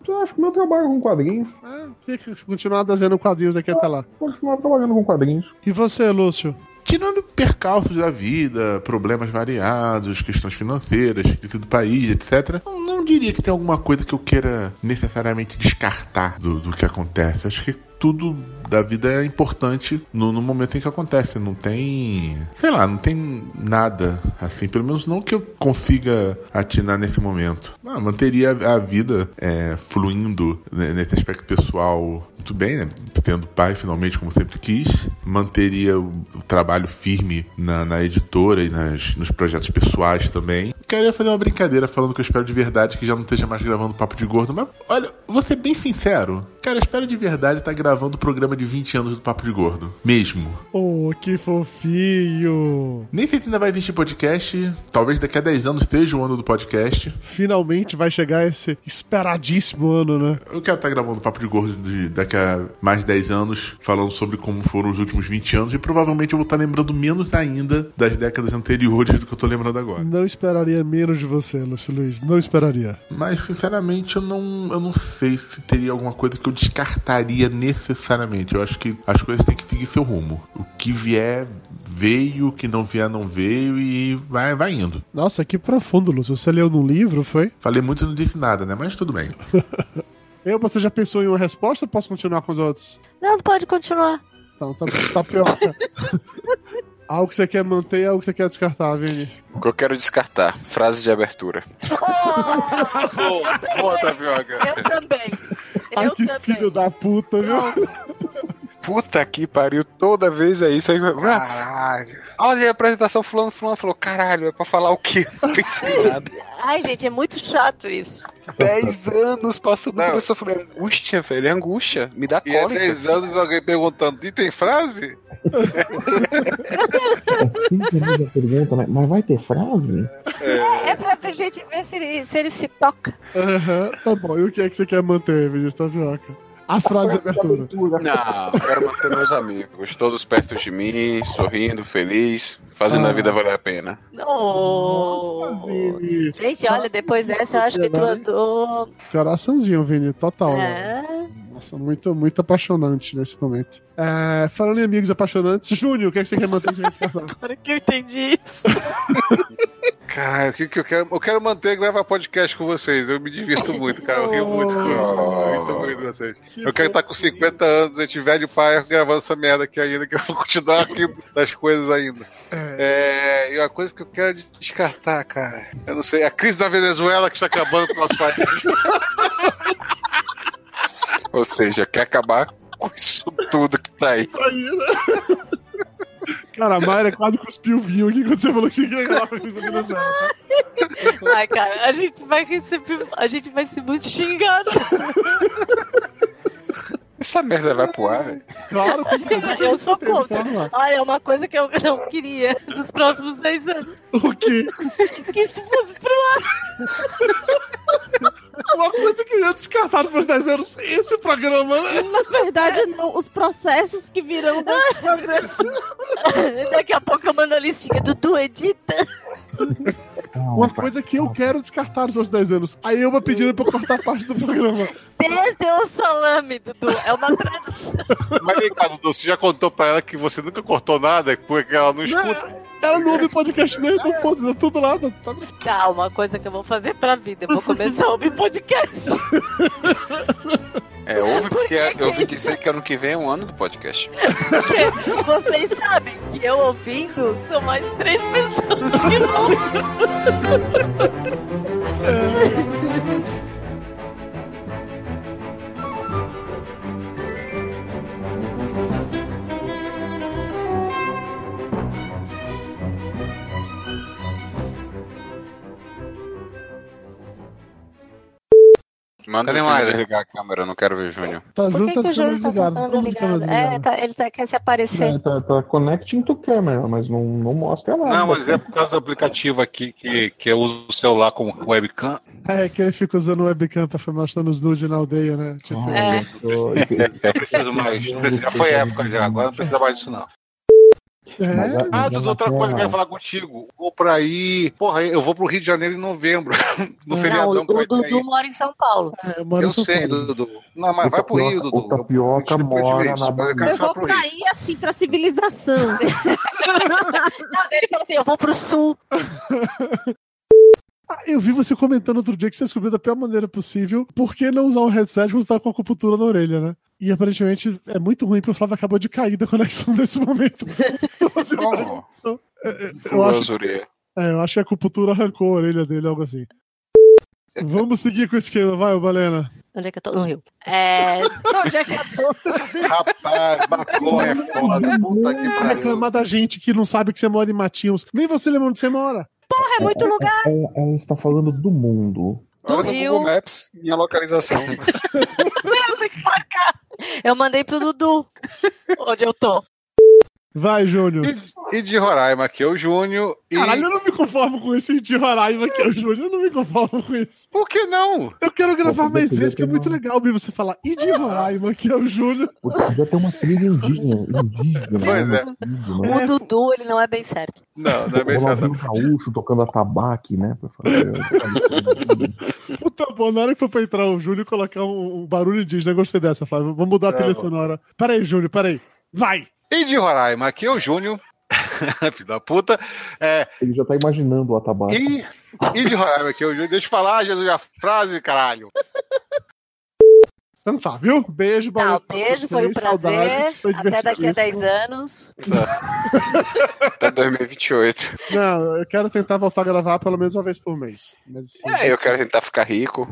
[SPEAKER 5] Então, eu acho que o meu trabalho com quadrinhos,
[SPEAKER 2] é, tem que continuar desenhando quadrinhos aqui até lá.
[SPEAKER 5] continuar trabalhando com quadrinhos.
[SPEAKER 2] E você, Lúcio?
[SPEAKER 13] Tirando percalços da vida, problemas variados, questões financeiras, crise do país, etc. Não, não diria que tem alguma coisa que eu queira necessariamente descartar do, do que acontece. Acho que tudo da vida é importante no, no momento em que acontece. Não tem. Sei lá, não tem nada assim. Pelo menos não que eu consiga atinar nesse momento. Ah, manteria a, a vida é, fluindo né, nesse aspecto pessoal muito bem, né? Tendo pai finalmente, como sempre quis. Manteria o, o trabalho firme na, na editora e nas, nos projetos pessoais também. Queria fazer uma brincadeira falando que eu espero de verdade que já não esteja mais gravando Papo de Gordo, mas olha, vou ser bem sincero. Cara, eu espero de verdade estar gravando o programa de 20 anos do Papo de Gordo. Mesmo.
[SPEAKER 2] Oh, que fofinho!
[SPEAKER 13] Nem sei se ainda vai existir podcast. Talvez daqui a 10 anos seja o ano do podcast.
[SPEAKER 2] Finalmente vai chegar esse esperadíssimo ano, né?
[SPEAKER 13] Eu quero estar gravando Papo de Gordo de- daqui a mais 10 anos, falando sobre como foram os últimos 20 anos, e provavelmente eu vou estar lembrando menos ainda das décadas anteriores do que eu tô lembrando agora.
[SPEAKER 2] Não esperaria menos de você, Lúcio Luiz. Não esperaria.
[SPEAKER 13] Mas, sinceramente, eu não, eu não sei se teria alguma coisa que eu descartaria necessariamente. Eu acho que as coisas têm que seguir seu rumo. O que vier, veio, o que não vier, não veio, e vai, vai indo.
[SPEAKER 2] Nossa, que profundo, Lúcio. Você leu num livro, foi?
[SPEAKER 13] Falei muito e não disse nada, né? Mas tudo bem.
[SPEAKER 2] Eu, você já pensou em uma resposta? Posso continuar com os outros?
[SPEAKER 6] Não, pode continuar. <laughs>
[SPEAKER 2] Então, tá, tá pior. algo que você quer manter, algo que você quer descartar, Vini.
[SPEAKER 7] O que eu quero descartar? Frase de abertura.
[SPEAKER 4] Boa, boa, Tapioca.
[SPEAKER 6] oh, Eu também.
[SPEAKER 2] Ai, que filho da puta, viu?
[SPEAKER 7] Puta que pariu, toda vez é isso aí. Caralho. Olha a apresentação, fulano, fulano falou, caralho, é pra falar o quê? Não pensei em nada.
[SPEAKER 6] Ai, gente, é muito chato isso.
[SPEAKER 7] Dez anos passando
[SPEAKER 4] Não.
[SPEAKER 7] por isso, eu falei, angústia, velho, é angústia, me dá
[SPEAKER 4] E há
[SPEAKER 7] cólica.
[SPEAKER 4] 10 anos alguém perguntando, e tem frase?
[SPEAKER 5] Sempre a mesma pergunta, né? Mas vai ter frase?
[SPEAKER 6] É, é pra, pra gente ver se ele se, ele se toca.
[SPEAKER 2] Aham, tá bom. E o que é que você quer manter, Vinícius Tapioca? As
[SPEAKER 6] Tá
[SPEAKER 2] frases de abertura.
[SPEAKER 7] Não, eu quero manter meus amigos, todos perto de mim, sorrindo, feliz, fazendo
[SPEAKER 6] Ah.
[SPEAKER 7] a vida valer a pena.
[SPEAKER 6] Nossa, Gente, olha, depois dessa eu acho que tu
[SPEAKER 2] vai.
[SPEAKER 6] andou.
[SPEAKER 2] Coraçãozinho, Vini, total. né?
[SPEAKER 6] É.
[SPEAKER 2] Nossa, muito, muito apaixonante nesse momento. É, falando em amigos apaixonantes, Júnior, o que é que você quer manter <laughs> de gente
[SPEAKER 6] Agora que eu entendi isso.
[SPEAKER 4] Caralho, o que, que eu quero? Eu quero manter e gravar podcast com vocês. Eu me divirto muito, cara. Eu rio muito com muito, muito com vocês. eu quero estar com 50 anos, a gente velho pai gravando essa merda aqui ainda, que eu vou continuar aqui das coisas ainda. É, e uma coisa que eu quero descartar, cara. Eu não sei, a crise da Venezuela que está acabando com o nosso país.
[SPEAKER 7] Ou seja, quer acabar com isso tudo que tá aí.
[SPEAKER 2] né? Cara, a Mayra quase cuspiu vinho aqui quando você falou que você queria gravar com você
[SPEAKER 6] Ai, cara, a gente vai receber. A gente vai ser muito xingado.
[SPEAKER 7] Essa merda vai pro ar, velho.
[SPEAKER 2] Claro,
[SPEAKER 6] Eu sou contra. Olha, é uma coisa que eu não queria nos próximos 10 anos.
[SPEAKER 2] O quê?
[SPEAKER 6] Que isso fosse pro ar.
[SPEAKER 2] Uma coisa que eu ia descartar depois de 10 anos, esse programa, né?
[SPEAKER 8] Na verdade, não. Os processos que virão desse programa.
[SPEAKER 6] Daqui a pouco eu mando a listinha. Dudu, edita.
[SPEAKER 2] Uma coisa que eu quero descartar nos meus 10 anos. A Elba pedindo pra eu cortar parte do programa.
[SPEAKER 6] Desde o salame, Dudu. É uma tradição.
[SPEAKER 4] Mas vem cá, Dudu, você já contou pra ela que você nunca cortou nada porque ela
[SPEAKER 2] Não,
[SPEAKER 4] não escuta?
[SPEAKER 2] ela não ouve podcast nem,
[SPEAKER 6] É.
[SPEAKER 2] então foda-se, tá tudo lá. tá- tá-
[SPEAKER 6] Tá, uma coisa que eu vou fazer pra vida. Eu vou começar a ouvir podcast.
[SPEAKER 7] É, ouve porque
[SPEAKER 6] que que
[SPEAKER 7] eu ouvi
[SPEAKER 6] isso?
[SPEAKER 7] dizer que ano que vem é um ano do podcast.
[SPEAKER 6] Porque vocês sabem que eu ouvindo são mais três pessoas que não.
[SPEAKER 7] Manda
[SPEAKER 10] Cadê
[SPEAKER 7] o Júnior
[SPEAKER 10] mais?
[SPEAKER 7] desligar a câmera, eu não quero ver
[SPEAKER 6] <laughs>
[SPEAKER 7] Júnior.
[SPEAKER 2] Tá
[SPEAKER 6] Por que,
[SPEAKER 2] junto,
[SPEAKER 6] que
[SPEAKER 2] tá
[SPEAKER 6] o Júlio
[SPEAKER 2] ficando
[SPEAKER 6] tá
[SPEAKER 2] ligado.
[SPEAKER 6] com o
[SPEAKER 2] todo mundo ficando
[SPEAKER 6] ligado? É,
[SPEAKER 2] desligado.
[SPEAKER 6] tá- ele tá, quer se aparecer.
[SPEAKER 5] É, tá, tá connecting to camera, mas não, não mostra nada.
[SPEAKER 4] Não, mas é por causa do aplicativo aqui que, que eu uso o celular como webcam.
[SPEAKER 2] É que ele fica usando webcam pra filmar os Thanos Nude na aldeia, né? Tipo,
[SPEAKER 6] É.
[SPEAKER 4] <laughs> Não preciso mais. Já foi época já, agora não precisa mais disso não.
[SPEAKER 2] é.
[SPEAKER 4] Ah, Dudu, outra coisa que eu quero falar contigo. Vou pra ir. Porra, eu vou pro Rio de Janeiro em novembro. <laughs> No
[SPEAKER 6] Não,
[SPEAKER 4] feriadão que
[SPEAKER 6] o
[SPEAKER 4] vai ter
[SPEAKER 6] Dudu
[SPEAKER 4] aí.
[SPEAKER 6] mora em São Paulo.
[SPEAKER 2] É, mora
[SPEAKER 4] Eu
[SPEAKER 2] em São
[SPEAKER 4] sei, né?
[SPEAKER 2] Paulo.
[SPEAKER 4] Dudu. Não, mas vai pro Rio,
[SPEAKER 5] O
[SPEAKER 4] Dudu.
[SPEAKER 5] tapioca
[SPEAKER 4] Depois
[SPEAKER 5] mora
[SPEAKER 4] disso,
[SPEAKER 5] na
[SPEAKER 4] mas eu
[SPEAKER 5] Bahia.
[SPEAKER 4] quero
[SPEAKER 8] Eu
[SPEAKER 4] só
[SPEAKER 8] vou
[SPEAKER 4] pro Rio.
[SPEAKER 8] cair assim pra civilização.
[SPEAKER 6] Não, ele falou assim: eu vou pro sul.
[SPEAKER 2] Ah, eu vi você comentando outro dia que você descobriu da pior maneira possível por que não usar um headset quando você tá com acupuntura na orelha, né? E aparentemente é muito ruim porque o Flávio acabou de cair da conexão <laughs> nesse momento. Então, você me dá-
[SPEAKER 7] Como?
[SPEAKER 2] eu, acho,
[SPEAKER 7] Uruzuria.
[SPEAKER 2] é, eu acho que a acupuntura arrancou a orelha dele, algo
[SPEAKER 4] <laughs>
[SPEAKER 2] assim. Vamos seguir com o esquema, vai, ô, Balena.
[SPEAKER 6] Onde é que eu tô? No Rio. É. não, Onde é que eu tô?
[SPEAKER 4] Rapaz, maconha é foda. Puta que pariu.
[SPEAKER 2] Reclamar da gente que não sabe que você mora em Matinhos. Nem você lembra onde você mora.
[SPEAKER 6] É muito lugar.
[SPEAKER 5] Ela, ela está é, tá falando do mundo.
[SPEAKER 6] Do
[SPEAKER 7] Olha no
[SPEAKER 6] Rio.
[SPEAKER 7] Google Maps, minha
[SPEAKER 6] <laughs>
[SPEAKER 7] localização.
[SPEAKER 6] Eu mandei pro Dudu. Onde eu tô?
[SPEAKER 2] Vai, Júnior.
[SPEAKER 4] E de Roraima, que é o Júnior. E...
[SPEAKER 2] Caralho, eu não me conformo com esse de Roraima que é o Júnior. Eu não me conformo com isso.
[SPEAKER 4] Por que não?
[SPEAKER 2] Eu quero gravar
[SPEAKER 5] Pô,
[SPEAKER 2] mais
[SPEAKER 5] podia
[SPEAKER 2] vezes, que é
[SPEAKER 5] ter
[SPEAKER 2] muito
[SPEAKER 5] uma-
[SPEAKER 2] legal ouvir você falar. E de Roraima, que é o Júlio.
[SPEAKER 5] Pô, Podia ter uma trilha indígena. indígena
[SPEAKER 4] Pois
[SPEAKER 5] né?
[SPEAKER 4] é.
[SPEAKER 5] Indígena, né?
[SPEAKER 6] O Dudu, ele não é bem certo.
[SPEAKER 4] Não, não é bem certo.
[SPEAKER 5] Ronaldinho Gaúcho tocando atabaque, né? Pra fazer- <laughs>
[SPEAKER 2] Puta bom, na hora que for pra entrar o Júlio colocar um, um barulho indígena, eu gostei dessa, Flávio. Vamos mudar a
[SPEAKER 4] É,
[SPEAKER 2] trilha
[SPEAKER 4] bom.
[SPEAKER 2] sonora. Peraí, Júlio, peraí. Vai!
[SPEAKER 4] E de Roraima, aqui é o Júnior. <laughs> Filho da puta. É,
[SPEAKER 5] Ele já tá imaginando o atabaque.
[SPEAKER 4] e, e de Roraima, aqui é o Júnior. Deixa eu falar, Jesus, a frase, caralho.
[SPEAKER 2] Então tá, viu? Beijo,
[SPEAKER 6] Tá,
[SPEAKER 2] Bauru.
[SPEAKER 6] beijo, foi um prazer.
[SPEAKER 2] Foi
[SPEAKER 6] Até daqui a 10
[SPEAKER 2] divertidíssimo.
[SPEAKER 6] anos.
[SPEAKER 7] Até 2028.
[SPEAKER 2] Não, eu quero tentar voltar a gravar pelo menos uma vez por mês. Mas, assim,
[SPEAKER 7] É, eu quero tentar ficar rico.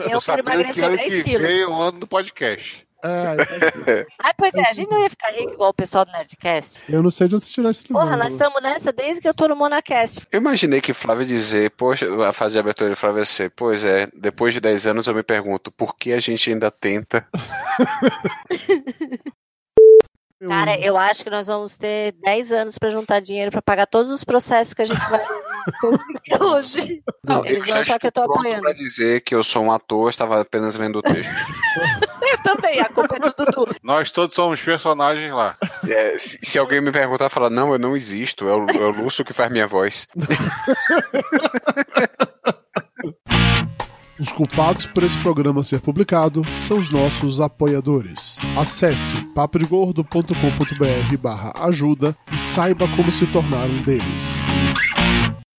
[SPEAKER 6] Eu quero emagrecer 10 quilos.
[SPEAKER 4] Veio é o ano do podcast.
[SPEAKER 6] É.
[SPEAKER 2] é,
[SPEAKER 6] Ah, pois é, a gente não ia ficar rico igual o pessoal do Nerdcast.
[SPEAKER 2] eu não sei de onde você tirou esse
[SPEAKER 6] Porra, nós tá- estamos nessa desde que eu tô no Monacast.
[SPEAKER 7] Eu imaginei que Flávio ia dizer, poxa, a fase de abertura de Flávio ia ser, pois é, depois de 10 anos eu me pergunto, por que a gente ainda tenta?
[SPEAKER 6] Cara, eu acho que nós vamos ter 10 anos pra juntar dinheiro pra pagar todos os processos que a gente vai conseguir hoje. Eles vão achar que eu tô apoiando.
[SPEAKER 7] Pra dizer que eu sou um ator, estava apenas lendo o
[SPEAKER 6] <laughs>
[SPEAKER 7] texto.
[SPEAKER 6] <laughs> Eu também, a culpa é do Dudu.
[SPEAKER 4] Nós todos somos personagens lá.
[SPEAKER 7] É, se, se alguém me perguntar, falar, não, eu não existo, é o, é o Lúcio que faz minha voz.
[SPEAKER 2] Os culpados por esse programa ser publicado são os nossos apoiadores. Acesse papodegordo.com.br barra ajuda e saiba como se tornar um deles.